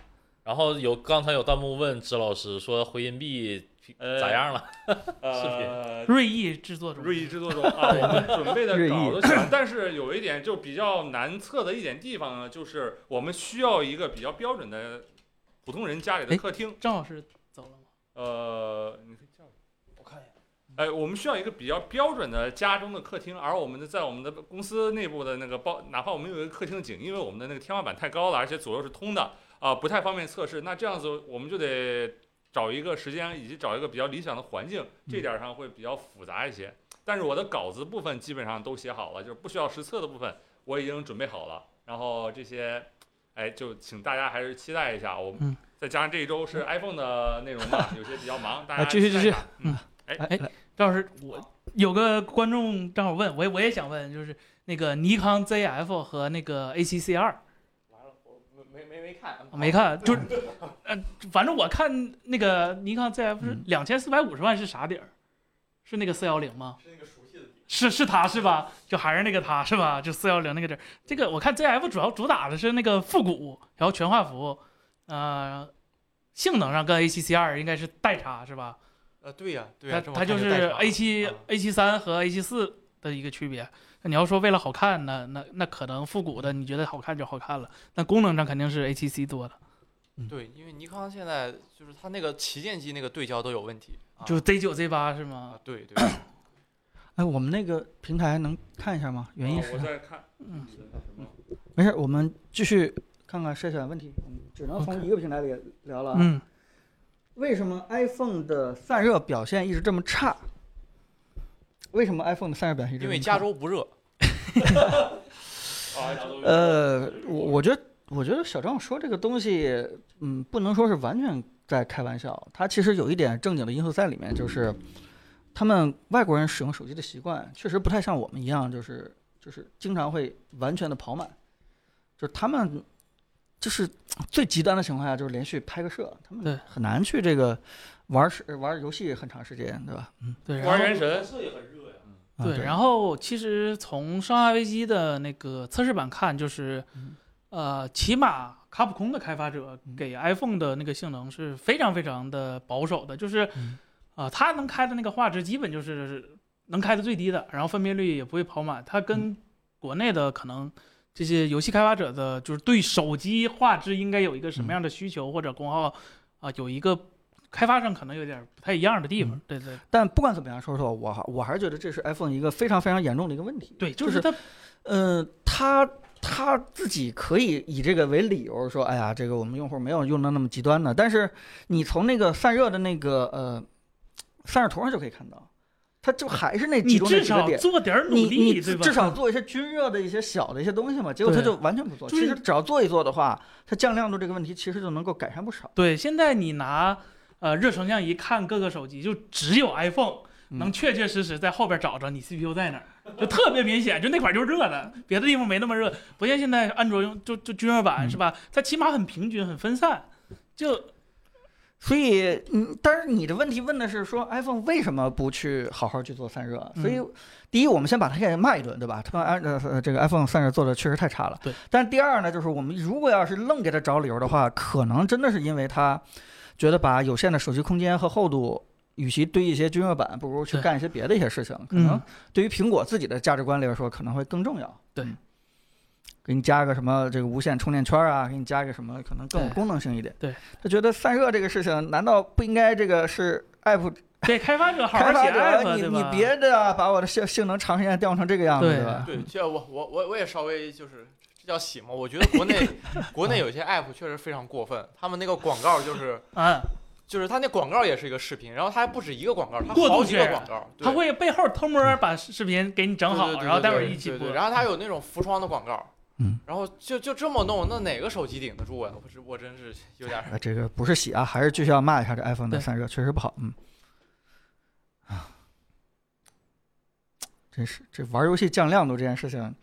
然后有刚才有弹幕问支老师说回音壁
呃
咋样了？
呃，
锐意制作中，
锐意制作 中啊，我们准备的
锐
稿
意
都写完，但是有一点就比较难测的一点地方呢，就是我们需要一个比较标准的普通人家里的
哎
客厅。
张老师走了吗？
呃，你可以叫
我看一眼。
哎，我们需要一个比较标准的家中的客厅，而我们的在我们的公司内部的那个包，哪怕我们有一个客厅景，因为我们的那个天花板太高了，而且左右是通的啊、不太方便测试。那这样子，我们就得找一个时间以及找一个比较理想的环境，
嗯
这点儿上会比较复杂一些。但是我的稿子部分基本上都写好了，就是不需要实测的部分我已经准备好了。然后这些，哎，就请大家还是期待一下。我
嗯
再加上这一周是 iPhone 的内容嘛，有些比较忙，大
啊
家
继续
期待
继续
一下嗯，
哎
来
张老师，我有个观众正好问，我也我也想问，就是那个尼康 ZF 和那个 A7C 二，
完了，我没没没没看，
我没看， 就是，呃，反正我看那个尼康 ZF 是
嗯
两千四百五十万是啥底儿？是那个四幺零吗？
是那个熟悉的地
是是它是吧？就还是那个它是吧？就四幺零那个底儿。这个我看 ZF 主要主打的是那个复古，然后全画幅，呃，性能上跟 A7C 二应该是代差是吧？
呃，对呀、对呀、
它
这么
它就
看
是
代差
A 七
啊、
A 七三和 A 七四的一个区别。那你要说为了好看，那那那可能复古的你觉得好看就好看了，那功能上肯定是 A 七 C 多的，
对，因为尼康现在就是它那个旗舰机那个对焦都有问题，啊、
就是 Z 九 Z 八是吗
啊？，对对，
哎，我们那个平台能看一下吗？原因
啊
是
我
啥？
在看，
嗯
没事，我们继续看看筛选问题，我们只能从
OK
一个平台里聊了啊。
嗯，
为什么 iPhone 的散热表现一直这么差？为什么 iPhone 的散热表现一直
因
这么差？
为加州不热，
啊，
呃，我我觉得我觉得小张说这个东西，嗯，不能说是完全在开玩笑，它其实有一点正经的因素在里面，就是他们外国人使用手机的习惯确实不太像我们一样，就是就是经常会完全的跑满，就是他们就是最极端的情况下就是连续拍个摄，他
对
们很难去这个玩儿时玩游戏很长时间，对吧？嗯，
对，然后
玩原神，
这也很热呀。
啊
对，然后其实从《生化危机》的那个测试版看，就是，
嗯
呃，起码卡普空的开发者
嗯
给 iPhone 的那个性能是非常非常的保守的，就是，啊、
嗯
它能开的那个画质基本就是能开的最低的，然后分辨率也不会跑满，它
嗯
跟国内的可能这些游戏开发者的就是对手机画质应该有一个
嗯
什么样的需求或者功耗啊、有一个开发上可能有点不太一样的地
嗯
方，对对
但不管怎么样，说实话，我还我还是觉得这是 iPhone 一个非常非常严重的一个问题。
对，
就
就是它
呃，他他自己可以以这个为理由说，哎呀，这个我们用户没有用的那么极端的。但是你从那个散热的那个呃散热图上就可以看到，它就还是那集
你
中那
至
几个
少
点。
做点儿努
你
力，
你
对吧？
至少做一些均热的一些小的一些东西嘛，结果他
对
就完全不做。
就
其
是
实只要做一做的话，它降亮度这个问题其实就能够改善不少。
对。现在你拿呃热成像仪看各个手机，就只有 iPhone
嗯
能确确实实在后边找着你 CPU 在哪儿，就特别明显，就那块儿就热了，别的地方没那么热。不像现在安卓用就就军用版
嗯
是吧？它起码很平均，很分散。就
所以，嗯，但是你的问题问的是说 iPhone 为什么不去好好去做散热？
嗯
所以，第一，我们先把它给骂一顿，对吧？他安呃这个 iPhone 散热做的确实太差了。
对。
但是第二呢，就是我们如果要是愣给它找理由的话，可能真的是因为它觉得把有限的手机空间和厚度。与其堆一些军用版，不如去
对
干一些别的一些事情。可能
嗯
对于苹果自己的价值观来说，可能会更重要。
对
嗯，给你加个什么这个无线充电圈啊，给你加个什么，可能更有
对
功能性一点。
对，
他觉得散热这个事情，难道不应该这个是 app
对开发者好好
开
写
发
app，
者你
对
你
吧？
别的啊把我的性性能长时间调成这个样子，
对
对吧？
对，这我我我我也稍微就是这叫洗嘛。我觉得 国内国内有些 app 确实非常过分，他们那个广告就是
啊，
就是他那广告也是一个视频，然后他还不止一个广告，他
过度
好几个
渲染
广告，对
他会背后偷摸把视频给你整
对对
好，
对
然后
对
待会儿
对
一起
对对
播。
然后他有那种浮窗的广告，
嗯，
然后就就这么弄，那哪个手机顶得住呀？我真我真是有点儿
啊，这个不是洗啊，还是继续要骂一下这 iPhone 的
对
散热确实不好，嗯，啊，真是这玩游戏降亮度这件事情，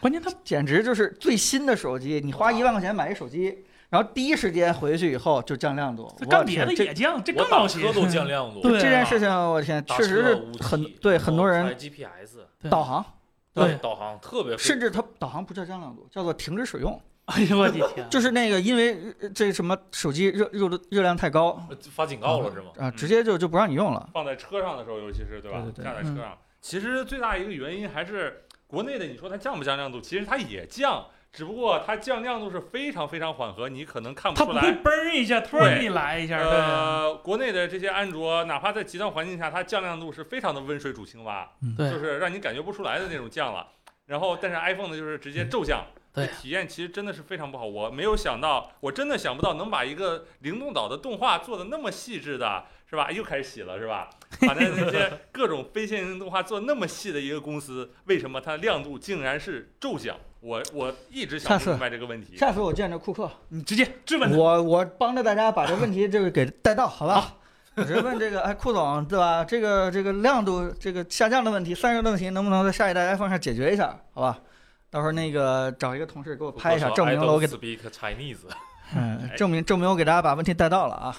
关键他
简直就是最新的手机，你花一万块钱买一手机，然后第一时间回去以后就降亮度，我
干别的
去这
也降，这
我
更
打
闹心
车。都降亮度，
对啊
这件事情，我天，
打
确实
车5G
是很对很多
然后
人
开 GPS
对
导航。
对
导航特别
甚至它导航不叫降亮度，叫做停止使用。
哎呦我的 天！
就是那个，因为呃这什么手机热热度热量太高
呃发警告了是吗？
嗯
啊，直接就就不让你用了。
嗯放在车上的时候，尤其是对吧？
对对对
站在车上，其实最大一个原因还是国内的，你说它降不降亮度，其实它也降，只不过它降亮度是非常非常缓和，你可能看
他
出
不
来。
会嘣儿一下，突然给你来一下，对啊
呃，国内的这些安卓，哪怕在极端环境下，它降亮度是非常的温水煮青蛙，就
对
是让你感觉不出来的那种降了。然后，但是 iPhone 呢，就是直接骤降，
对
这体验其实真的是非常不好。我没有想到，我真的想不到能把一个灵动岛的动画做的那么细致的，是吧？又开始洗了，是吧？把那那些各种非线性动画做那么细的一个公司，为什么它亮度竟然是骤降？我我一直想
下次
不明白这个问题。
下次我见着库克，
你直接质问他。
我我帮着大家把这问题这个给带到，好吧？我直接问这个，哎，库总对吧？这个这个亮度这个下降的问题，散热的问题，能不能在下一代 iPhone 上解决一下？好吧？到时候那个找一个同事给我拍一下，证明了我给
speak Chinese。
嗯，证明证明我给大家把问题带到了啊。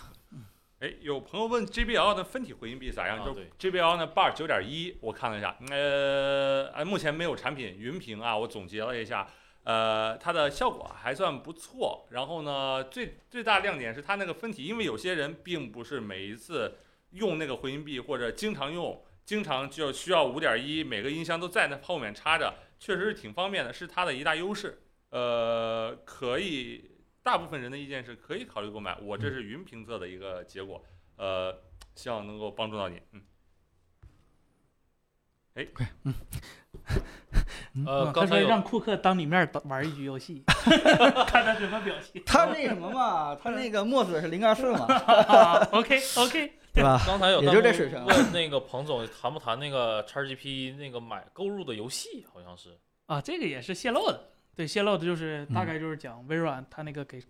哎，有朋友问 JBL 的分体回音壁咋样？
啊
就
对
JBL 呢，Bar 九点一，我看了一下，呃，哎目前没有产品云屏啊，我总结了一下，呃，它的效果还算不错。然后呢，最最大亮点是它那个分体，因为有些人并不是每一次用那个回音壁或者经常用，经常就需要五点一，每个音箱都在那后面插着，确实是挺方便的，是它的一大优势。呃，可以，大部分人的意见是可以考虑购买，我
嗯
这是云评测的一个结果。呃，希望能够帮助到你。嗯，
呃，
嗯他
刚才
说
有
让库克当你面儿玩一局游戏，看他什么表现。
他那什么嘛，他那个墨子是零二四嘛，
OK OK，
对吧？
刚才有
也就这水平啊
问那个彭总谈不谈那个 XGP 那个买购入的游戏，好像是
啊，这个也是泄露的。对，泄露的就是
嗯
大概就是讲微软它那个给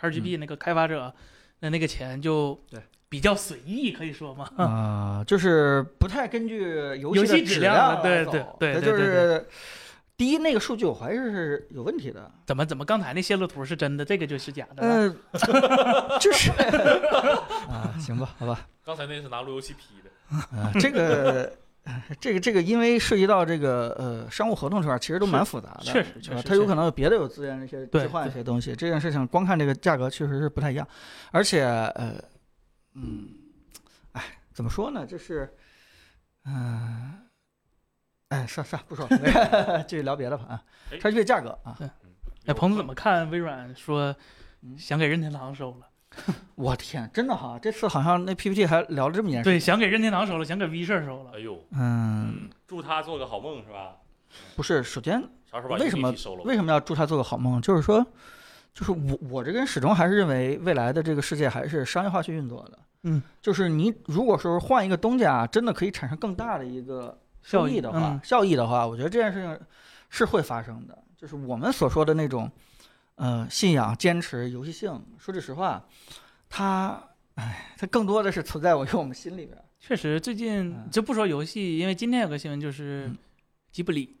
XGP 那个开发者的那个钱就
对
比较随意，可以说吗？
啊、就是不太根据游
游
戏
戏
的
质
质
量
量
了
来
对
走
对对
它
对
就
对
是第一那个数据我怀疑是有问题的，
怎么怎么刚才那泄露图是真的，这个就是假的了？
嗯、就是 啊，行吧，好吧，
刚才那是拿路由器 P 的。
啊，这个。这个这个，因为涉及到这个呃商务合同这块儿，其实都蛮复杂的，
确实确
啊
实，
它有
确
可能有别的有资源一些
对
置换一
对
些东西，这件事情光看这个价格确实是不太一样，而且呃，嗯，哎，怎么说呢？这是，嗯、哎，算了算了，不说了， 继续聊别的吧啊
哎。
差距的价格啊，
哎，彭总怎么看微软说
嗯
想给任天堂收了？
我天，真的哈，这次好像那 PPT 还聊了这么严
对，
事。
想给任天堂收了，想给 V 社收了
哎。呦，
嗯，
祝他做个好梦，是吧？
不是，首先
啥时候把
为什么
UDP 收了吧？
为什么要祝他做个好梦？就是说，就是我我这个人始终还是认为未来的这个世界还是商业化去运作的。
嗯，
就是你如果说换一个东家，真的可以产生更大的一个
效
效
益
益的话，
嗯
效益的话，我觉得这件事情是会发生的。就是我们所说的那种，呃，信仰、坚持、游戏性，说句实话，它。它更多的是存在我于 我们心里边儿。
确实，最近
嗯
就不说游戏，因为今天有个新闻就是
嗯
吉布力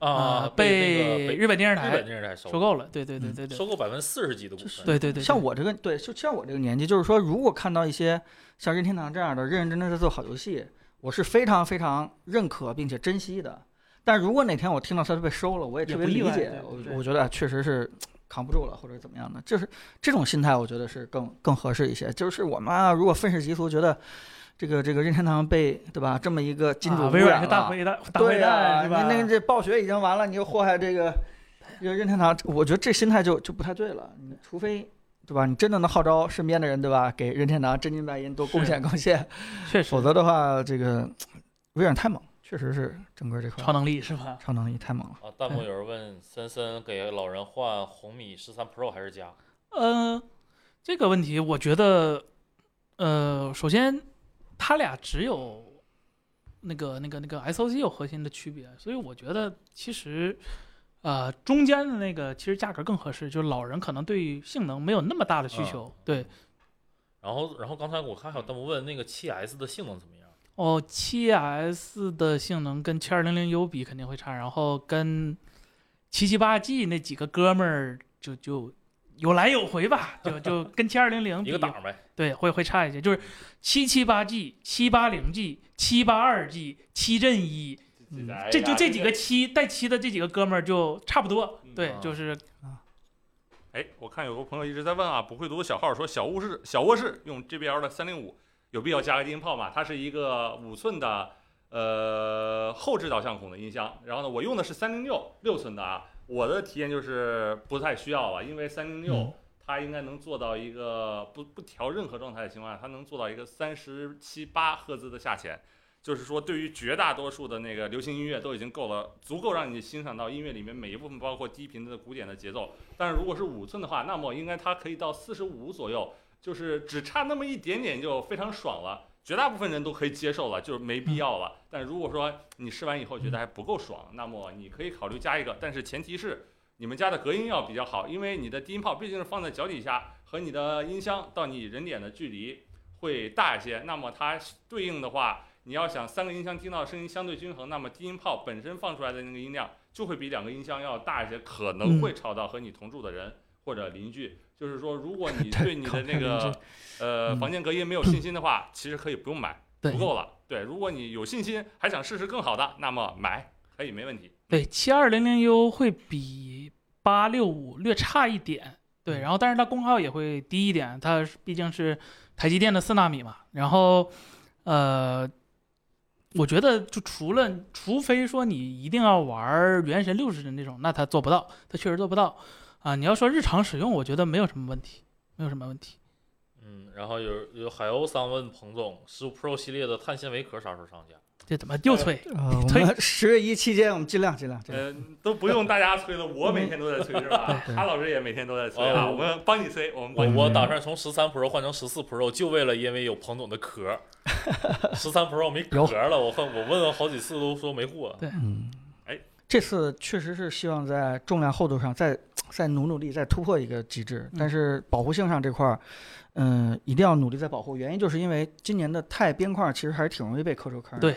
啊，那
被
个
日本电视
日
台
本电视台收
收购了。对对对
嗯
对对，
收购百分之四十几的股
就是
份，
对对对，
像我这个对，就像我这个年纪，就是说，如果看到一些像任天堂这样的认认真真在做好游戏，我是非常非常认可并且珍惜的。但如果哪天我听到它被收了，我也
也
特别
不意
理
外
解
对，对
我我觉得啊确实是扛不住了或者怎么样的，就是这种心态，我觉得是更更合适一些。就是我们啊，如果愤世嫉俗，觉得这个这个任天堂被对吧这么一个金主
啊
污
微软
染
是
了，
大灰蛋，大
对
灰
呀、
蛋是吧？
那那这暴雪已经完了，你又祸害这个这个任天堂，我觉得这心态就就不太对了。你除非对吧，你真的能号召身边的人对吧，给任天堂真金白银多贡献贡献，
确实
否则的话，这个微软太猛，确实是整个这块
超能力是吧？
超能力太猛了。
啊，弹幕有人问森森给老人换红米十三 Pro 还是加？
呃，这个问题我觉得，呃，首先他俩只有那个那个那个 SOC 有核心的区别，所以我觉得其实。呃，中间的那个其实价格更合适，就是老人可能对性能没有那么大的需
嗯
求。对，
然后，然后刚才我看还有弹幕问那个七 S 的性能怎么样？
哦，七 S 的性能跟七二零零 U 比肯定会差，然后跟七七八 G 那几个哥们儿就就有来有回吧，就 就跟七二零零
一
比
个档呗，
对，会会差一些，就是七七八 G、七八零 G、七八二 G、七阵一，
嗯
哎
这就这几个七带七的这几个哥们儿就差不多
嗯。
对
啊，
就是
哎，我看有个朋友一直在问啊，不会读的小号说小卧室小卧室用 JBL 的三零五有必要加个低音炮吗？它是一个五寸的呃后置导向孔的音箱，然后呢，我用的是三零六六寸的啊，我的体验就是不太需要啊，因为三零六
嗯
它应该能做到一个不不调任何状态的情况下，它能做到一个三十七八赫兹的下潜。就是说，对于绝大多数的那个流行音乐都已经够了，足够让你欣赏到音乐里面每一部分，包括低频的鼓点的节奏，但是如果是五寸的话，那么应该它可以到四十五左右，就是只差那么一点点就非常爽了，绝大部分人都可以接受了，就是没必要了。但如果说你试完以后觉得还不够爽，那么你可以考虑加一个，但是前提是你们家的隔音要比较好，因为你的低音炮毕竟是放在脚底下，和你的音箱到你人脸的距离会大一些，那么它对应的话。你要想三个音箱听到声音相对均衡，那么低音炮本身放出来的那个音量就会比两个音箱要大一些，可能会吵到和你同住的人或者邻居。就是说，如果你对你的那个呃
嗯
房间隔音没有信心的话，其实可以不用买，
对
足够了。对，如果你有信心，还想试试更好的，那么买可以没问题。
对七二零零 U 会比八六五略差一点，对，然后但是它功耗也会低一点，它是毕竟是台积电的四纳米嘛。然后，呃，我觉得就除了除非说你一定要玩儿《原神》六十帧那种，那它做不到，它确实做不到啊。你要说日常使用，我觉得没有什么问题，没有什么问题。
嗯，然后有有海鸥桑问彭总，十五 Pro 系列的碳纤维壳啥时候上架？
这怎么又催？
啊、我
推
们 十月一期间，我们尽量尽量。尽量
呃，都不用大家催了，我每天都在催是吧？
对
哈老师也每天都在催啊，
哦
我们帮你催，我们
我
帮你
我打算从十三 Pro 换成十四 Pro，就为了因为有彭总的壳。十三 Pro 没壳了，我换我问了好几次都说没货。
呃
嗯，
哎，
这次确实是希望在重量厚度上再再努努力，再突破一个极致。
嗯
但是保护性上这块儿，嗯，一定要努力再保护。原因就是因为今年的钛边框其实还是挺容易被磕出坑。
对，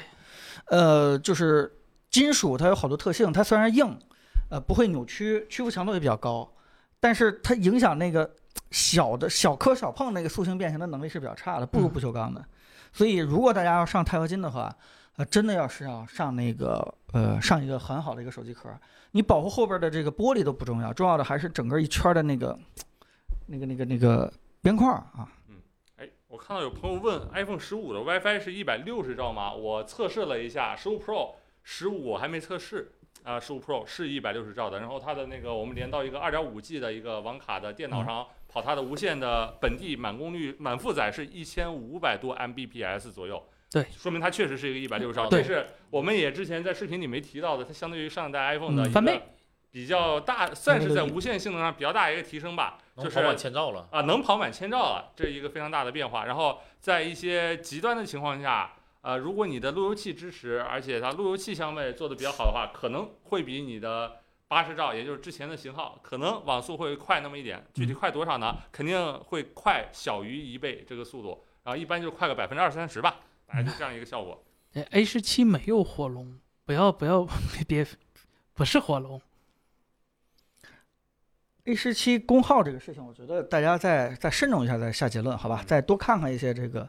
呃，就是金属它有好多特性，它虽然硬，呃，不会扭曲，屈服强度也比较高，但是它影响那个小的小磕小碰那个塑性变形的能力是比较差的，不如不锈钢的。所以如果大家要上钛合金的话，呃，真的要是要上那个呃上一个很好的一个手机壳，你保护后边的这个玻璃都不重要，重要的还是整个一圈的那个那个那个那个边框啊。
哎，我看到有朋友问 iPhone 十五的 WiFi 是一百六十兆吗？我测试了一下，十五 Pro 十五我还没测试啊，十五 Pro 是一百六十兆的。然后它的那个我们连到一个二点五 G 的一个网卡的电
嗯
脑上跑它的无线的本地满功率满负载是一千五百多 Mbps 左右。
对嗯
说明它确实是一个一百六十兆，
对
但是我们也之前在视频里没提到的，它相对于上一代 iPhone 的
嗯
一
翻
个
倍
比较大，算是在
嗯
无线性能上比较大一个提升吧，
哦
能
就是
跑满千兆了，
啊，能跑满千兆了，这是一个非常大的变化。然后在一些极端的情况下，呃，如果你的路由器支持，而且它路由器相位做得比较好的话，可能会比你的八十兆，也就是之前的型号，可能嗯网速会快那么一点。具体快多少呢？肯定会快小于一倍这个速度。然后一般就快个百分之二三十吧，大概就这样一个效果。
A 十七没有火龙，不要不要 别别，不是火龙，
A 十七功耗这个事情，我觉得大家再再慎重一下，再下结论，好吧？
嗯
再多看看一些这个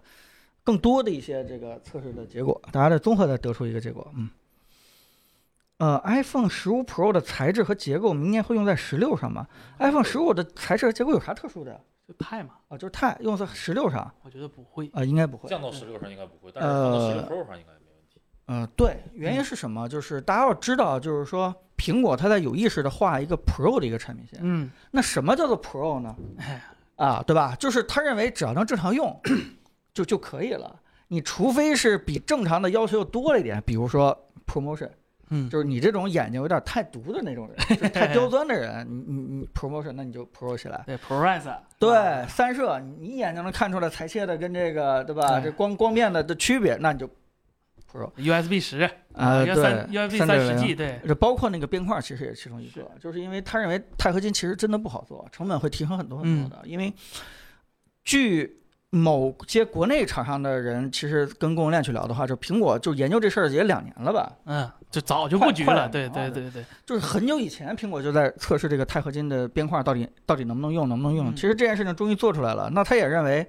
更多的一些这个测试的结果，大家再综合再得出一个结果。嗯，呃，iPhone 十五 Pro 的材质和结构明年会用在十六上吗？iPhone 十五的材质和结构有啥特殊的呀？
就派嘛，
啊，就是钛用在十六上
我觉得不会。
啊，应该不会。
降到十六上应该不会，但是放到十六
呃
Pro 上应该没问题。
嗯，对，原因是什么？就是大家要知道，就是说苹果它在有意识的画一个 Pro 的一个产品线。
嗯，
那什么叫做 Pro 呢？
哎，
啊，对吧？就是他认为只要能正常用就就可以了。你除非是比正常的要求又多了一点，比如说 promotion，
嗯，
就是你这种眼睛有点太毒的那种人，就是太刁钻的人，你你你 promotion，那你就 pro 起来。
对 ProRes，啊
对，散射，你一眼就能看出来裁切的跟这个对吧？
对
这光光面的的区别，那你就 pro
，USB 十，
啊、
要
对，
三 USB 三十 G，
360
对，
这包括那个边框，其实也是其中一个，就是因为他认为钛合金其实真的不好做，成本会提升很多很多的。因为据某些国内厂商的人，其实跟供应链去聊的话，就苹果就研究这事儿也两年了吧，
嗯，就早就布局
快
了，
快
对
啊
对对对，
就是很久以前苹果就在测试这个钛合金的边框到底到底能不能用，能不能用。
嗯
其实这件事情终于做出来了，那他也认为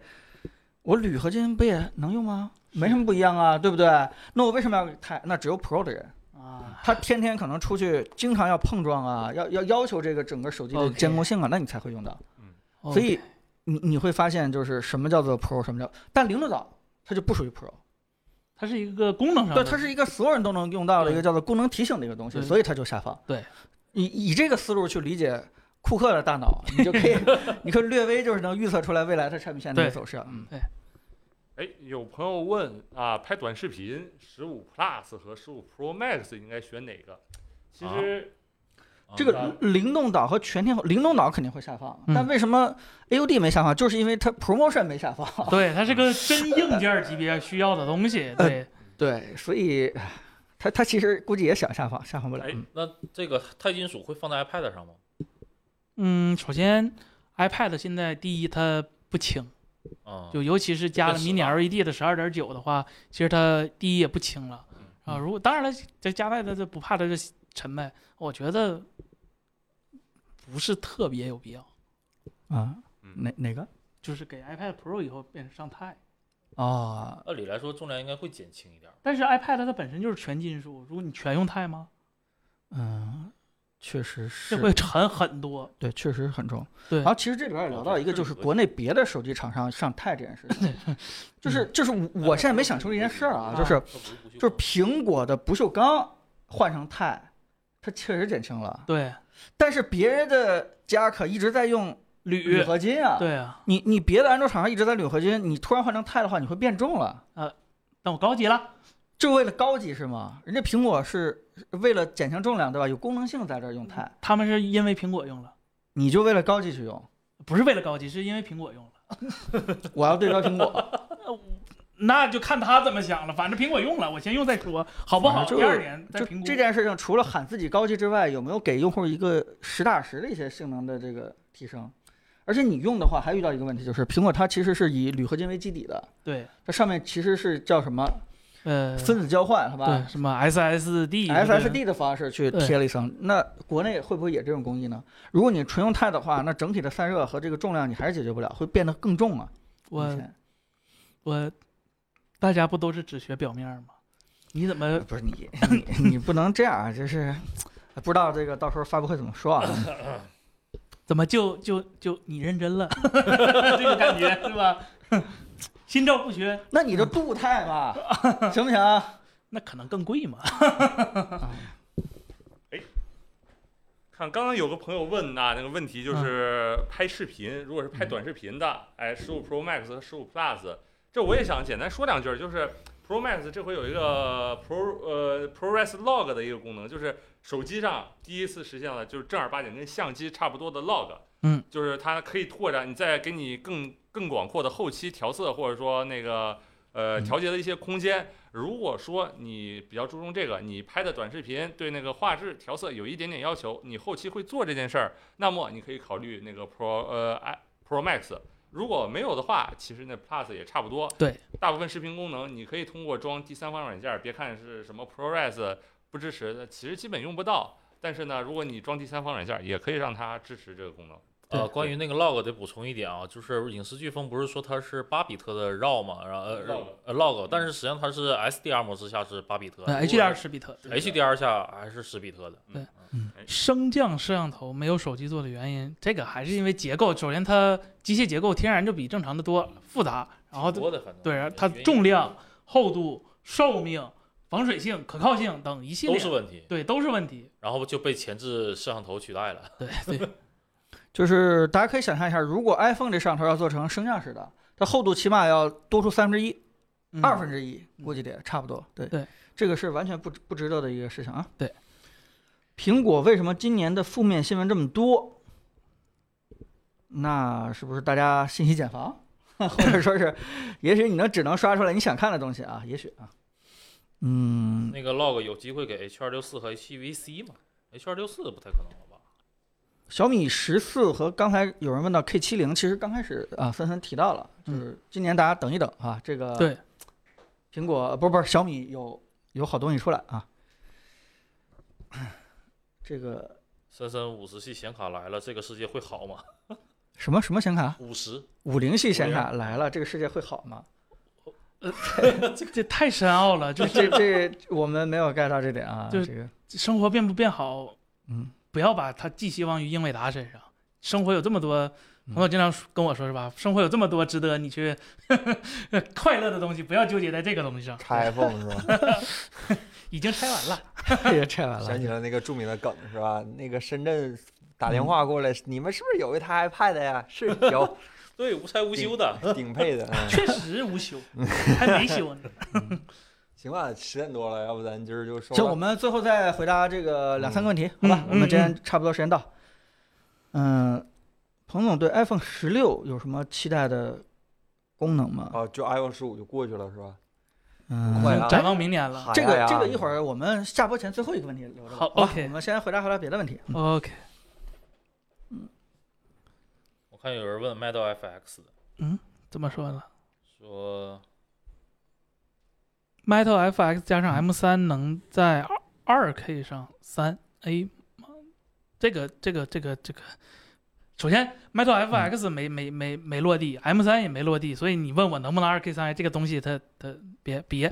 我铝合金不也能用吗？没什么不一样啊，对不对？那我为什么要钛？那只有 Pro 的人。
啊，
他天天可能出去，经常要碰撞啊，要要要求这个整个手机的
OK
监控性啊那你才会用到。所
OK
以你你会发现，就是什么叫做 Pro，什么叫，但灵动岛它就不属于 Pro，
它是一个功能上
对，
的，
它是一个所有人都能用到的
对
一个叫做功能提醒的一个东西，
对
所以它就下放。
对，
以以这个思路去理解库克的大脑，你就 可以，你可以略微就是能预测出来未来它产品线的一个
对
走势。嗯，
哎，有朋友问啊，拍短视频十五 Plus 和十五 Pro Max 应该选哪个？其实
啊
这个
那
灵动岛和全天候，灵动岛肯定会下放，
嗯
但为什么 AUD 没下放？就是因为它 Promotion 没下放。
对，它是个真硬件级别需要的东
呃
西，对，
对，所以唉他他其实估计也想下放，下放不了。
哎
嗯
那这个钛金属会放在 iPad 上吗？
嗯，首先 iPad 现在第一它不轻，
啊，
就尤其是加了
确实
Mini
啊
LED 的十二点九的话，其实它第一也不轻了
嗯
啊。如果当然了，这加带的这不怕它这沉呗，我觉得不是特别有必要，
啊，
嗯
哪哪个？
就是给 iPad Pro 以后变成上钛。
哦，
按理来说重量应该会减轻一点儿。
但是 iPad 它本身就是全金属，如果你全用钛吗？
嗯，确实是
这，会沉很多。
对，确实很重。
对哦
然后其实这里边也聊到一个，就是国内别的手机厂商上钛这件事情， 就是
嗯
就是我现在没想清楚一件事儿啊，就是就是苹果的不锈钢换成钛，它确实减轻了，
对，
但是别人的家可一直在用铝
铝，
合金啊。
对啊，
你你别的安卓厂商一直在铝合金，你突然换成钛的话，你会变重了。
但我高级了，
就为了高级是吗？人家苹果是为了减轻重量，对吧？有功能性在这儿用钛，
他们是因为苹果用了，
你就为了高级去用。
不是为了高级，是因为苹果用了。
我要对标苹 果，
那就看他怎么想了，反正苹果用了，我先用再说，好不好？
反正就
第二年再
就
评估。
这件事情，除了喊自己高级之外，有没有给用户一个实打实的一些性能的这个提升？而且你用的话，还遇到一个问题，就是苹果它其实是以铝合金为基底的，
对，
它上面其实是叫什么
呃，
分子交换，是吧
对什么 SSD 这个、
？SSD 的方式去
对
贴了一层，那国内会不会也这种工艺呢？如果你纯用钛的话，那整体的散热和这个重量你还是解决不了，会变得更重啊。以
我
前
我大家不都是只学表面吗？你怎么
不是你，你你不能这样啊！就是不知道这个到时候发布会怎么说啊？
怎么就就就你认真了 这个感觉是吧？心照不宣，
那你就镀钛嘛，行不行啊？
那可能更贵嘛。
看刚刚有个朋友问呐、那个问题就是拍视频，如果是拍短视频的，哎，十五 Pro Max 和十五 Plus，这我也想简单说两句儿，就是 Pro Max 这回有一个 Pro 呃 ProRes Log 的一个功能，就是手机上第一次实现了，就是正儿八经跟相机差不多的 log，
嗯，
就是它可以拓展，你再给你更更广阔的后期调色或者说那个呃
嗯
调节的一些空间，如果说你比较注重这个，你拍的短视频对那个画质调色有一点点要求，你后期会做这件事儿，那么你可以考虑那个 Pro 呃 i Pro Max 如果没有的话，其实那 Plus 也差不多。
对，
大部分视频功能你可以通过装第三方软件儿，别看是什么 ProRes 不支持的，其实基本用不到。但是呢，如果你装第三方软件儿，也可以让它支持这个功能。
对
呃，关于那个 log 得补充一点啊，就是影视飓风不是说它是八比特的 RAW 嘛，然后呃
log
呃 log，但是实际上它是 SDR 模式下是八比特
那
如果
HDR 十比特，
HDR 下还是十比特的。
对
嗯，
升降摄像头没有手机做的原因，这个还是因为结构。首先，它机械结构天然就比正常的多复杂，然后
挺多的反正
对，然后它
原因
重量、厚度、寿命、防水性、可靠性等一系
都
列
是问题，
对都是问题。
然后就被前置摄像头取代了。
对对
就是大家可以想象一下，如果 iPhone 这摄像头要做成升降式的，它厚度起码要多出三分之一、
嗯
二分之一，估计得差不多。对
对，
这个是完全不值不值得的一个事情啊。
对，
苹果为什么今年的负面新闻这么多？那是不是大家信息茧房， 或者说是，也许你能只能刷出来你想看的东西啊？也许啊，嗯，
那个 log 有机会给 H 二六四和 HVC 嘛？H 二六四不太可能了吧？
小米十四和刚才有人问到 K 七零，其实刚开始啊，纷纷提到了，就
嗯
是今年大家等一等啊，这个
对，
苹果呃不是不是小米有有好东西出来啊， 这个
森森五十系显卡来了，这个世界会好吗？
什么什么显卡，
五十，
五零系显卡来了，这个世界会好 吗？
这太深奥了，就
这
是
这这我们没有 get 到这点啊，
就
这
是
个
生活变不变好，
嗯，
不要把它寄希望于英伟达身上。生活有这么多，朋友经常说跟我说是吧？生活有这么多值得你去 快乐的东西，不要纠结在这个东西上。
拆 iPhone 是吧？
已经拆完了，
也拆完
想
了，
起了那个著名的梗是吧？那个深圳
嗯
打电话过来，你们是不是有一台 iPad 呀？是有
对，无拆无修的。
顶配的。 嗯
确实无修，还没修呢。
行吧，十点多了，要不咱今儿就收
行，
了
我们最后再回答这个两三个问题，好吧？
嗯
我们今天差不多时间到。嗯，彭总对 iPhone 十六有什么期待的功能吗？
哦，就 iPhone 十五就过去了是吧？
嗯，
快了啊
展望明年了。
哎
这个
呀
这个一会儿我们下播前最后一个问题留着吧。
好
吧
OK
我们先回答回答别的问题。
OK，
我看有人问 Metal FX 的，
怎么说呢
说
Metal FX 加
嗯
上 M 三能在二二 K 上三 A 吗？这个这个这个这个，首先
嗯
Metal FX 没、没没没落地，M 三也没落地，所以你问我能不能二 K 三 A 这个东西它，它别别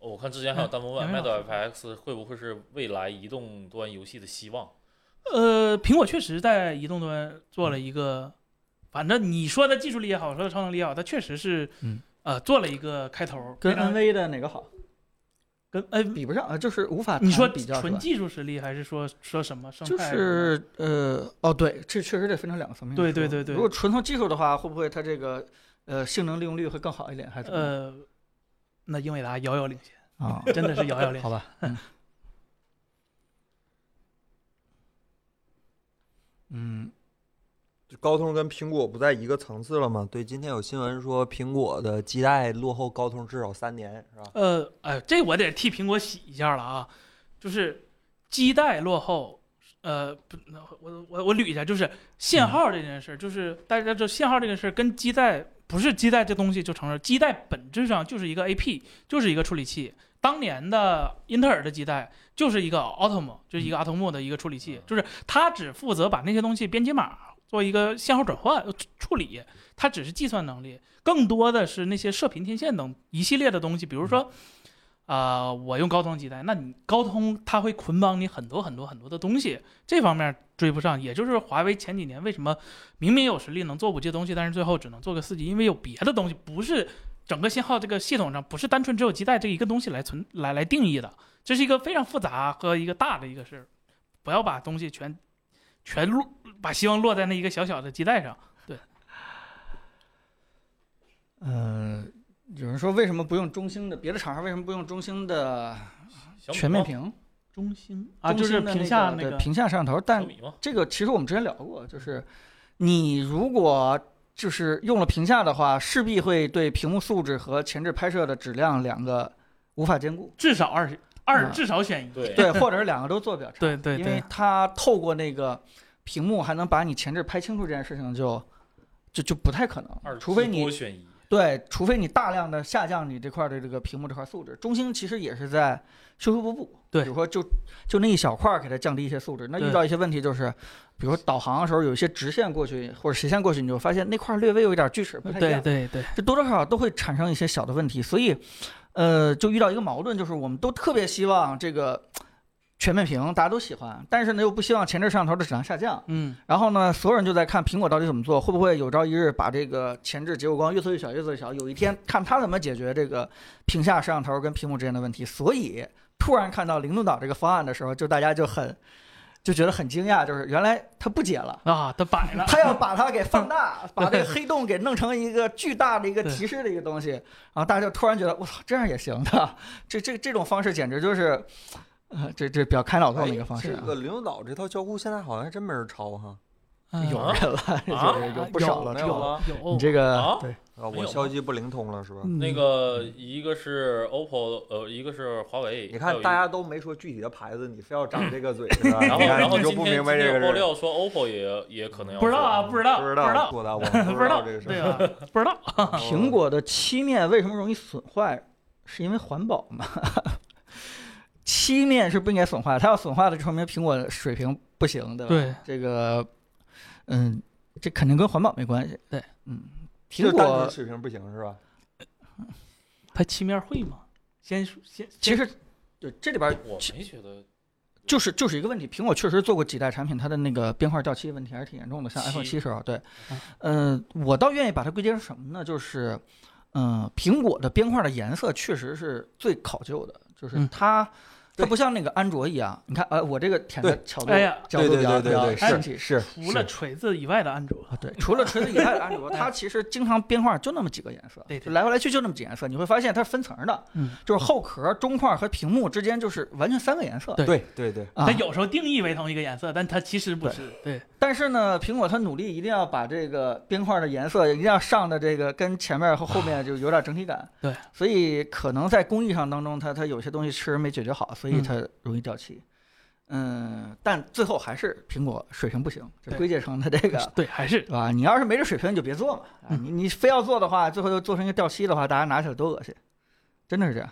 哦我看之前还有
哎
弹幕
嗯
问
有没
Metal
有
FX 会不会是未来移动端游戏的希望？
呃，苹果确实在移动端做
嗯
了一个，反正你说它技术力也好，说它超能力也好，它确实是，
嗯
呃，做了一个开头，
跟
非常
NV 的哪个好？
跟哎，
比不上啊，就是无法
你说
谈比较是
纯
吧
技术实力还是说说什么生
就
态什么的？
是呃哦对，这确实得分成两个层面
对
说
对对对
如果纯从技术的话，会不会它这个呃性能利用率会更好一点？还是怎么样
呃，那英伟达遥遥领先，
啊？
真的是遥遥领
好
先。
吧，嗯，嗯
就高通跟苹果不在一个层次了吗？对，今天有新闻说苹果的基带落后高通至少三年，是吧？
呃，哎，这我得替苹果洗一下了啊，就是基带落后，呃，不，那我我我捋一下，就是信号这件事儿，就是大家知道信号这件事儿跟基带不是基带这东西就承认，基带本质上就是一个 AP，就是一个处理器。当年的英特尔的基带就是一个 Atom，就是一个阿童木的一个处理器，就是它只负责把那些东西编解码做一个信号转换呃处处理，它只是计算能力，更多的是那些射频天线等一系列的东西，比如说。啊、我用高通基带，那你高通它会捆绑你很多很多很多的东西，这方面追不上。也就是华为前几年为什么明明有实力能做五 G 的东西，但是最后只能做个四 G，因为有别的东西，不是整个信号这个系统上不是单纯只有基带这一个东西来存来来定义的，这是一个非常复杂和一个大的一个事儿。不要把东西全全落把希望落在那一个小小的基带上。
呃，有人说为什么不用中兴的？别的厂商为什么不用中兴的
小米
全面
吗，
屏
中兴啊，
中
就是
兴的
屏下
那
那
对
个
屏下摄像头，但
小米吗？
这个其实我们之前聊过，就是你如果就是用了屏下的话，势必会对屏幕素质和前置拍摄的质量两个无法兼顾，
至少二十
啊
二，至少选一。啊
对
对，或者是两个都做不了差，
对对
因为
对，
它透过那个屏幕还能把你前置拍清楚这件事情就就就不太可
二
能，
机
除非你
多选一，
对，除非你大量的下降你这块儿的这个屏幕这块儿素质。中兴其实也是在修修补补，
对
比如说就就那一小块儿给它降低一些素质。那
对
遇到一些问题就是，比如说导航的时候有一些直线过去或者斜线过去，你就发现那块儿略微有一点锯齿，不太一
对
样，
对对，
这多多少少都会产生一些小的问题。所以，呃，就遇到一个矛盾，就是我们都特别希望这个全面屏大家都喜欢，但是呢又不希望前置摄像头的质量下降。
嗯，
然后呢，所有人就在看苹果到底怎么做，会不会有朝一日把这个前置结构光越缩越小，越缩越小？有一天看它怎么解决这个屏下摄像头跟屏幕之间的问题。所以突然看到灵动岛这个方案的时候，就大家就很就觉得很惊讶，就是原来它不解了。
啊，它摆了，
他要把它给放大，把这个黑洞给弄成一个巨大的一个提示的一个东西，然后大家就突然觉得，我操，这样也行的，这这这种方式简直就是，呃，这这比较开脑洞的一个方式
哎这
啊，
个灵动岛这套交互现在好像还真没人抄哈。
嗯
有
啊
人了，
啊
有有不少了，
没
这
有
种
了
有
你这个、
啊
对，
啊，
没有
我消息不灵通了是吧？
那个
嗯
一个是 OPPO，呃，一个是华为，
你
还
看
有一
大
个
家都没说具体的牌子，你非要张这个嘴是吧？
嗯然后
你看
然后
你
今
就不
天
明白
今天
这
有
个
爆
事儿。
料说 OPPO
嗯
也也可能要
不知道啊，
做
不知道，
不
不
知
知
道，
道，
说的我
不
不
知
知
道
道这个，事
对
儿。哦
啊，不知道，
苹果的漆面为什么容易损坏？是因为环保吗？ 漆面是不应该损坏，它要损坏了，就说明苹果水平不行，对吧？
对，
这个，嗯，这肯定跟环保没关系。
对，
嗯，
就
苹
单纯
果
水平不行是吧？
它漆面会吗？先说先
其实就这里边儿
我没觉得
就是就是一个问题，苹果确实做过几代产品，它的那个边块掉漆问题还是挺严重的，像
漆
iPhone 七时候，对，嗯、我倒愿意把它归结成什么呢？就是，嗯、苹果的边块的颜色确实是最考究的，就是
嗯
它。它
对
不像那个安卓一样，你看，呃，我这个舔的角度，
哎呀
角度比较
对对对
比较
对对
神奇
是
除了锤子以外的安卓，
啊，对，除了锤子以外的安卓，它其实经常变化就那么几个颜色，
对对
就来回来去就那么几个颜色，你会发现它是分层的，
嗯，
就是后壳、中块和屏幕之间就是完全三个颜色。
对
对对对，
啊
它，有时候定义为同一个颜色，但它其实不是，对，
但是呢，苹果它努力一定要把这个边框的颜色一定要上的这个跟前面和后面就有点整体感。
对，
所以可能在工艺上当中，它它有些东西确实没解决好，所
嗯
以它容易掉漆。嗯，但最后还是苹果水平不行，这
对
归结成它这个
对，还是
对吧？你 要是没这水平，你就别做嘛。啊，
嗯
你你非要做的话，最后又做成一个掉漆的话，大家拿起来多恶心，真的是这样。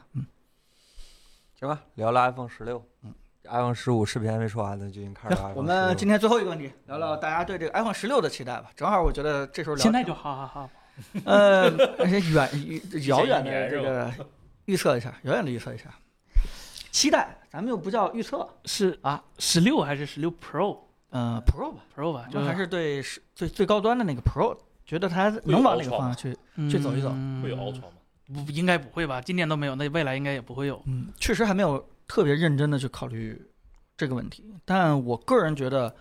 行吧，聊了 iPhone 十六，嗯，iPhone 十五视频还没说完呢，就已经开始了 iPhone 16了。
我们今天最后一个问题，聊聊大家对这个 iPhone 十六的期待吧。正好我觉得这时候聊，
现在就哈哈哈，
呃，而且远远遥远
提前一
的
年
这
是
个预测一下，遥远的预测一下。期待，咱们又不叫预测，
是
啊，
十六还是十六 Pro
呃，Pro 吧，
Pro 吧，
咱
就
们还是对是最最高端的那个 Pro，觉得它能往那个方向去。去走一走
嗯
会有 Ultra 吗？
不应该不会吧？今年都没有，那未来应该也不会有。
嗯，确实还没有特别认真的去考虑这个问题。但我个人觉得，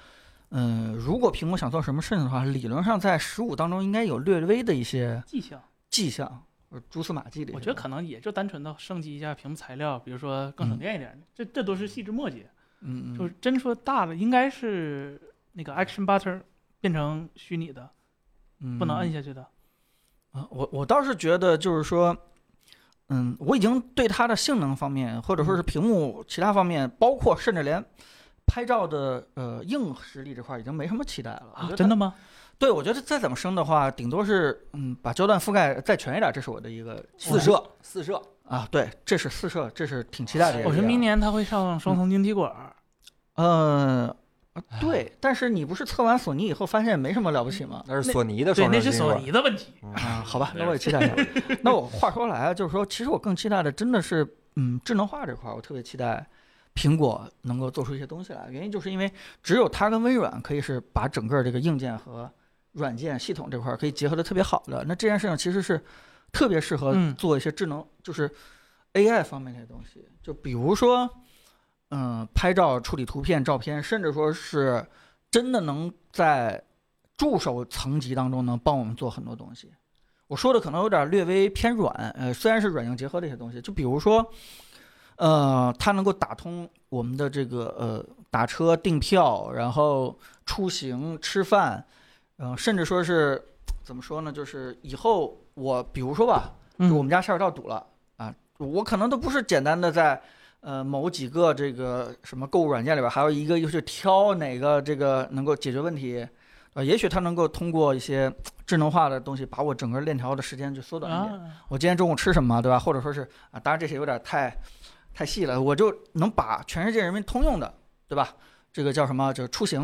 嗯、如果苹果想做什么事情的话，理论上在十五当中应该有略微的一些
迹象，
迹象，呃蛛丝马迹的一些东西。
我觉得可能也就单纯的升级一下屏幕材料，比如说更省电一点，这这都是细枝末节。
嗯嗯，嗯，
就是真说大了，应该是那个 Action Button 变成虚拟的，不能摁
下。
下去的。
啊我我倒是觉得就是说，嗯，我已经对它的性能方面，或者
嗯
说是屏幕其他方面，包括甚至连拍照的呃硬实力这块儿已经没什么期待了。我觉得
啊真的吗？
对，我觉得再怎么升的话，顶多是嗯把焦段覆盖再全一点，这是我的 一个期
四
待
射四射，
啊，对，这是四摄，这是挺期待的一个。
我觉得明，年它会上双层晶体管儿，
呃，对，但是你不是测完索尼以后发现没什么了不起吗？
那是索尼的
对，
双
那
摄
是
屏
索
幕。
尼的问题。
嗯
啊，好吧，
对
那我也期待一下。那我话说回来啊，就是说，其实我更期待的真的是，嗯，智能化这块儿，我特别期待苹果能够做出一些东西来。原因就是因为只有它跟微软可以是把整个这个硬件和软件系统这块儿可以结合的特别好的。那这件事情其实是特别适合
嗯
做一些智能，就是 AI 方面的东西，就比如说，嗯，拍照、处理图片、照片，甚至说是真的能在助手层级当中能帮我们做很多东西。我说的可能有点略微偏软，呃，虽然是软硬结合的一些东西，就比如说，呃，它能够打通我们的这个呃打车、订票，然后出行、吃饭，嗯、甚至说是怎么说呢？就是以后我比如说吧，就我
嗯
们家下水道堵了啊，我可能都不是简单的在呃某几个这个什么购物软件里边，还有一个又去挑哪个这个能够解决问题。呃，也许它能够通过一些智能化的东西，把我整个链条的时间就缩短一点。
啊，
我今天中午吃什么，对吧？或者说是啊，当然这些有点太太细了，我就能把全世界人民通用的，对吧？这个叫什么？这个出行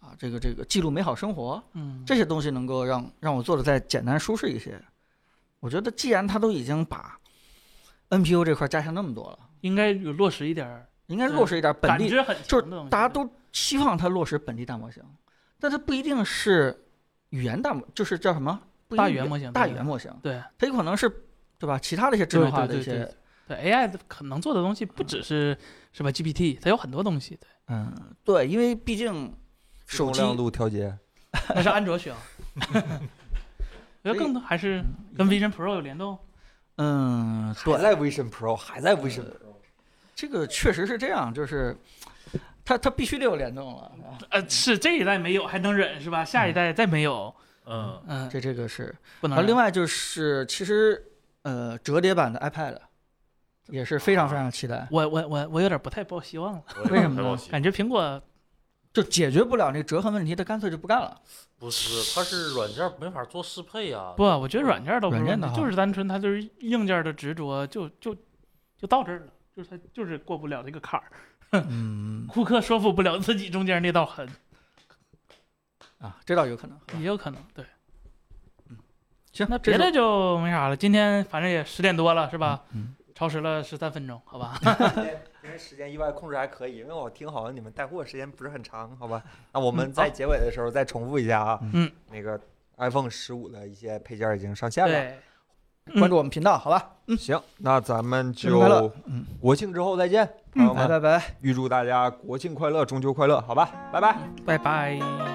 啊，这个这个记录美好生活
嗯，
这些东西，能够让让我做的再简单舒适一些。我觉得既然他都已经把 NPU 这块加强那么多了，
应该有落实一点儿，
应该落实一点本
感
地
知很
就
强
是
的东西。
大家都希望它落实本地大模型，但它不一定是语言大模，就是叫什么不一定
大语言模型
大
对
语言模型，
对
它有可能是对吧？其他的一些智
对
能化
对
的一
对
些，
对对 AI 的可能做的东西不只是什么 GPT，它有很多东西。对，
嗯，对，因为毕竟
自
手
动
机
亮度调节，
那是安卓 需要。我觉得
所以
更多还是
嗯
跟 Vision Pro 有联动。
嗯，
还在 Vision Pro，还在 Vision Pro。
这个确实是这样，就是它它必须得有联动了，啊
呃，是这一代没有还能忍是吧？下一代再没有，
嗯，
嗯，
这这个是。
不能
然后
忍。
另外就是其实呃折叠版的 iPad 也是非常非常期待，
我我我我有点不太抱希望了，
为什么呢哎
呢？
感觉苹果
就解决不了那个折痕问题，它干脆就不干了。
不是，它是软件没法做适配啊。
不，我觉得软件倒不是
软
问
件
题
倒好
就是单纯它就是硬件的执着，就就就到这儿了，就是它就是过不了这个坎儿。
嗯
库克说服不了自己中间那道痕，
啊，这倒有可能。
也有可能对。
行，
那
这
别
是
的就没啥了，今天反正也十点多了是吧？
嗯
超时了十三分钟，好吧？
今天时间意外控制还可以，因为我听好像你们带货时间不是很长，好 吧？那我们
嗯
在
好
结尾的时候再重复一下啊，
嗯，
那个 iPhone 十五的一些配件已经上线了。
对，
关注我们频道，好吧？
行，那咱们
嗯新年快乐嗯
就国庆之后再见，朋友
嗯，拜
们，
拜拜。
预祝大家国庆快乐，中秋快乐，好吧？拜拜。
拜拜。